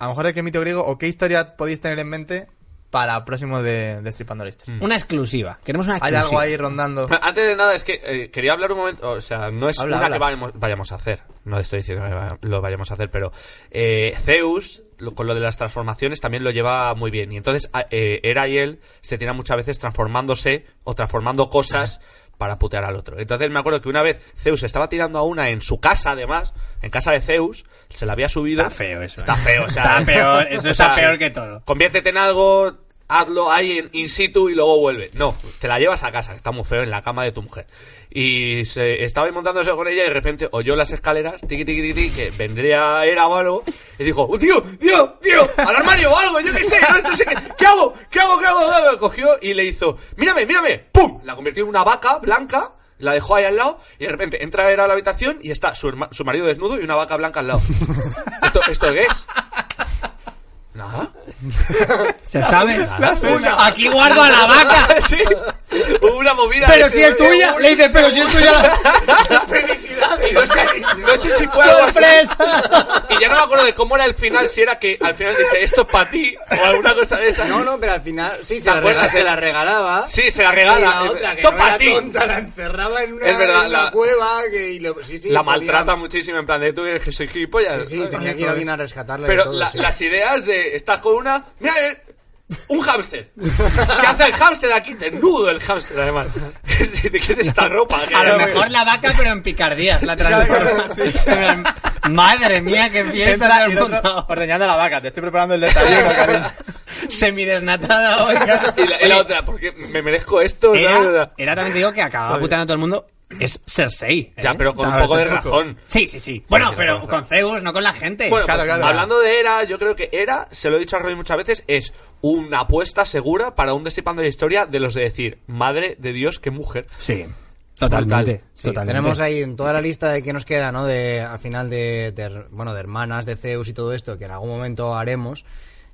Speaker 2: a lo mejor de qué mito griego o qué historia podéis tener en mente para próximo de Destripando la Historia.
Speaker 1: Una exclusiva. Queremos una
Speaker 2: Hay
Speaker 1: Mm. exclusiva. Ah,
Speaker 2: algo ahí rondando.
Speaker 3: Antes de nada, es que eh, quería hablar un momento. O sea, no es
Speaker 2: Habla,
Speaker 3: una
Speaker 2: habla.
Speaker 3: que vayamos, vayamos a hacer. No estoy diciendo que vaya- lo vayamos a hacer, pero eh, Zeus, lo- con lo de las transformaciones, también lo lleva muy bien. Y entonces, a- eh, Hera y él se tiran muchas veces transformándose o transformando cosas para putear al otro. Entonces, me acuerdo que una vez Zeus estaba tirando a una en su casa, además, en casa de Zeus, se la había subido.
Speaker 1: Está feo eso,
Speaker 3: Está
Speaker 1: ¿eh?
Speaker 3: feo, o sea.
Speaker 1: Está peor, eso está peor que todo.
Speaker 3: Conviértete en algo. hazlo ahí en in situ y luego vuelve. No, te la llevas a casa, que está muy feo, en la cama de tu mujer. Y se, estaba ahí montándose con ella y de repente oyó las escaleras, tiqui, tiqui, tiqui, tiqui, que vendría, era o algo, y dijo, "Oh, tío, tío, tío, al armario o algo, yo qué sé, no, no sé qué, ¿qué hago? ¿Qué hago? ¿Qué hago? ¿Qué hago?". Cogió y le hizo, mírame, mírame, ¡pum! La convirtió en una vaca blanca, la dejó ahí al lado y de repente entra a ver a la habitación y está su, herma- su marido desnudo y una vaca blanca al lado. ¿Esto, esto qué es? Nada.
Speaker 1: ¿Se sabes?
Speaker 3: una.
Speaker 1: Aquí guardo a la vaca.
Speaker 3: sí. Una movida.
Speaker 1: Pero
Speaker 3: de-
Speaker 1: si es tuya, le dices, pero si es tuya la
Speaker 3: Y no sé, no sé si fue algo así.
Speaker 1: sorpresa.
Speaker 3: Y ya no me acuerdo de cómo era el final, si era que al final dice esto es para ti o alguna cosa de esa.
Speaker 4: No, no, pero al final sí, se,
Speaker 3: ¿Te
Speaker 4: la, rega-
Speaker 3: acuerdas?
Speaker 4: se la regalaba.
Speaker 3: Sí, se la
Speaker 4: Y
Speaker 3: regala.
Speaker 4: la otra, que
Speaker 3: Esto
Speaker 4: no
Speaker 3: para
Speaker 4: era
Speaker 3: ti.
Speaker 4: tonta, la encerraba en una,
Speaker 3: Es verdad,
Speaker 4: en una
Speaker 3: la-
Speaker 4: cueva que, y lo- sí, sí,
Speaker 3: La
Speaker 4: podía-
Speaker 3: maltrata muchísimo, en plan de tú eres que soy gilipollas.
Speaker 4: Sí, sí, tenía que ir alguien a rescatarla y
Speaker 3: Pero
Speaker 4: todo,
Speaker 3: la-
Speaker 4: sí.
Speaker 3: las ideas de estás con una. Mira, eh, un hámster. ¿Qué hace el hámster aquí? Desnudo el hámster, además. ¿De qué es esta ropa?
Speaker 1: A lo mejor la vaca, pero en picardías la transformas. Madre mía, qué fiesta
Speaker 2: Entra
Speaker 1: te has
Speaker 2: y el otro
Speaker 1: montado.
Speaker 2: ordeñando la vaca. Te estoy preparando el desayuno, cariño.
Speaker 1: Semidesnatada hoy.
Speaker 3: Y la, y la otra, porque me merezco esto. ¿no?
Speaker 1: Era, Eh, era también te digo que acababa puteando a todo el mundo. Es Cersei. ¿eh?
Speaker 3: Ya, pero con un
Speaker 1: Claro,
Speaker 3: poco de
Speaker 1: tampoco.
Speaker 3: razón.
Speaker 1: Sí, sí, sí. Bueno, pero con Zeus, no con la gente.
Speaker 3: Bueno,
Speaker 2: Claro,
Speaker 3: pues,
Speaker 2: claro.
Speaker 3: hablando de Era, yo creo que Era, se lo he dicho a Roy muchas veces, es una apuesta segura para un destipando de historia de los de decir, madre de Dios, qué mujer.
Speaker 1: sí. Totalmente.
Speaker 4: Sí,
Speaker 1: totalmente.
Speaker 4: Tenemos ahí en toda la lista de que nos queda, ¿no? De, al final de, de her- bueno, de hermanas, de Zeus y todo esto, que en algún momento haremos.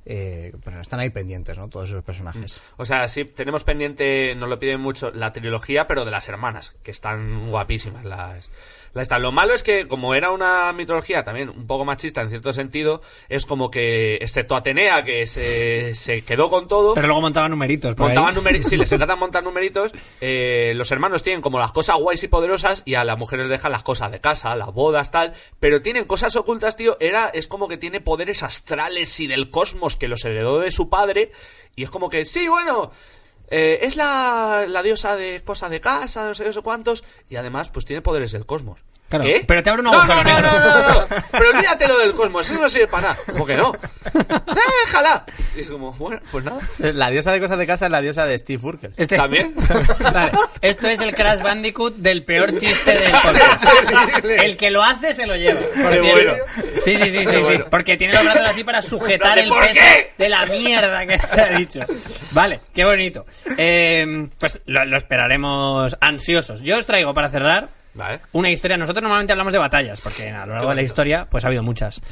Speaker 4: Eh, pero están ahí pendientes, ¿no? Todos esos personajes.
Speaker 3: O sea, sí, tenemos pendiente, nos lo piden mucho, la trilogía, pero de las hermanas, que están guapísimas las... las estas. Lo malo es que, como era una mitología también un poco machista en cierto sentido, es como que, excepto Atenea, que se, se quedó con todo,
Speaker 1: Pero luego montaba numeritos. por
Speaker 3: Montaban
Speaker 1: ahí.
Speaker 3: numeritos, sí, les encantan montar numeritos. eh, los hermanos tienen como las cosas guays y poderosas y a las mujeres les dejan las cosas de casa, las bodas, tal. Pero tienen cosas ocultas, tío. Era, es como que tiene poderes astrales y del cosmos que los heredó de su padre. Y es como que, sí, bueno, eh, es la, la diosa de cosas de casa, no sé, no sé cuántos. Y además, pues tiene poderes del cosmos.
Speaker 1: Claro,
Speaker 3: ¿Qué?
Speaker 1: pero te abre un
Speaker 3: no,
Speaker 1: agujero
Speaker 3: no, no,
Speaker 1: negro.
Speaker 3: no, no, no, no. Pero olvídate lo del cosmos, eso no sirve para nada. ¿Cómo que no? ¡Déjala! Y es como, bueno, pues nada.
Speaker 2: La diosa de cosas de casa es la diosa de Steve Urkel.
Speaker 1: Este-
Speaker 3: ¿También?
Speaker 1: Vale. Esto es el Crash Bandicoot del peor chiste del podcast. El que lo hace se lo lleva. por
Speaker 3: Qué
Speaker 1: cierto.
Speaker 3: bueno.
Speaker 1: Sí, sí, sí, sí,
Speaker 3: Qué
Speaker 1: sí.
Speaker 3: bueno.
Speaker 1: Porque tiene los brazos así para sujetar
Speaker 3: ¿De
Speaker 1: el
Speaker 3: por
Speaker 1: peso
Speaker 3: qué?
Speaker 1: de la mierda que se ha dicho. Vale, qué bonito. Eh, pues lo, lo esperaremos ansiosos. Yo os traigo para cerrar
Speaker 3: Vale.
Speaker 1: una historia. Nosotros normalmente hablamos de batallas, porque a lo largo de la historia pues ha habido muchas.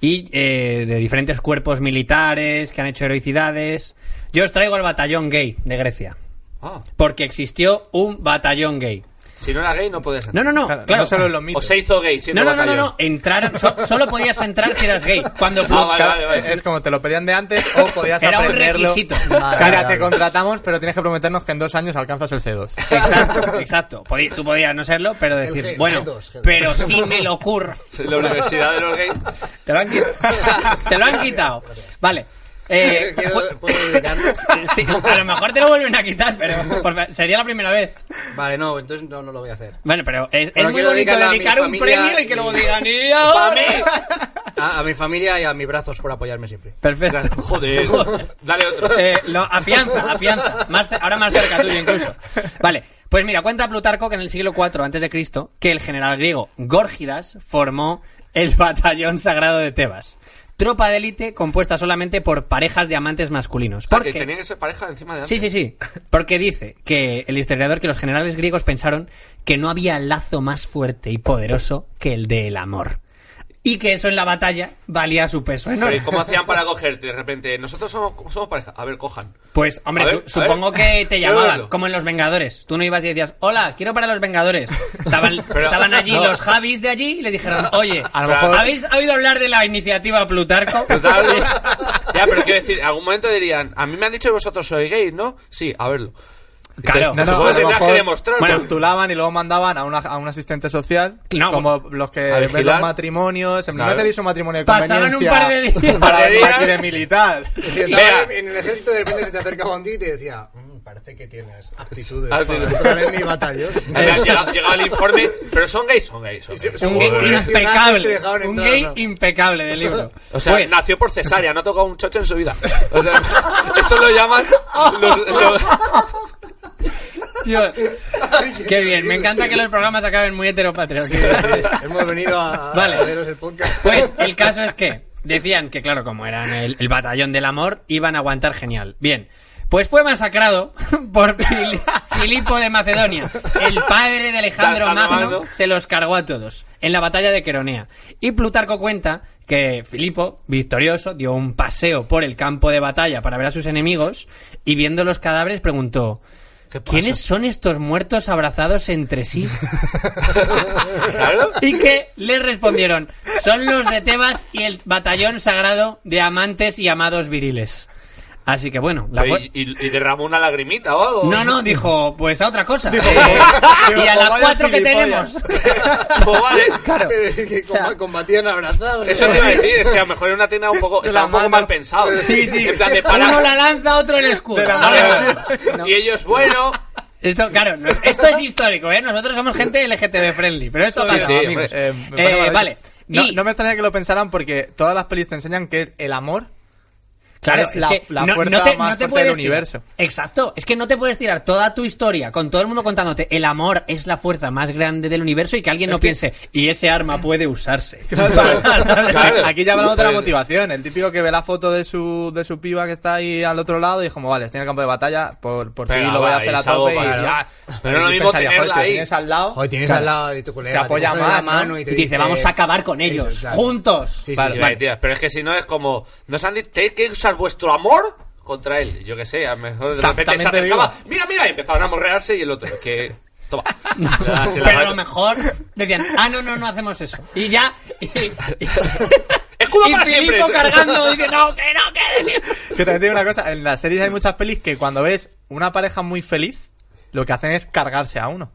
Speaker 1: Y eh, de diferentes cuerpos militares que han hecho heroicidades. Yo os traigo el batallón gay de Grecia.
Speaker 3: Ah,
Speaker 1: Porque existió un batallón gay.
Speaker 3: si no era gay no podías entrar.
Speaker 1: No, no, no,
Speaker 2: Claro,
Speaker 1: claro.
Speaker 2: No solo en los mitos.
Speaker 3: O se hizo gay. siendo
Speaker 1: no, no, no, no,
Speaker 3: batallón.
Speaker 1: no, entraron, so- solo podías entrar si eras gay. Cuando
Speaker 3: Ah, vale,
Speaker 2: Claro,
Speaker 3: vale, vale.
Speaker 2: Es como te lo pedían de antes o podías
Speaker 1: Era un
Speaker 2: aprenderlo.
Speaker 1: requisito.
Speaker 2: Mira,
Speaker 4: Vale, vale.
Speaker 2: te contratamos, pero tienes que prometernos que en dos años alcanzas el C2.
Speaker 1: Exacto, exacto. Podí- tú podías no serlo, pero decir,
Speaker 4: G-
Speaker 1: bueno,
Speaker 4: G2, G2.
Speaker 1: pero sí me lo ocurre.
Speaker 3: La universidad de los gays.
Speaker 1: Te lo han quitado. Te lo han quitado. Vale. Eh,
Speaker 4: Quiero- ¿puedo dedicarme?
Speaker 1: sí, a lo mejor te lo vuelven a quitar, pero por fa- sería la primera vez.
Speaker 4: Mm. Vale, no, entonces no, no lo voy a hacer.
Speaker 1: Bueno, pero es,
Speaker 4: Pero
Speaker 1: es muy
Speaker 4: quiero
Speaker 1: bonito
Speaker 4: dedicarle a mi
Speaker 1: dedicar un
Speaker 4: familia
Speaker 1: premio y que
Speaker 4: y-
Speaker 1: luego digan, ¡y ahora!
Speaker 4: A, a mi familia y a mis brazos por apoyarme siempre.
Speaker 1: Perfecto.
Speaker 3: Joder. Dale otro.
Speaker 1: Eh, lo- afianza, afianza. Más ce- ahora más cerca tuyo incluso. Vale, pues mira, cuenta Plutarco que en el siglo IV antes de Cristo que el general griego Górgidas formó el batallón sagrado de Tebas. Tropa de élite compuesta solamente por parejas de amantes masculinos.
Speaker 3: Porque
Speaker 1: Porque
Speaker 3: tenían Ah, que ser pareja encima de antes.
Speaker 1: Sí, sí, sí. Porque dice que el historiador que los generales griegos pensaron que no había lazo más fuerte y poderoso que el del amor. Y que eso en la batalla valía su peso
Speaker 3: Pero,
Speaker 1: enorme.
Speaker 3: ¿y ¿Cómo hacían para cogerte? De repente, nosotros somos, somos pareja. A ver, cojan.
Speaker 1: Pues, hombre,
Speaker 3: A ver,
Speaker 1: su-
Speaker 3: a
Speaker 1: supongo
Speaker 3: ver.
Speaker 1: que te
Speaker 3: Quiero
Speaker 1: llamaban,
Speaker 3: verlo.
Speaker 1: como en Los Vengadores. Tú no ibas y decías, hola, quiero para Los Vengadores. Estaban,
Speaker 3: Pero-
Speaker 1: estaban allí
Speaker 3: no.
Speaker 1: los Javis de allí y les dijeron, oye,
Speaker 2: A lo
Speaker 3: Pero-
Speaker 2: mejor-
Speaker 1: ¿habéis oído hablar de la iniciativa Plutarco?
Speaker 3: Total. ya, pero quiero decir, en algún momento dirían, a mí me han dicho que vosotros sois gays, ¿no? Sí, a verlo.
Speaker 1: Claro.
Speaker 3: No,
Speaker 2: Pues, No, no, a lo
Speaker 3: tendrás
Speaker 2: mejor-
Speaker 3: que demostrar.
Speaker 1: Bueno,
Speaker 3: pues.
Speaker 2: postulaban y luego mandaban a, una, a un asistente social
Speaker 1: No,
Speaker 2: como los que
Speaker 3: a
Speaker 2: ven
Speaker 3: vigilar.
Speaker 2: los matrimonios en plan,
Speaker 3: Claro.
Speaker 2: no se dice un matrimonio de
Speaker 1: Pasaban
Speaker 2: conveniencia
Speaker 1: un par de días.
Speaker 2: para
Speaker 3: Pasarían.
Speaker 2: aquí de militar
Speaker 6: Si
Speaker 3: Vea.
Speaker 6: estaba en el ejército, de repente se te acercaba un tío y te decía, "Mm,
Speaker 4: parece que tienes aptitudes
Speaker 3: Aptitudes.
Speaker 4: para entrar en mi batallón.
Speaker 3: Además,
Speaker 1: Eh.
Speaker 3: llega- llegaba el informe, pero son gays, son gays. son gays.
Speaker 1: Un
Speaker 3: Joder.
Speaker 1: gay
Speaker 4: Te
Speaker 1: impecable.
Speaker 4: dejaron
Speaker 1: Un
Speaker 4: entrar,
Speaker 1: gay
Speaker 4: ¿no?
Speaker 1: impecable del libro.
Speaker 3: O sea,
Speaker 1: Pues,
Speaker 3: nació por cesárea, no ha tocado un chocho en su vida. O sea, eso lo llaman. los- los-
Speaker 1: Dios. Qué bien, me encanta que los programas acaben muy heteropatrios.
Speaker 4: Hemos venido a, a
Speaker 1: Vale.
Speaker 4: joderos el podcast.
Speaker 1: Pues el caso es que decían que, claro, como eran el, el batallón del amor, iban a aguantar genial. Bien. Pues fue masacrado por Fili- Filipo de Macedonia. El padre de Alejandro
Speaker 3: Alejandro
Speaker 1: Magno
Speaker 3: Magno.
Speaker 1: se los cargó a todos en la batalla de Queronea. Y Plutarco cuenta que Filipo, victorioso, dio un paseo por el campo de batalla para ver a sus enemigos y viendo los cadáveres preguntó:
Speaker 3: ¿Qué pasa?
Speaker 1: ¿Quiénes son estos muertos abrazados entre sí?
Speaker 3: Claro.
Speaker 1: Y que le respondieron, son los de Tebas y el batallón sagrado de amantes y amados viriles. Así que bueno, la fu-
Speaker 3: Y, y- y derramó una lagrimita o algo.
Speaker 1: No, no, dijo, pues a otra cosa. Eh, y a
Speaker 2: dijo,
Speaker 1: las
Speaker 2: "Vaya
Speaker 1: cuatro que
Speaker 2: gilipollas".
Speaker 1: tenemos.
Speaker 3: Pues vale.
Speaker 1: Claro.
Speaker 4: Pero es que
Speaker 1: O sea,
Speaker 4: com- combatían abrazados.
Speaker 3: Eso te iba a decir, es que a lo mejor era una tienda un poco, estaba un poco mal pensado.
Speaker 1: Sí, sí.
Speaker 3: En plan de
Speaker 1: Uno la
Speaker 3: parar.
Speaker 1: lanza, otro el escudo.
Speaker 3: A
Speaker 1: No,
Speaker 3: ver,
Speaker 1: no, no.
Speaker 3: Y ellos, bueno.
Speaker 1: Esto, claro, no- esto es histórico, ¿eh? Nosotros somos gente LGTB friendly, pero esto
Speaker 3: Sí,
Speaker 1: pasa,
Speaker 3: sí,
Speaker 1: amigos.
Speaker 3: hombre.
Speaker 2: Eh, me
Speaker 1: Eh,
Speaker 2: parece maravilloso.
Speaker 1: vale.
Speaker 2: No,
Speaker 1: Y-
Speaker 2: no me extraña que lo pensaran porque todas las pelis te enseñan que el amor
Speaker 1: Claro,
Speaker 2: es
Speaker 1: es
Speaker 2: la-
Speaker 1: que
Speaker 2: la
Speaker 1: no,
Speaker 2: fuerza
Speaker 1: no te,
Speaker 2: más
Speaker 1: no te
Speaker 2: fuerte
Speaker 1: puedes
Speaker 2: del
Speaker 1: tirar-
Speaker 2: universo.
Speaker 1: Exacto, es que no te puedes tirar toda tu historia con todo el mundo contándote el amor es la fuerza más grande del universo y que alguien no piense y ese arma puede usarse.
Speaker 3: Claro.
Speaker 2: Aquí ya hablamos de la
Speaker 3: Pues-
Speaker 2: motivación. El típico que ve la foto de su, de su piba que está ahí al otro lado y es como, vale, estoy en el campo de batalla, por, por ti
Speaker 3: Venga,
Speaker 2: lo voy
Speaker 3: va,
Speaker 2: a hacer
Speaker 3: y
Speaker 2: a
Speaker 3: salgo
Speaker 2: tope y
Speaker 3: para allá.
Speaker 2: ya.
Speaker 3: Pero no
Speaker 2: Y
Speaker 3: lo mismo
Speaker 2: pensaría, joder,
Speaker 3: tenerla
Speaker 2: si lo
Speaker 3: ahí.
Speaker 2: tienes al lado...
Speaker 4: Joder, tienes
Speaker 2: claro.
Speaker 4: al lado de tu colega.
Speaker 2: Se apoya
Speaker 4: te coge de
Speaker 2: más,
Speaker 4: la
Speaker 2: ¿no?
Speaker 4: mano y
Speaker 1: Y
Speaker 4: te
Speaker 1: te dice, vamos a acabar con
Speaker 4: Eso,
Speaker 1: ellos,
Speaker 4: claro.
Speaker 1: juntos.
Speaker 4: Sí, sí,
Speaker 2: Vale,
Speaker 4: sí.
Speaker 3: Y ahí, tías, Pero es que si no es como. Nos han dicho, tenéis que usar vuestro amor contra él. Yo qué sé, a lo mejor de
Speaker 2: Ta-
Speaker 3: repente se
Speaker 2: también te
Speaker 3: acercaba.
Speaker 2: digo.
Speaker 3: Mira, mira, y empezaban a morrearse y el otro. Que. Toma. O sea, se la
Speaker 1: Pero a
Speaker 3: mata.
Speaker 1: lo mejor decían, ah, no, no, no hacemos eso. Y ya. Y, y-
Speaker 3: Escudo
Speaker 1: y
Speaker 3: para
Speaker 1: Filipo
Speaker 3: siempre.
Speaker 1: cargando, dice, no, que no, que.
Speaker 2: Que también te digo una cosa, en las series hay muchas pelis que cuando ves una pareja muy feliz, lo que hacen es cargarse a uno.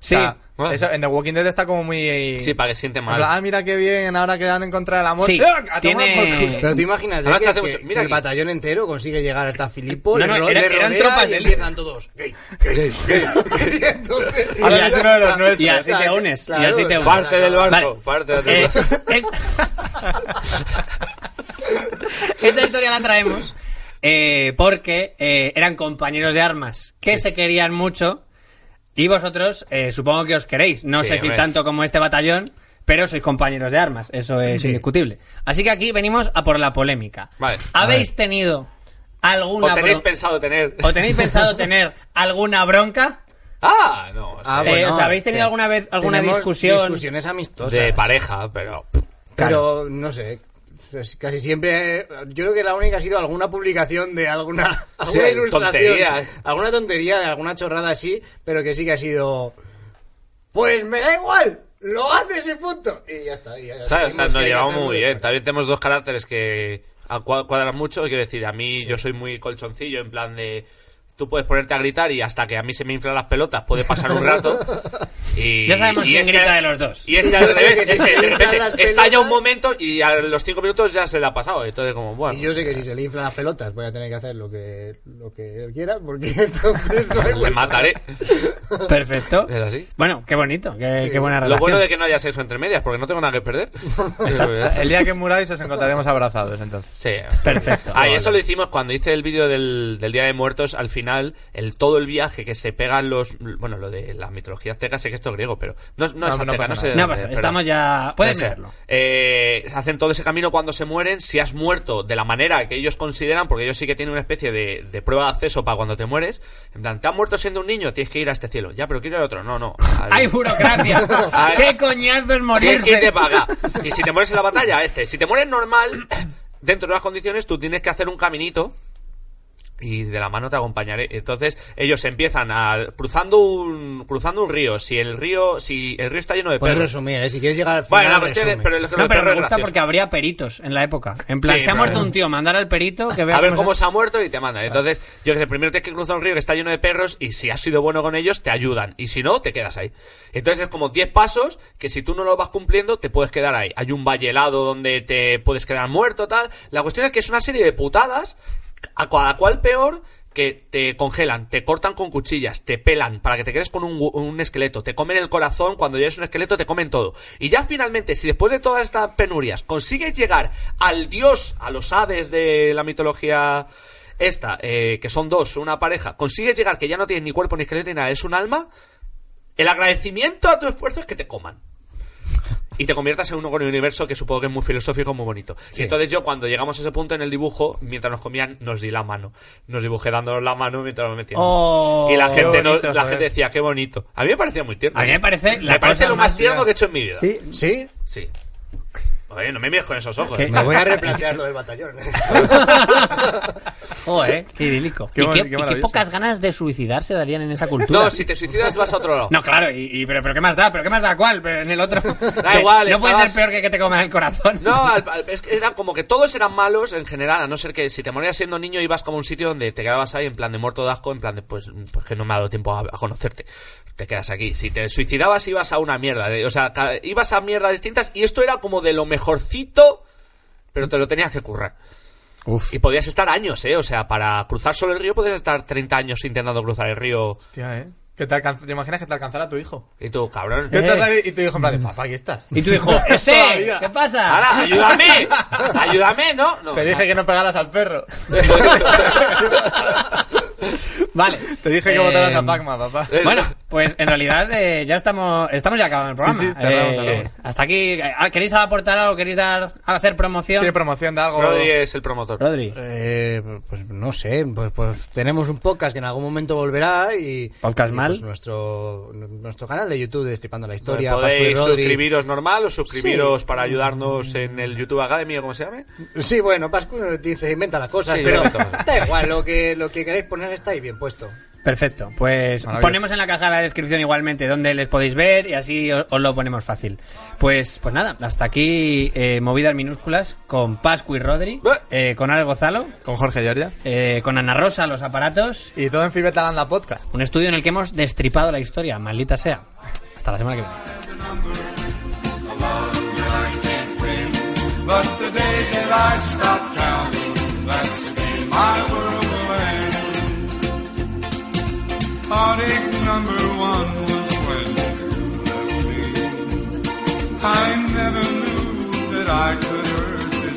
Speaker 1: Sí.
Speaker 2: O sea,
Speaker 3: Bueno.
Speaker 2: eso en The Walking Dead está como muy...
Speaker 3: Sí, para que siente
Speaker 2: en
Speaker 3: mal.
Speaker 2: plan, Ah, mira qué bien, ahora que han encontrado el amor.
Speaker 1: Sí,
Speaker 2: ¡Ah, a tomar
Speaker 1: tiene-
Speaker 2: por culo!
Speaker 4: Pero tú imaginas
Speaker 3: Además,
Speaker 4: que,
Speaker 3: que hace
Speaker 4: que-
Speaker 3: mucho-
Speaker 4: que
Speaker 3: mira
Speaker 4: el
Speaker 3: aquí.
Speaker 4: batallón entero consigue llegar hasta Filipo,
Speaker 1: No,
Speaker 4: le,
Speaker 1: no,
Speaker 4: ro-
Speaker 1: era-
Speaker 4: le
Speaker 1: eran
Speaker 4: rodea
Speaker 1: tropas ¿eh?
Speaker 4: y
Speaker 1: de élite.
Speaker 4: empiezan todos. Gay, gay, gay, gay. Y entonces-
Speaker 2: Ahora es uno de los nuestros.
Speaker 1: Y así te
Speaker 4: Claro,
Speaker 1: unes. Y
Speaker 4: claro,
Speaker 1: así te
Speaker 4: es
Speaker 1: unes.
Speaker 3: Parte del barco.
Speaker 1: Vale.
Speaker 3: Parte del barco.
Speaker 1: Eh, es- Esta historia la traemos eh, porque eh, eran compañeros de armas que se querían mucho y vosotros eh, supongo que os queréis. No
Speaker 3: Sí,
Speaker 1: sé si
Speaker 3: hombre.
Speaker 1: tanto como este batallón, pero sois compañeros de armas. Eso es indiscutible. Así que aquí venimos a por la polémica.
Speaker 3: Vale.
Speaker 1: ¿Habéis tenido alguna
Speaker 3: o tenéis
Speaker 1: bron-
Speaker 3: pensado tener.
Speaker 1: ¿O tenéis pensado tener alguna bronca?
Speaker 3: Ah, no. o sea,
Speaker 4: Ah,
Speaker 1: Eh,
Speaker 4: bueno,
Speaker 1: o sea, ¿habéis
Speaker 4: sí.
Speaker 1: tenido alguna vez alguna
Speaker 4: Tenemos
Speaker 1: discusión?
Speaker 4: Discusiones amistosas.
Speaker 3: de pareja, pero.
Speaker 4: Pero no sé. pues, Casi siempre. Yo creo que la única ha sido alguna publicación de alguna,
Speaker 3: Sí,
Speaker 4: alguna ilustración.
Speaker 3: tonterías.
Speaker 4: Alguna tontería, de alguna chorrada así, pero que sí que ha sido. Pues me da igual, lo haces y punto. Y ya está. y ya
Speaker 3: ¿Sabes? O sea,
Speaker 4: sabemos que
Speaker 3: nos
Speaker 4: hay que
Speaker 3: llevamos
Speaker 4: hacerlo.
Speaker 3: muy bien. También tenemos dos caracteres que a- cua- cuadran mucho. Quiero decir, a mí yo soy muy colchoncillo, en plan de. Tú puedes ponerte a gritar y hasta que a mí se me inflan las pelotas puede pasar un rato. Y,
Speaker 1: Ya sabemos
Speaker 3: y
Speaker 1: quién grita de los dos.
Speaker 3: Y este al
Speaker 4: Yo sé
Speaker 3: revés,
Speaker 4: que si
Speaker 3: es
Speaker 4: se
Speaker 3: que
Speaker 4: le
Speaker 3: de
Speaker 4: inflan
Speaker 3: repente
Speaker 4: las
Speaker 3: estalla
Speaker 4: pelotas-
Speaker 3: un momento y a los cinco minutos ya se le ha pasado. Entonces, como, bueno.
Speaker 4: Y yo sé que si se le inflan las pelotas, voy a tener que hacer lo que, lo que él quiera, porque entonces no hay
Speaker 3: le
Speaker 4: vuelta
Speaker 3: mataré.
Speaker 4: atrás.
Speaker 1: Perfecto.
Speaker 3: ¿Es así?
Speaker 1: Bueno, qué bonito, qué, qué buena
Speaker 3: Lo
Speaker 1: relación.
Speaker 3: bueno de que no haya sexo entre medias, porque no tengo nada que perder.
Speaker 2: El día que muráis os encontraremos abrazados, entonces.
Speaker 3: Sí,
Speaker 1: Perfecto.
Speaker 3: Ah, y eso lo hicimos cuando hice el vídeo del, del Día de Muertos, al final, el todo el viaje que se pegan los... Bueno, lo de la mitología azteca, sé que esto es griego, pero... No, no,
Speaker 2: No,
Speaker 3: es
Speaker 2: no
Speaker 3: azteca,
Speaker 2: pasa
Speaker 3: no
Speaker 2: nada.
Speaker 3: sé de
Speaker 1: No
Speaker 3: dónde,
Speaker 1: pasa,
Speaker 3: pero-
Speaker 1: estamos ya. Puedes
Speaker 3: Puede ser.
Speaker 1: meterlo.
Speaker 3: Eh, hacen todo ese camino cuando se mueren. Si has muerto de la manera que ellos consideran, porque ellos sí que tienen una especie de, de prueba de acceso para cuando te mueres. En plan, te has muerto siendo un niño, tienes que ir a este cielo. Ya, pero quiero ir a otro. No, no. al-
Speaker 1: ¡Ay, burocracia!
Speaker 3: Al-
Speaker 1: ¡Qué coñazo es
Speaker 3: ¿Quién- quién
Speaker 1: morirse!
Speaker 3: te paga? Y si te mueres en la batalla, a este. Si te mueres normal, dentro de las condiciones, tú tienes que hacer un caminito y de la mano te acompañaré. Entonces, ellos empiezan a cruzando un cruzando un río. Si el río si el río está lleno de
Speaker 1: Pues
Speaker 4: Puedes
Speaker 3: perros.
Speaker 4: resumir, ¿eh? si quieres llegar al final.
Speaker 3: Bueno, la cuestión es,
Speaker 4: resume.
Speaker 3: pero el
Speaker 1: No, pero me
Speaker 3: perro es
Speaker 1: gusta
Speaker 3: gracioso.
Speaker 1: porque habría peritos en la época. En plan,
Speaker 3: Sí,
Speaker 1: se ha
Speaker 3: claro.
Speaker 1: muerto un tío, mandar al perito que vea
Speaker 3: a ver cómo se ha muerto y te mandan. Entonces, yo que sé, primero tienes que cruzar un río que está lleno de perros y si has sido bueno con ellos, te ayudan. Y si no, te quedas ahí. Entonces es como 10 pasos que si tú no los vas cumpliendo, te puedes quedar ahí. Hay un valle helado donde te puedes quedar muerto, tal. La cuestión es que es una serie de putadas, a cada cual peor, que te congelan, te cortan con cuchillas, te pelan para que te quedes con un, gu- un esqueleto, te comen el corazón, cuando ya eres un esqueleto te comen todo. Y ya finalmente, si después de todas estas penurias consigues llegar al dios, a los hades de la mitología esta, eh, que son dos, una pareja, consigues llegar que ya no tienes ni cuerpo ni esqueleto ni nada, es un alma, el agradecimiento a tu esfuerzo es que te coman. Y te conviertas en uno con el universo que supongo que es muy filosófico, muy bonito. Y entonces yo cuando llegamos a ese punto en el dibujo, mientras nos comían, nos di la mano. Nos dibujé dándonos la mano mientras nos metíamos.
Speaker 1: Oh,
Speaker 3: y la
Speaker 2: qué
Speaker 3: gente, no-
Speaker 2: bonito,
Speaker 3: la
Speaker 2: joder.
Speaker 3: gente decía, qué bonito. A mí me parecía muy tierno.
Speaker 1: A mí me parece la
Speaker 3: me parece
Speaker 1: cosa
Speaker 3: lo más
Speaker 1: más tierna.
Speaker 3: tierno que he hecho en mi vida.
Speaker 4: ¿Sí? ¿Sí?
Speaker 3: Sí. Oye, no me mires con esos ojos.
Speaker 1: ¿Qué?
Speaker 3: ¿eh?
Speaker 4: Me voy a replantear lo del batallón. ¿eh?
Speaker 1: Joder, Oh, eh, qué idílico.
Speaker 2: Qué
Speaker 1: y,
Speaker 2: mon-
Speaker 1: qué,
Speaker 2: qué
Speaker 1: y qué
Speaker 2: maravilloso.
Speaker 1: pocas ganas de suicidarse darían en esa cultura.
Speaker 3: No, si te suicidas vas a otro lado.
Speaker 1: No, claro, y, y- pero, pero ¿qué más da? ¿Pero qué más da cuál? Pero en el otro...
Speaker 3: Da igual,
Speaker 1: No puede
Speaker 3: estabas-
Speaker 1: ser peor que que te coman el corazón.
Speaker 3: No, al- al- es que era como que todos eran malos en general, a no ser que si te morías siendo niño ibas como a un sitio donde te quedabas ahí en plan de muerto de asco, en plan de pues, pues que no me ha dado tiempo a, a conocerte. Te quedas aquí. Si te suicidabas ibas a una mierda, de- o sea, ca- ibas a mierdas distintas y esto era como de lo mejorcito, pero te lo tenías que currar.
Speaker 2: Uf.
Speaker 3: Y podías estar años, ¿eh? O sea, para cruzar solo el río podías estar 30 años intentando cruzar el río.
Speaker 2: Hostia, ¿eh? Que te, alcanz- ¿Te imaginas que te alcanzara tu hijo?
Speaker 3: Y tú, cabrón. Eh.
Speaker 2: Que estás ahí y tu hijo en plan de, papá, aquí estás.
Speaker 1: Y tu hijo, ¡ese!
Speaker 2: Todavía.
Speaker 1: ¿Qué pasa?
Speaker 3: ¡Hala, ayúdame! ¡Ayúdame, no! no
Speaker 2: Te dije que no pegaras al perro.
Speaker 1: Vale.
Speaker 2: Te dije que
Speaker 1: Eh,
Speaker 2: votaras a Pacma, papá.
Speaker 1: Bueno, pues en realidad eh, ya estamos estamos ya acabando el programa.
Speaker 2: Sí, sí, cerramos,
Speaker 1: Eh,
Speaker 2: cerramos.
Speaker 1: Hasta aquí. eh, ah, ¿Queréis aportar algo? ¿Queréis dar hacer promoción?
Speaker 2: Sí, promoción de algo.
Speaker 3: Rodri es el promotor.
Speaker 1: Rodri.
Speaker 4: pues no sé, pues, pues tenemos un podcast que en algún momento volverá y...
Speaker 1: Podcast
Speaker 4: y,
Speaker 1: mal.
Speaker 4: pues, nuestro, nuestro canal de YouTube de Destripando la Historia. Pascu y
Speaker 3: Podéis
Speaker 4: Rodri.
Speaker 3: suscribiros normal o suscribiros para ayudarnos en el YouTube Academy o como se llame.
Speaker 4: Sí, bueno, Pascu nos dice, inventa las cosas,
Speaker 3: Sí,
Speaker 4: pero
Speaker 3: yo invento.
Speaker 4: da igual, lo que, lo que queréis poner está ahí bien puesto.
Speaker 1: Perfecto. Pues
Speaker 2: Maravilloso.
Speaker 1: ponemos en la caja de la descripción igualmente donde les podéis ver y así os, os lo ponemos fácil. Pues, pues nada, hasta aquí eh, movidas minúsculas con Pascu y Rodri, eh, con Ale Gozalo,
Speaker 2: Con Jorge Giorgia.
Speaker 1: eh, con Ana Rosa, los aparatos.
Speaker 2: Y todo en Fibetalanda Podcast.
Speaker 1: Un estudio en el que hemos destripado la historia, maldita sea. Hasta la semana que viene.
Speaker 7: But the day that I stop counting, that's the day my world will end. Heartache number one was when you left me. I never knew that I could hurt this.